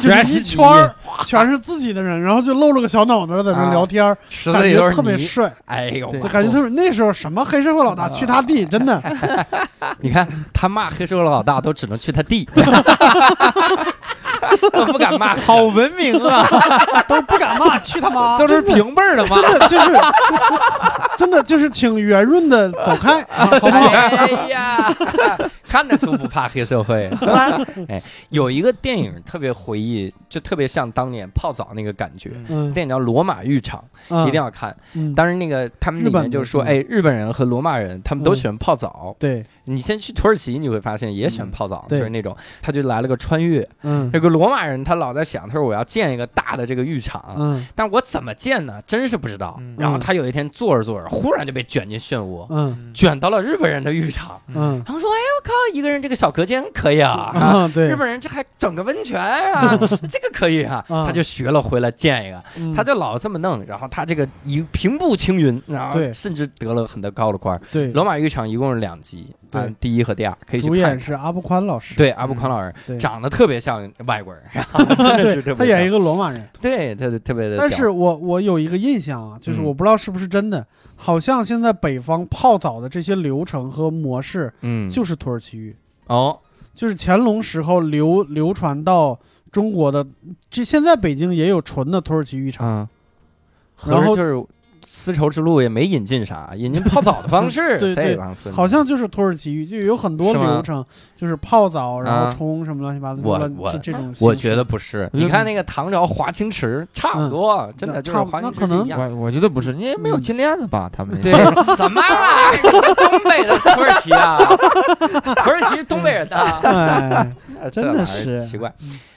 S4: 全
S3: 就是一圈儿全是自己的人，然后就露了个小脑袋在
S4: 啊
S3: 那聊天儿，
S1: 池子
S3: 感
S1: 里
S3: 觉
S1: 都
S3: 特
S1: 是
S3: 别
S1: 泥，啊
S3: 帅，
S1: 哎呦，
S4: 对
S3: 对感觉特别。那时候什么黑社会老大去他地，真的，
S1: 你看他骂黑社会老大都只能去他 弟，都不敢骂
S4: 好文明啊，
S2: 都不敢骂，去他妈！
S4: 都是平辈儿的嘛
S3: 真的就是，真的就是请圆润的 走开，啊好不好？
S1: 哎呀，看得出不怕黑社会，是吧？哎，有一个电影特别回忆，就特别像当年泡澡那个感觉。
S3: 嗯，
S1: 电影叫《罗马浴场》，一定要看。
S3: 嗯，
S1: 当时那个他们里
S3: 日本
S1: 面
S3: 的
S1: 就是说，
S3: 嗯
S1: 哎，日本人和罗马人他们都喜欢泡澡。
S3: 对，
S1: 你先去土耳其，你会发现也喜欢泡澡，
S3: 嗯对
S1: 就是那种他就来了个穿越。
S3: 嗯
S1: 这个罗马人他老在想，他说我要建一个大的这个浴场，
S3: 嗯
S1: 但我怎么建呢？真是不知道
S4: 嗯。
S1: 然后他有一天坐着坐着，忽然就被卷进漩涡，
S3: 嗯
S1: 卷到了日本人的浴场。
S3: 嗯
S1: 然后说：“哎，我靠，一个人这个小隔间可以啊，啊
S3: 啊，对
S1: 日，本人这还整个温泉 啊，这个可以啊。
S3: 啊
S1: 他就学了回来建一个，
S3: 嗯
S1: 他就老这么弄，然后他这个一平步青云，然后
S3: 对
S1: 甚至得了很高的官儿。
S3: 对，
S1: 罗马浴场一共是两集，
S3: 对
S1: 嗯，第一和第二可以去
S3: 主
S1: 看
S3: 演。是阿布宽老师，
S1: 对，阿布宽老师
S3: 对，
S1: 长得特别像外 国人，然后真的是特
S3: 对，他
S1: 别
S3: 演一
S1: 像，
S3: 个罗马人。
S1: 对，他就特别的屌。
S3: 但是我我有一个印象啊，就是
S1: 嗯
S3: 我不知道是不是真的，好像现在北方泡澡的这些流程和模式
S1: 嗯，
S3: 就是土耳其浴，
S1: 哦，
S3: 就是乾隆时候流流传到中国的。这现在北京也有纯的土耳其浴场，
S1: 嗯，
S3: 然
S1: 合着
S3: 后
S1: 就是丝绸之路也没引进啥，引进泡澡的方式，
S3: 对
S1: 在
S3: 对
S1: 帮孙子
S3: 好像就是土耳其浴，就有很多
S1: 是吗
S3: 流程，就是泡澡然
S1: 啊
S3: 后冲什么乱七八糟
S1: 我
S3: 乱，
S1: 我
S3: 就这种形式。
S1: 我觉得不是，
S4: 嗯
S1: 你看那个唐朝华清池差不多，真的
S3: 嗯那
S1: 就是
S3: 差不
S1: 华清池
S3: 那可能嗯
S1: 一样。
S4: 我我觉得不是，你也没有金链子吧？他们那
S1: 嗯对， 什么啊？东北的土耳其 啊，土耳其是东北人的，啊
S3: 哎，
S1: 这
S3: 真的
S1: 玩意儿
S3: 是
S1: 奇怪。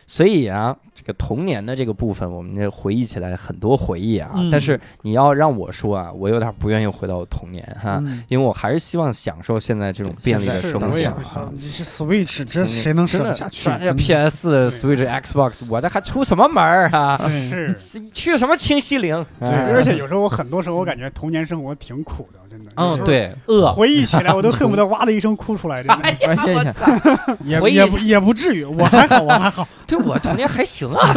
S1: 所以啊，这个童年的这个部分，我们这回忆起来很多回忆啊。
S3: 嗯
S1: 但是你要让我说啊，我有点不愿意回到我童年哈，
S3: 嗯
S1: 因为我还是希望享受现在这种啊便利的
S3: 是
S1: 生活
S3: 我也
S1: 啊
S3: 不。行，这是 Switch，这谁能
S1: 真
S3: 舍
S1: 的
S3: 得下去？
S1: 刷这
S3: 真的
S1: PS、Switch、Xbox，我这还出什么门儿啊？
S3: 对
S2: 是，
S1: 是去什么清西陵？啊
S2: 对，而且有时候我很多时候我感觉童年生活挺苦的，真的。有时
S1: 嗯，
S2: 候
S1: 对，饿。
S2: 回忆起来，我都恨不得哇的一声哭出来。真的，
S4: 哎呀我
S1: 操！
S3: 也
S1: 回忆
S3: 也
S1: 一下
S3: 不也不至于，我还好，我还 好。
S1: 对我童年还行啊。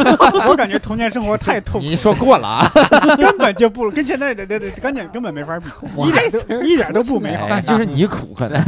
S2: 我感觉童年生活太痛苦
S4: 你，说过了 啊，
S2: 根本就不跟现在的的的根本根本没法比，一点都一点都不美好。啊
S1: 哎
S4: 但就是你苦可能。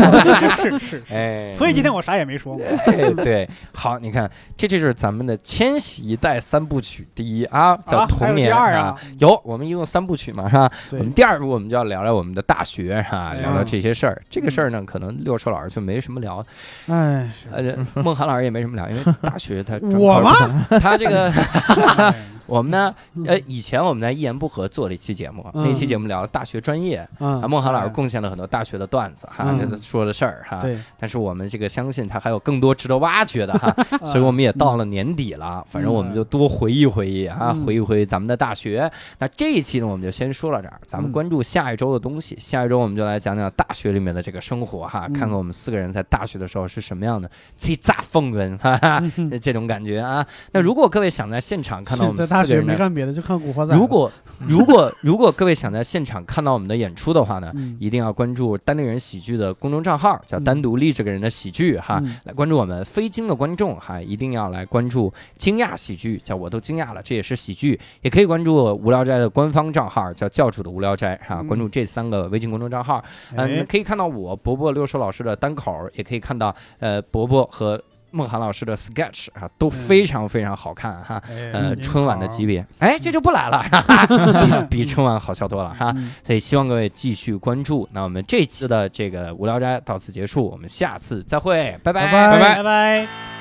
S2: 是是，
S1: 哎
S2: 所以今天我啥也没说嘛。
S1: 哎对，好，你看，这就是咱们的千禧一代三部曲第一啊，叫
S2: 啊
S1: 童年
S2: 还有第二啊。
S1: 有，我们一共三部曲嘛，是吧？我
S3: 对
S1: 们第二部我们就要聊聊我们的大学哈，
S2: 哎
S1: 聊聊这些事儿。这个
S2: 嗯
S1: 事儿呢，可能六兽老师就没什么聊，
S3: 哎，
S1: 呃，孟涵老师也没什么聊，因为大学他
S3: 我
S1: 嘛，
S3: 吗？
S1: 他这个
S2: 哎
S1: 我们呢，呃，以前我们在一言不合做了一期节目，
S3: 嗯
S1: 那期节目聊大学专业，啊，
S3: 啊，
S1: 孟涵老师啊
S2: 哎
S1: 贡献了很多大学的段子哈，
S3: 嗯
S1: 那他说的事儿哈。
S3: 对，
S1: 但是我们这个相信他还有更多值得挖掘的 哈，所
S3: 嗯
S1: 以我们也到了年底了，反正我们就多回忆回忆啊，
S3: 嗯
S1: 回忆回忆咱们的大学。那这一期呢，我们就先说到这儿，咱们
S3: 嗯
S1: 关注下一周的东西。下一周我们就来讲讲大学里面的这个生活哈，
S3: 嗯
S1: 看看我们四个人在大学的时候是什么样的叱咤风云哈哈，
S3: 嗯
S1: 这种感觉啊。那如果各位想在现场看到我们
S3: 是在
S1: 四
S3: 大
S1: 个
S3: 学
S1: 人
S3: 没
S1: 的，
S3: 干别的，就看《古惑仔》了。
S1: 如果如果 如果各位想在现场看到我们的演出的话呢，
S3: 嗯
S1: 一定要关注单立人喜剧的公众账号，叫
S3: 嗯
S1: 单独立这个人的喜剧哈，
S3: 嗯
S1: 来关注我们。非京的观众哈，一定要来关注惊讶喜剧，叫我都惊讶了，这也是喜剧，也可以关注无聊斋的官方账号，叫教主的无聊斋哈，
S3: 嗯
S1: 关注这三个微信公众账号，嗯，
S2: 哎
S1: 可以看到我伯伯六兽老师的单口儿，也可以看到呃伯伯和孟涵老师的 sketch 啊，
S3: 嗯
S1: 都非常非常好看哈。
S2: 哎
S1: 呃，
S2: 您
S1: 春晚的
S2: 好
S1: 级别，哎，这就不来了，哈哈比比春晚好笑多了哈。
S3: 嗯
S1: 所以希望各位继续关注。那我们这期的这个无聊斋到此结束，我们下次再会，拜
S3: 拜
S2: 拜拜。